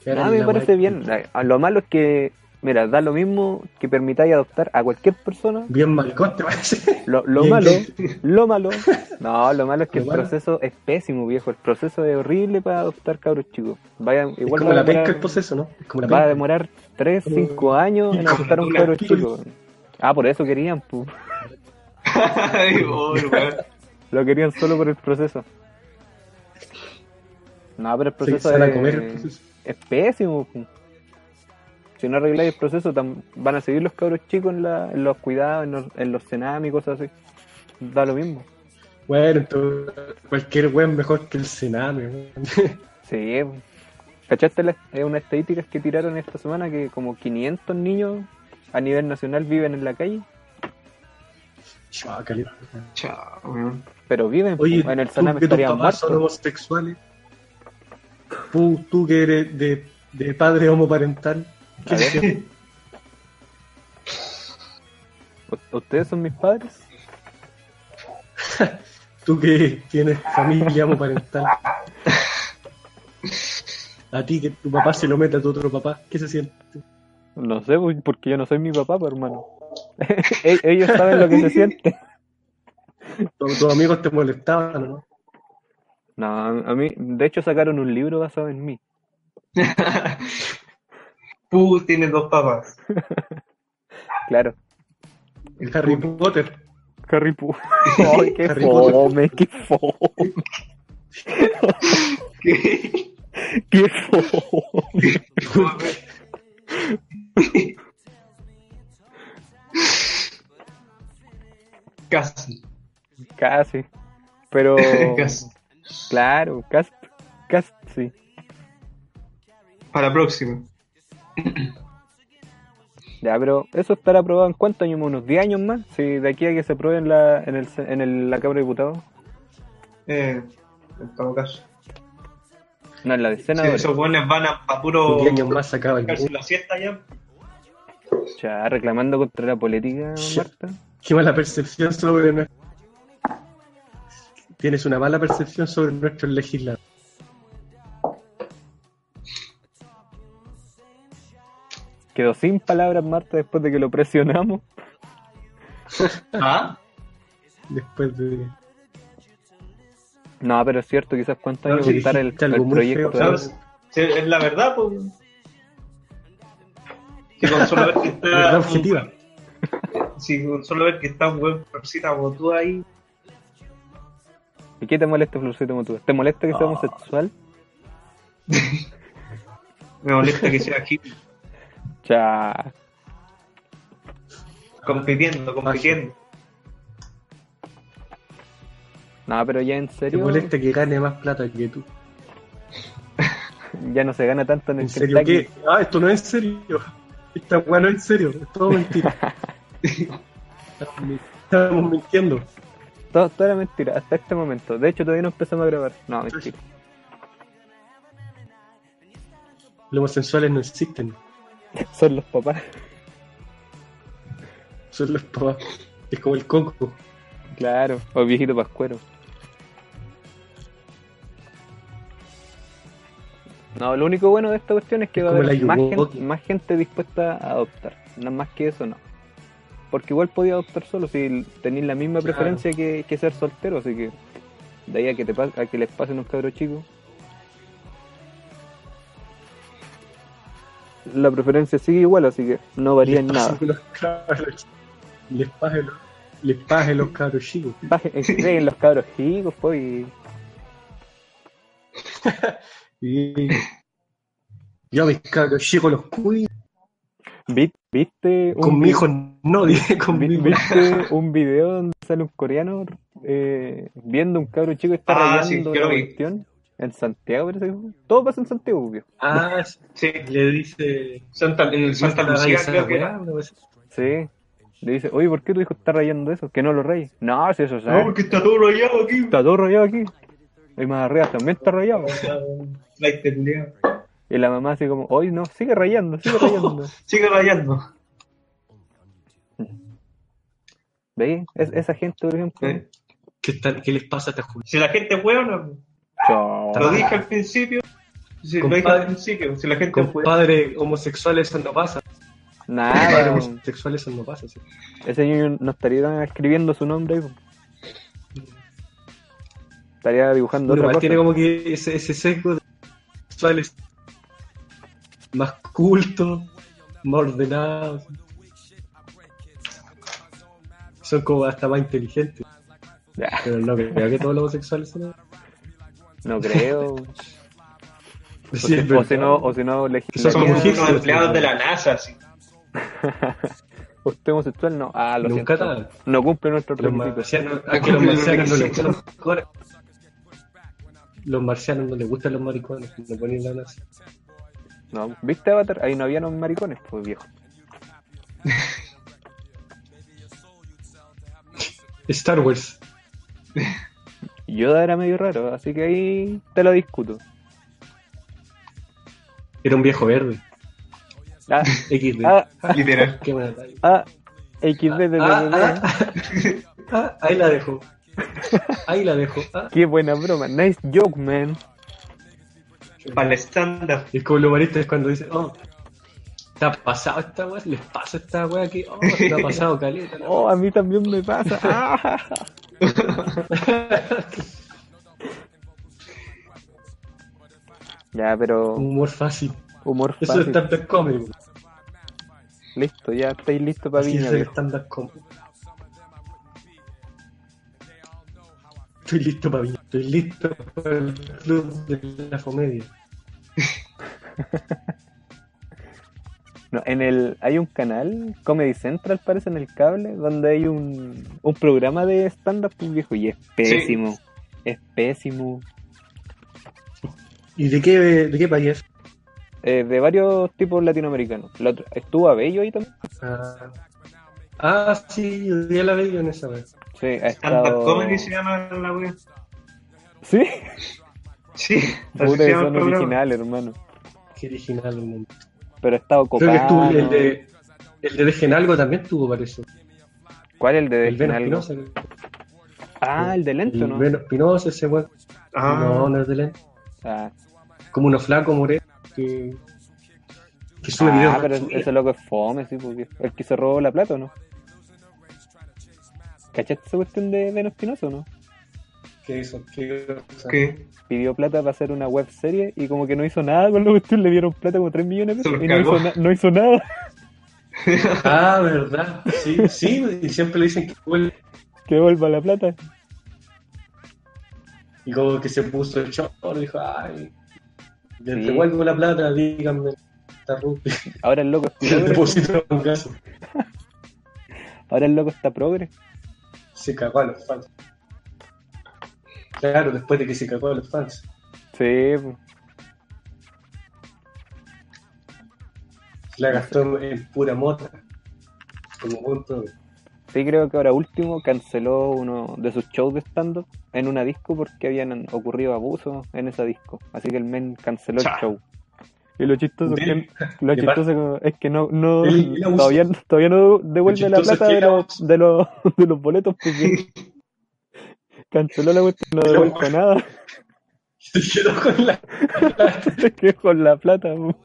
[SPEAKER 2] Nada, me parece bien. A- a Lo malo es que Mira, da lo mismo que permitáis adoptar a cualquier persona.
[SPEAKER 1] Bien malcón, te parece.
[SPEAKER 2] Lo, lo
[SPEAKER 1] Bien,
[SPEAKER 2] malo,
[SPEAKER 1] bien.
[SPEAKER 2] lo malo, no, lo malo es que
[SPEAKER 1] Lo
[SPEAKER 2] el
[SPEAKER 1] malo.
[SPEAKER 2] proceso es pésimo, viejo. El proceso es horrible para adoptar cabros chicos. Vayan,
[SPEAKER 1] Es
[SPEAKER 2] igual
[SPEAKER 1] como
[SPEAKER 2] va a
[SPEAKER 1] la pesca
[SPEAKER 2] demorar-
[SPEAKER 1] el proceso, ¿no? Es como la
[SPEAKER 2] va a
[SPEAKER 1] pesca. Oh.
[SPEAKER 2] demorar 3, 5 años en
[SPEAKER 3] Hijo de
[SPEAKER 2] adoptar a un
[SPEAKER 3] una
[SPEAKER 2] cabro
[SPEAKER 1] pila.
[SPEAKER 2] chico. Ah, por eso querían, pu.
[SPEAKER 3] Ay, oh, weón.
[SPEAKER 2] Lo querían solo por el proceso. No, pero el
[SPEAKER 1] Se,
[SPEAKER 2] proceso
[SPEAKER 1] se van
[SPEAKER 2] es,
[SPEAKER 1] a comer el proceso.
[SPEAKER 2] es pésimo. pu. Si no arregláis el proceso, tam- van a seguir los cabros chicos en, la- en los cuidados, en los, en los cenamis y cosas así. Da lo mismo.
[SPEAKER 1] Bueno, entonces, cualquier weón mejor que el cename, weón.
[SPEAKER 2] Sí. pu. ¿Cachaste las eh, unas estadísticas que tiraron esta semana que como 500 niños a nivel nacional viven en la calle?
[SPEAKER 1] Chua, caleta.
[SPEAKER 3] Chao, weón.
[SPEAKER 2] Pero viven,
[SPEAKER 1] Oye,
[SPEAKER 2] pu. en el
[SPEAKER 1] tú
[SPEAKER 2] cename
[SPEAKER 1] que tus
[SPEAKER 2] estarían
[SPEAKER 1] papás
[SPEAKER 2] muertos.
[SPEAKER 1] son homosexuales. Tú, tú que eres de, de padre homoparental.
[SPEAKER 2] A ver. ¿U- ¿Ustedes son mis padres?
[SPEAKER 1] Tú que tienes familia homoparental. A ti que tu papá se lo meta a tu otro papá. ¿Qué se siente?
[SPEAKER 2] No sé, pues, porque yo no soy mi papá, pues, hermano. E- Ellos saben lo que se siente.
[SPEAKER 1] Tu- Tus amigos te molestaban, ¿o ¿no?
[SPEAKER 2] No, a mí, de hecho sacaron un libro basado en mí.
[SPEAKER 3] Pu tiene dos papás.
[SPEAKER 2] Claro.
[SPEAKER 3] El
[SPEAKER 1] Harry
[SPEAKER 3] Pu.
[SPEAKER 1] Potter.
[SPEAKER 2] Harry Potter. Ay, qué
[SPEAKER 1] Harry Potter.
[SPEAKER 2] fome, qué fome, qué fome.
[SPEAKER 3] Casi.
[SPEAKER 2] Casi. Pero,
[SPEAKER 3] Casi.
[SPEAKER 2] claro, casi, casi.
[SPEAKER 3] Para la próxima.
[SPEAKER 2] Ya, pero eso estará aprobado en cuántos años, más? unos 10 años más, si de aquí a que se apruebe en la, en el, en el- la Cámara de Diputados.
[SPEAKER 3] Eh, en todo caso.
[SPEAKER 2] No, en la de
[SPEAKER 3] Sí,
[SPEAKER 2] senadores.
[SPEAKER 3] esos buenos van a, a puro.
[SPEAKER 1] 10 años más sacaba el
[SPEAKER 3] Casi la siesta ya.
[SPEAKER 2] Ya, reclamando contra la política, Marta.
[SPEAKER 1] Qué mala percepción sobre nue- Tienes una mala percepción sobre nuestros legisladores.
[SPEAKER 2] Quedó sin palabras Marta después de que lo presionamos.
[SPEAKER 3] ¿Ah?
[SPEAKER 1] Después de.
[SPEAKER 2] No, pero es cierto, quizás cuántos
[SPEAKER 1] Claro,
[SPEAKER 2] años
[SPEAKER 1] sí,
[SPEAKER 2] estará el,
[SPEAKER 1] dijiste
[SPEAKER 2] el
[SPEAKER 1] algo muy
[SPEAKER 2] proyecto.
[SPEAKER 1] feo,
[SPEAKER 2] de-
[SPEAKER 3] ¿Sabes? Sí, Es la verdad, pues. Que con solo ver que está.
[SPEAKER 1] La verdad
[SPEAKER 3] un-
[SPEAKER 1] objetiva.
[SPEAKER 3] Sí, con solo ver que está un buen persita como tú ahí.
[SPEAKER 2] ¿Y qué te molesta, Florcito Motúa? ¿Te molesta que sea
[SPEAKER 3] Ah.
[SPEAKER 2] homosexual?
[SPEAKER 3] Me molesta que sea aquí
[SPEAKER 2] Ya.
[SPEAKER 3] compitiendo, compitiendo.
[SPEAKER 2] No, pero ya en
[SPEAKER 1] Te
[SPEAKER 2] serio,
[SPEAKER 1] molesta que gane más plata que tú.
[SPEAKER 2] ya no se gana tanto en el
[SPEAKER 1] ¿En serio
[SPEAKER 2] Kentucky.
[SPEAKER 1] qué? Ah, esto no es serio. Esta weá no es serio. Es todo mentira. Estamos min- Estamos mintiendo.
[SPEAKER 2] Todo, todo era mentira, hasta este momento. De hecho, todavía no empezamos a grabar. No, mentira.
[SPEAKER 1] Los homosexuales no existen.
[SPEAKER 2] Son los papás.
[SPEAKER 1] Son los papás. Es como el coco.
[SPEAKER 2] Claro. O el viejito pascuero. No, lo único bueno de esta cuestión es que
[SPEAKER 1] Es
[SPEAKER 2] va a
[SPEAKER 1] como
[SPEAKER 2] haber
[SPEAKER 1] la
[SPEAKER 2] más
[SPEAKER 1] Yugoki.
[SPEAKER 2] gente, más gente dispuesta a adoptar. Nada más que eso, no. Porque igual podía adoptar solo si tenéis la misma
[SPEAKER 1] Claro.
[SPEAKER 2] preferencia que, que ser soltero, así que de ahí a que, te, pas- a que les pasen unos cabros chicos. La preferencia sigue igual, así que no varía en nada.
[SPEAKER 1] Los cabros. Les pasen los, les pasen los cabros chicos.
[SPEAKER 2] Baje- Creen los cabros chicos, pues, y
[SPEAKER 1] Y... Yo a mis cabros chicos los cuido.
[SPEAKER 2] Vi- ¿Viste un,
[SPEAKER 1] Con mi
[SPEAKER 2] vi-
[SPEAKER 1] hijo no, dije con mi
[SPEAKER 2] vi-
[SPEAKER 1] hijo.
[SPEAKER 2] ¿Viste un video donde sale un coreano eh, viendo un cabro chico que está
[SPEAKER 3] Ah, sí,
[SPEAKER 2] rayando
[SPEAKER 3] yo lo
[SPEAKER 2] una
[SPEAKER 3] vi.
[SPEAKER 2] cuestión en Santiago? parece que fue. Todo pasa en Santiago, obvio.
[SPEAKER 1] Ah,
[SPEAKER 3] Sí,
[SPEAKER 1] le dice.
[SPEAKER 3] Santa, en el Santa Lucía creo que era.
[SPEAKER 2] Sí. Le dice, oye, ¿por qué tu hijo está rayando eso? Que no lo rayes. No, si eso
[SPEAKER 3] No,
[SPEAKER 2] sabe.
[SPEAKER 3] porque está todo rayado aquí.
[SPEAKER 2] Está todo rayado aquí. Y más arriba también está rayado.
[SPEAKER 3] Flight culiao.
[SPEAKER 2] Y la mamá así como, oye, no, sigue rayando, sigue rayando.
[SPEAKER 3] Sigue rayando.
[SPEAKER 2] ¿Veis? Es- esa gente, por ejemplo.
[SPEAKER 3] ¿eh?
[SPEAKER 1] ¿Qué, tal- ¿Qué les pasa a esta juventud?
[SPEAKER 3] Si la gente es hueona,
[SPEAKER 2] Chao.
[SPEAKER 3] lo dije al principio. Sí, lo dije
[SPEAKER 1] Ah. Compadre.
[SPEAKER 3] al principio. Si la gente es hueona.
[SPEAKER 1] Compadre, homosexuales eso no pasa. Para
[SPEAKER 2] Nada,
[SPEAKER 3] pues.
[SPEAKER 1] los
[SPEAKER 2] weón.
[SPEAKER 1] homosexuales eso no pasa. sí.
[SPEAKER 2] ese niño no estaría escribiendo su nombre. weón. Estaría
[SPEAKER 1] Uno
[SPEAKER 2] dibujando otra
[SPEAKER 1] igual
[SPEAKER 2] cosa.
[SPEAKER 1] tiene como que ese, ese sesgo de homosexuales más culto, más ordenados. Son como hasta más inteligentes.
[SPEAKER 2] Ya,
[SPEAKER 1] Pero no creo que todos los homosexuales son.
[SPEAKER 2] no creo. O,
[SPEAKER 1] Sí,
[SPEAKER 2] si,
[SPEAKER 1] es
[SPEAKER 2] o si no,
[SPEAKER 1] verdad.
[SPEAKER 2] o si no
[SPEAKER 1] Esos
[SPEAKER 3] Son
[SPEAKER 1] Como
[SPEAKER 3] como
[SPEAKER 2] legislaría,
[SPEAKER 1] hipsters,
[SPEAKER 3] los empleados
[SPEAKER 1] ¿no?
[SPEAKER 3] de la NASA, así.
[SPEAKER 2] usted homosexual no. Ah, lo
[SPEAKER 1] Nunca
[SPEAKER 2] siento.
[SPEAKER 1] tal.
[SPEAKER 2] No cumple nuestros
[SPEAKER 1] Los
[SPEAKER 2] requisitos.
[SPEAKER 1] marcianos, a que los marcianos no les gustan los maricones. Los marcianos no les gustan los maricones, no ponen la nazi.
[SPEAKER 2] No, ¿Viste Avatar? Ahí no había los maricones, pues viejo.
[SPEAKER 1] Star Wars.
[SPEAKER 2] Yoda era medio raro, así que ahí te lo discuto.
[SPEAKER 1] Era un viejo verde.
[SPEAKER 2] Ah,
[SPEAKER 1] XD.
[SPEAKER 2] ah,
[SPEAKER 3] Literal.
[SPEAKER 1] Qué buena talla.
[SPEAKER 2] ah, XD de
[SPEAKER 1] Ah, ah, ah, ahí la dejo. Ahí la dejo. Ah.
[SPEAKER 2] Qué buena broma. Nice joke, man.
[SPEAKER 3] Para el estándar.
[SPEAKER 1] Y es como los humoristas cuando dicen, oh, ¿te ha pasado esta weá? ¿Les pasa esta weá aquí? Oh, te ha pasado caleta. la
[SPEAKER 2] Oh, a mí también me pasa. Ah. ya, pero
[SPEAKER 1] Un humor fácil.
[SPEAKER 2] humor
[SPEAKER 1] Eso es
[SPEAKER 2] fácil.
[SPEAKER 1] stand-up comedy.
[SPEAKER 2] Listo, ya estáis listos para
[SPEAKER 1] Así es
[SPEAKER 2] Viña.
[SPEAKER 1] el
[SPEAKER 2] viejo.
[SPEAKER 1] stand-up comedy. Estoy listo para Viña. Estoy listo para el club de la comedia.
[SPEAKER 2] No, en el, hay un canal, Comedy Central parece en el cable, donde hay un, un programa de stand-up pues, viejo y es pésimo. Es pésimo.
[SPEAKER 1] ¿Y de qué, de qué país? es?
[SPEAKER 2] Eh, de varios tipos latinoamericanos. La otra- estuvo Abello ahí también.
[SPEAKER 1] Ah, ah, sí, yo ya la veía en esa vez.
[SPEAKER 2] Sí, ha
[SPEAKER 3] Stand-up
[SPEAKER 2] estado...
[SPEAKER 3] comedy se llama la wea.
[SPEAKER 2] Sí,
[SPEAKER 3] Sí, así
[SPEAKER 2] puta
[SPEAKER 3] se
[SPEAKER 2] que
[SPEAKER 3] llama el
[SPEAKER 2] son
[SPEAKER 3] programa.
[SPEAKER 2] originales, hermano.
[SPEAKER 1] Qué original el mundo.
[SPEAKER 2] Pero ha estado
[SPEAKER 1] Creo que
[SPEAKER 2] Copano.
[SPEAKER 1] estuvo el de. El de Dejen Algo también tuvo, parece.
[SPEAKER 2] ¿Cuál el de
[SPEAKER 1] El Veno
[SPEAKER 2] Dejen Algo?
[SPEAKER 1] Espinosa.
[SPEAKER 2] Ah, el de Lento,
[SPEAKER 1] el
[SPEAKER 2] ¿no?
[SPEAKER 1] Veno Espinosa, ese weón.
[SPEAKER 3] Ah,
[SPEAKER 1] No, no es de Lento.
[SPEAKER 2] Ah,
[SPEAKER 1] Como uno flaco, moreno, que. Que sube
[SPEAKER 2] Ah,
[SPEAKER 1] videos.
[SPEAKER 2] pero
[SPEAKER 1] más
[SPEAKER 2] ese loco es fome, sí, porque el que se robó la plata, ¿o ¿no? ¿Cachaste esa cuestión de Veno Espinoso, no?
[SPEAKER 1] que eso, que eso.
[SPEAKER 3] ¿qué?
[SPEAKER 2] Pidió plata para hacer una web serie y como que no hizo nada con la cuestión, le dieron plata como 3 millones de pesos
[SPEAKER 3] Se
[SPEAKER 2] y
[SPEAKER 3] los
[SPEAKER 2] no hizo,
[SPEAKER 3] cagó.
[SPEAKER 2] na- no hizo nada.
[SPEAKER 1] Ah, verdad. Sí, sí, y siempre le dicen que huele.
[SPEAKER 2] Que vuelva la plata.
[SPEAKER 1] Y como que se puso el chorro, dijo, ay, les
[SPEAKER 2] Sí.
[SPEAKER 1] devuelvo la plata, díganme, está rupia.
[SPEAKER 2] Ahora el loco
[SPEAKER 1] Y el
[SPEAKER 2] es progre.
[SPEAKER 1] depósito en un caso.
[SPEAKER 2] Ahora el loco está progre.
[SPEAKER 1] Se cagó a los fans. Claro, después de que se cagó a los fans.
[SPEAKER 2] Sí, pues. po.
[SPEAKER 1] La gastó en, en pura mota. Como buen pro.
[SPEAKER 2] sí creo que ahora último canceló uno de sus shows de stand-up en una disco porque habían ocurrido abusos en esa disco. Así que el men canceló
[SPEAKER 3] Cha.
[SPEAKER 2] el show. Y lo chistoso, es
[SPEAKER 1] Del-
[SPEAKER 2] que, lo
[SPEAKER 1] de
[SPEAKER 2] chistoso es que no, no
[SPEAKER 1] El- el abuso.
[SPEAKER 2] todavía, todavía no devuelve
[SPEAKER 1] Lo
[SPEAKER 2] la
[SPEAKER 1] chistoso es
[SPEAKER 2] plata
[SPEAKER 1] que
[SPEAKER 2] de
[SPEAKER 1] el
[SPEAKER 2] los,
[SPEAKER 1] abuso.
[SPEAKER 2] de, los, de los boletos porque canceló la cuestión, no
[SPEAKER 1] El
[SPEAKER 2] devuelve
[SPEAKER 1] abuso.
[SPEAKER 2] nada.
[SPEAKER 1] Se quedó con la.
[SPEAKER 2] Se quedó con la plata. po.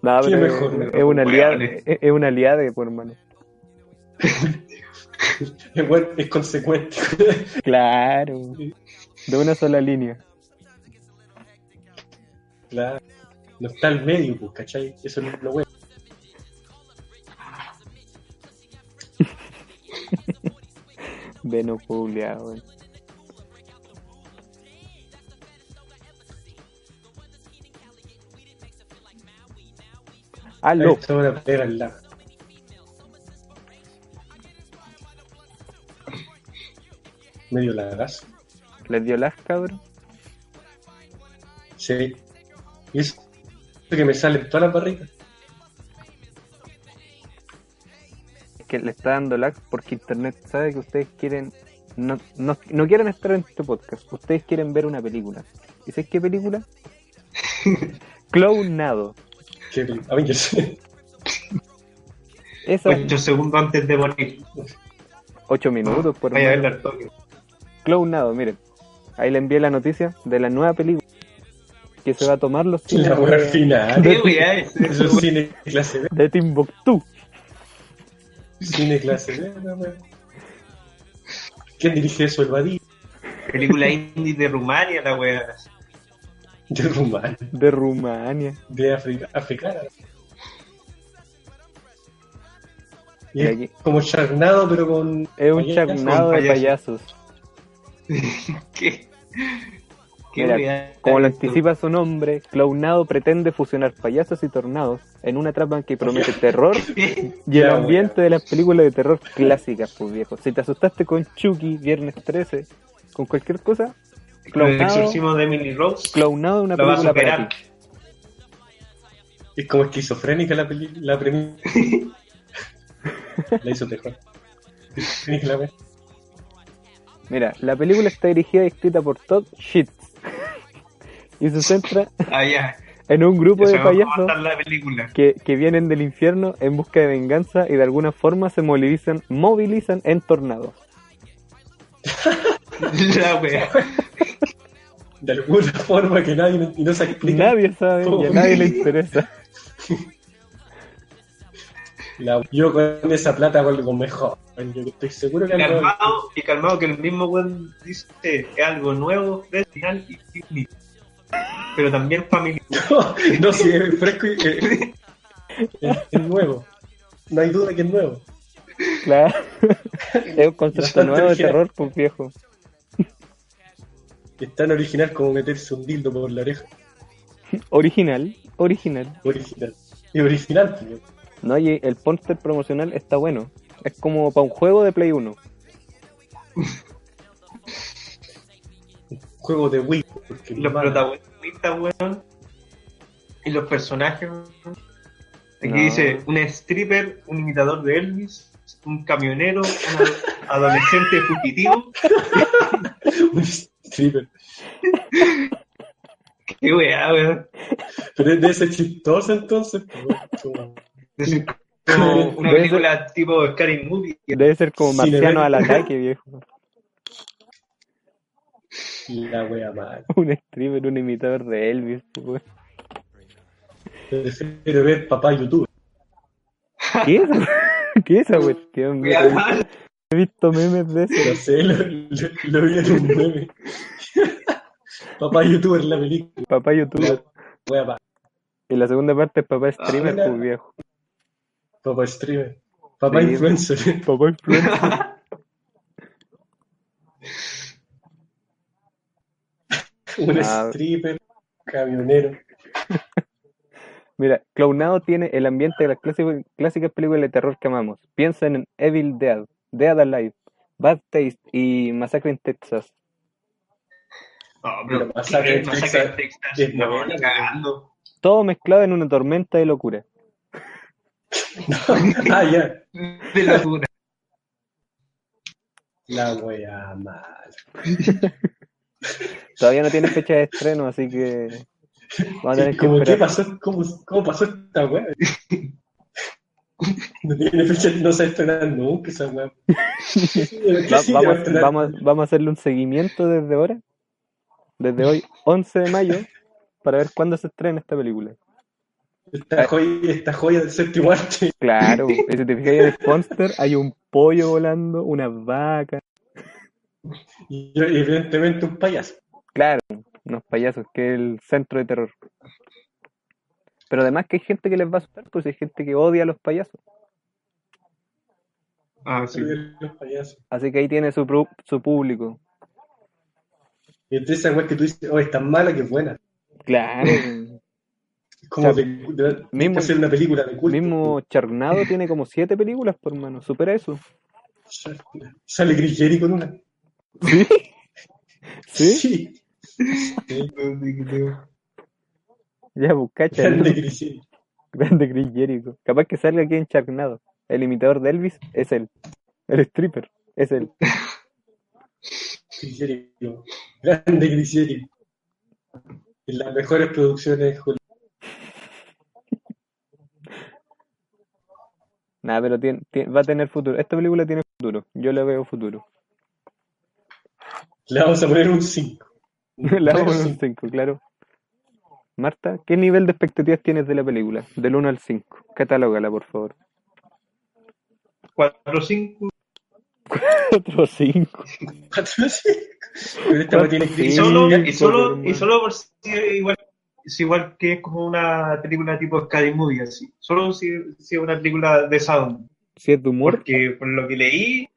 [SPEAKER 2] No,
[SPEAKER 1] Qué
[SPEAKER 2] pero es-
[SPEAKER 1] mejor,
[SPEAKER 2] es, una aliada,
[SPEAKER 3] weones.
[SPEAKER 2] es, es una aliada, por hermano.
[SPEAKER 1] el weón es consecuente.
[SPEAKER 2] Claro. De una sola línea.
[SPEAKER 1] Claro. No está al medio, pues, ¿cachai? Eso no es lo bueno.
[SPEAKER 2] Veno Juliado. Aló.
[SPEAKER 1] Esto es una pega al lado. Medio lagazo.
[SPEAKER 2] ¿Les dio las cabrón?
[SPEAKER 1] Sí. Y eso eso que me salen todas las barritas.
[SPEAKER 2] Es que le está dando lag porque internet sabe que ustedes quieren. No, no, no quieren estar en este podcast. Ustedes quieren ver una película. ¿Y sabes qué película? Clownado.
[SPEAKER 1] Que, a mí yo sé.
[SPEAKER 2] Esa.
[SPEAKER 3] Ocho segundos antes de morir.
[SPEAKER 2] 8 minutos por
[SPEAKER 3] Vaya a
[SPEAKER 2] menos.
[SPEAKER 3] verla al toque.
[SPEAKER 2] Clownado, miren. Ahí le envié la noticia de la nueva película. que se va a tomar los
[SPEAKER 1] La
[SPEAKER 2] cines
[SPEAKER 1] buena
[SPEAKER 2] de,
[SPEAKER 1] final.
[SPEAKER 3] ¿Qué weá es?
[SPEAKER 1] Es un cine clase B.
[SPEAKER 2] de Timbuktu.
[SPEAKER 1] Cine clase B, la weá. ¿Quién dirige eso? El Badí.
[SPEAKER 3] Película indie de Rumania, la wea.
[SPEAKER 1] De Rumán.
[SPEAKER 2] De Rumania.
[SPEAKER 1] De África. Africana. Y
[SPEAKER 2] Y
[SPEAKER 1] es
[SPEAKER 2] aquí-
[SPEAKER 1] como charnado, pero con.
[SPEAKER 2] Es un
[SPEAKER 1] payasos.
[SPEAKER 2] charnado de
[SPEAKER 3] payasos.
[SPEAKER 2] payasos.
[SPEAKER 3] ¿Qué? ¿Qué
[SPEAKER 2] Mira,
[SPEAKER 3] weá?
[SPEAKER 2] Como lo anticipa su nombre, Clownado pretende fusionar payasos y tornados en una trama que promete terror y el
[SPEAKER 1] Ya,
[SPEAKER 2] ambiente de las películas de terror clásicas, pues viejo. Si te asustaste con Chucky, Viernes 13, con cualquier cosa,
[SPEAKER 3] El
[SPEAKER 2] Clownado.
[SPEAKER 3] exorcismo de Emily Rose.
[SPEAKER 2] Clownado es una
[SPEAKER 3] La va a
[SPEAKER 2] película para
[SPEAKER 3] superar.
[SPEAKER 2] ti.
[SPEAKER 1] Es como esquizofrénica la, peli- la premisa. la hizo mejor. Esquizofrénica la wea.
[SPEAKER 2] Mira, la película está dirigida y escrita por Todd Sheets y se centra
[SPEAKER 3] Ah, ya.
[SPEAKER 2] en un
[SPEAKER 3] Ya
[SPEAKER 2] grupo de
[SPEAKER 3] sabemos cómo
[SPEAKER 2] payasos
[SPEAKER 3] va a estar la película.
[SPEAKER 2] que, que vienen del infierno en busca de venganza y de alguna forma se movilizan, movilizan en tornados.
[SPEAKER 3] La wea.
[SPEAKER 1] De alguna forma que nadie y no se explica.
[SPEAKER 2] Nadie sabe y a
[SPEAKER 1] ¿Cómo?
[SPEAKER 2] nadie le interesa.
[SPEAKER 1] La- yo con esa plata con algo mejor. Yo estoy seguro que algo-
[SPEAKER 3] Calmado y calmado que el mismo weón dice es algo nuevo, original y digno. Pero también familiar.
[SPEAKER 1] No, no, si es fresco y. eh, es, es nuevo. No hay duda que es nuevo.
[SPEAKER 2] Claro. es un concepto
[SPEAKER 1] La
[SPEAKER 2] nuevo de
[SPEAKER 1] estrategia.
[SPEAKER 2] terror, pues viejo.
[SPEAKER 1] Es tan original como meterse un dildo por la oreja.
[SPEAKER 2] Original, original.
[SPEAKER 1] Original. Y original, tío.
[SPEAKER 2] No, y el póster promocional está bueno. Es como para un juego de Play 1.
[SPEAKER 1] Juego de Wii. Porque
[SPEAKER 3] Los
[SPEAKER 1] mal.
[SPEAKER 3] protagonistas, weón. Y los personajes, weón. Aquí
[SPEAKER 2] No.
[SPEAKER 3] dice, un stripper, un imitador de Elvis, un camionero, un ado- adolescente fugitivo.
[SPEAKER 1] Un stripper.
[SPEAKER 3] Qué weá, weón.
[SPEAKER 1] Pero es de ese chistoso entonces. pues, como-
[SPEAKER 3] Es como una
[SPEAKER 2] Debe
[SPEAKER 3] película tipo Scary Movie.
[SPEAKER 2] Debe ser como
[SPEAKER 1] Sí,
[SPEAKER 2] marciano
[SPEAKER 1] le-
[SPEAKER 2] al ataque, viejo.
[SPEAKER 1] La wea mal.
[SPEAKER 2] Un streamer, un imitador de Elvis. pues, weón.
[SPEAKER 1] Prefiero ver papá YouTube.
[SPEAKER 2] ¿Qué es? ¿Qué es esa cuestión?
[SPEAKER 3] Weá
[SPEAKER 2] viejo?
[SPEAKER 3] mal.
[SPEAKER 2] He visto memes de eso.
[SPEAKER 1] No sé, lo, lo- lo vi en un meme. papá YouTuber la película.
[SPEAKER 2] Papá youtuber.
[SPEAKER 1] Wea mal.
[SPEAKER 2] Y la segunda parte es papá streamer,
[SPEAKER 1] mira.
[SPEAKER 2] pues viejo.
[SPEAKER 1] Papá streamer. Papá
[SPEAKER 2] Sí.
[SPEAKER 1] influencer.
[SPEAKER 2] Papá influencer.
[SPEAKER 1] un
[SPEAKER 2] Ah.
[SPEAKER 1] stripper. Camionero.
[SPEAKER 2] Mira, Clownado tiene el ambiente de las clásico- clásicas películas de terror que amamos. Piensen en Evil Dead, Dead Alive, Bad Taste y Masacre en Texas.
[SPEAKER 3] No,
[SPEAKER 1] Pero
[SPEAKER 3] pero
[SPEAKER 1] Masacre
[SPEAKER 3] ¿qué?
[SPEAKER 1] en
[SPEAKER 3] Masacre en
[SPEAKER 1] Texas
[SPEAKER 3] Texas.
[SPEAKER 1] es
[SPEAKER 3] No,
[SPEAKER 1] buena,
[SPEAKER 3] ni cagando.
[SPEAKER 2] Todo mezclado en una tormenta de locura.
[SPEAKER 1] ah, ya.
[SPEAKER 3] De locura.
[SPEAKER 1] La wea mal.
[SPEAKER 2] Todavía no tiene fecha de estreno, así que vamos a tener que
[SPEAKER 1] Como, ¿qué
[SPEAKER 2] esperar.
[SPEAKER 1] pasó? ¿Cómo, ¿Cómo pasó esta wea? No tiene fecha, no se ha estrenado nunca esa wea.
[SPEAKER 2] Va- vamos, a- vamos, a- vamos a hacerle un seguimiento desde ahora, desde hoy, 11 de mayo, para ver cuándo se estrena esta película.
[SPEAKER 1] Esta joya, esta joya del séptimo arte.
[SPEAKER 2] Claro, y si te fijas ahí en el póster, hay un pollo volando, una vaca.
[SPEAKER 1] Y evidentemente un payaso.
[SPEAKER 2] Claro, unos payasos, que es el centro de terror. Pero además que hay gente que les va a asustar, pues hay gente que odia a los payasos.
[SPEAKER 3] Ah, sí.
[SPEAKER 1] Los payasos.
[SPEAKER 2] Así que ahí tiene su, pru- su público.
[SPEAKER 1] Y entonces esa wea que tú dices, oh, es tan mala que es buena.
[SPEAKER 2] Claro.
[SPEAKER 1] Es como
[SPEAKER 2] O sea,
[SPEAKER 1] de, de- de
[SPEAKER 2] mismo-
[SPEAKER 1] hacer una película de culto.
[SPEAKER 2] Mismo Charnado tiene como siete películas, por mano. Supera eso.
[SPEAKER 1] Sale Chris Jericho con una.
[SPEAKER 2] ¿Sí? ¿Sí?
[SPEAKER 1] Sí.
[SPEAKER 2] Ya busca
[SPEAKER 1] Grande
[SPEAKER 2] Charnado.
[SPEAKER 1] Chris Jericho.
[SPEAKER 2] Grande Chris Jericho. Capaz que salga aquí en Charnado. El imitador de Elvis es él. El stripper es él.
[SPEAKER 1] Chris Jericho. Grande Chris Jericho. En las mejores producciones de Hollywood.
[SPEAKER 2] Nada, pero tiene- tiene- va a tener futuro. Esta película tiene futuro. Yo le veo futuro.
[SPEAKER 1] Le vamos a poner un 5.
[SPEAKER 2] Le hago un 5, claro. Marta, ¿qué nivel de expectativas tienes de la película? Del 1 al 5. Catalógala, por favor.
[SPEAKER 3] 4 5.
[SPEAKER 2] 4 5.
[SPEAKER 1] Pero esta no tiene
[SPEAKER 3] Y
[SPEAKER 1] crítica.
[SPEAKER 3] solo,
[SPEAKER 2] Sí,
[SPEAKER 3] y solo,
[SPEAKER 2] pobre
[SPEAKER 3] y solo por si es igual, es igual que es como una película tipo Scary Movie, así. Solo si, si es una película de sound.
[SPEAKER 2] Si es de humor,
[SPEAKER 3] Porque por lo que leí,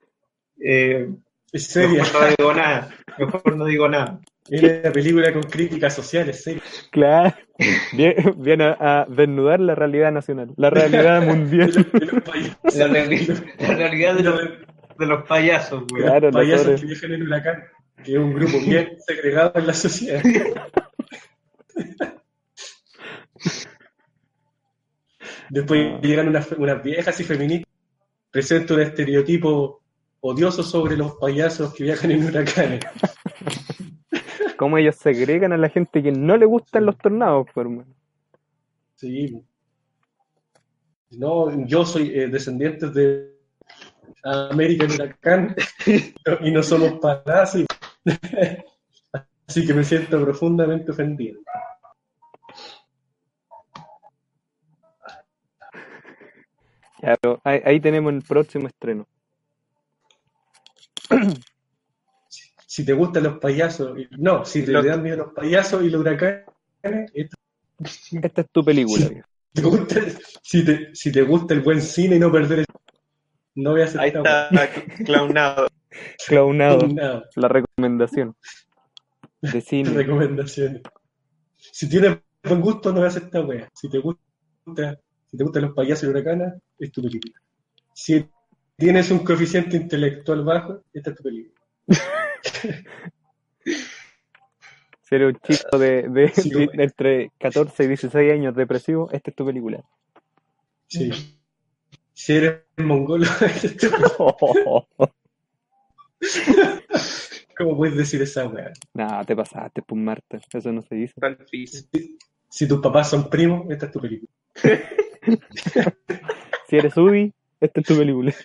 [SPEAKER 3] eh,
[SPEAKER 1] Es seria.
[SPEAKER 3] mejor no digo nada. Mejor no digo nada.
[SPEAKER 1] Es una película con críticas sociales, seria.
[SPEAKER 2] claro. Viene, viene a, a desnudar la realidad nacional, la realidad mundial.
[SPEAKER 1] De los payasos,
[SPEAKER 3] La, reali- la realidad de los, de los payasos, güey.
[SPEAKER 2] Claro,
[SPEAKER 1] los payasos
[SPEAKER 2] nosotros.
[SPEAKER 1] que viajan en huracán, que es un grupo bien segregado en la sociedad. Después llegan unas, unas viejas y feministas, presentan un estereotipo odioso sobre los payasos que viajan en huracanes.
[SPEAKER 2] Cómo ellos segregan a la gente que no le gustan los tornados, por hermano.
[SPEAKER 1] Sí. No, yo soy eh, descendiente de América en huracán y no somos parásitos. Así que me siento profundamente ofendido.
[SPEAKER 2] Ya, pero ahí, ahí tenemos el próximo estreno.
[SPEAKER 1] Si te gustan los payasos, y- no, si te
[SPEAKER 3] Los-
[SPEAKER 1] dan miedo los payasos y los huracanes, esto-
[SPEAKER 2] Esta es tu película. viejo.
[SPEAKER 1] te gusta- si, te, si te gusta el buen cine y no perder el... No voy a
[SPEAKER 3] Ahí
[SPEAKER 1] aceptar
[SPEAKER 3] está clownado.
[SPEAKER 2] Clownado,
[SPEAKER 1] nada.
[SPEAKER 2] la recomendación. De cine.
[SPEAKER 1] recomendaciones. Si tienes buen gusto, no haces esta wea. Si te gusta, si te gustan los payasos y huracanas, es tu película. Si tienes un coeficiente intelectual bajo, esta es tu película.
[SPEAKER 2] Ser un chico de, de-
[SPEAKER 1] Sí,
[SPEAKER 2] de-
[SPEAKER 1] güey.
[SPEAKER 2] entre 14 y 16 años depresivo, esta es tu película.
[SPEAKER 1] Sí. Si eres mongolo, ¿cómo puedes decir esa wea?
[SPEAKER 2] no, te pasaste, pues Marta, eso no se dice.
[SPEAKER 1] Si tus papás son primos, esta es tu película.
[SPEAKER 2] Si eres Ubi, esta es tu película.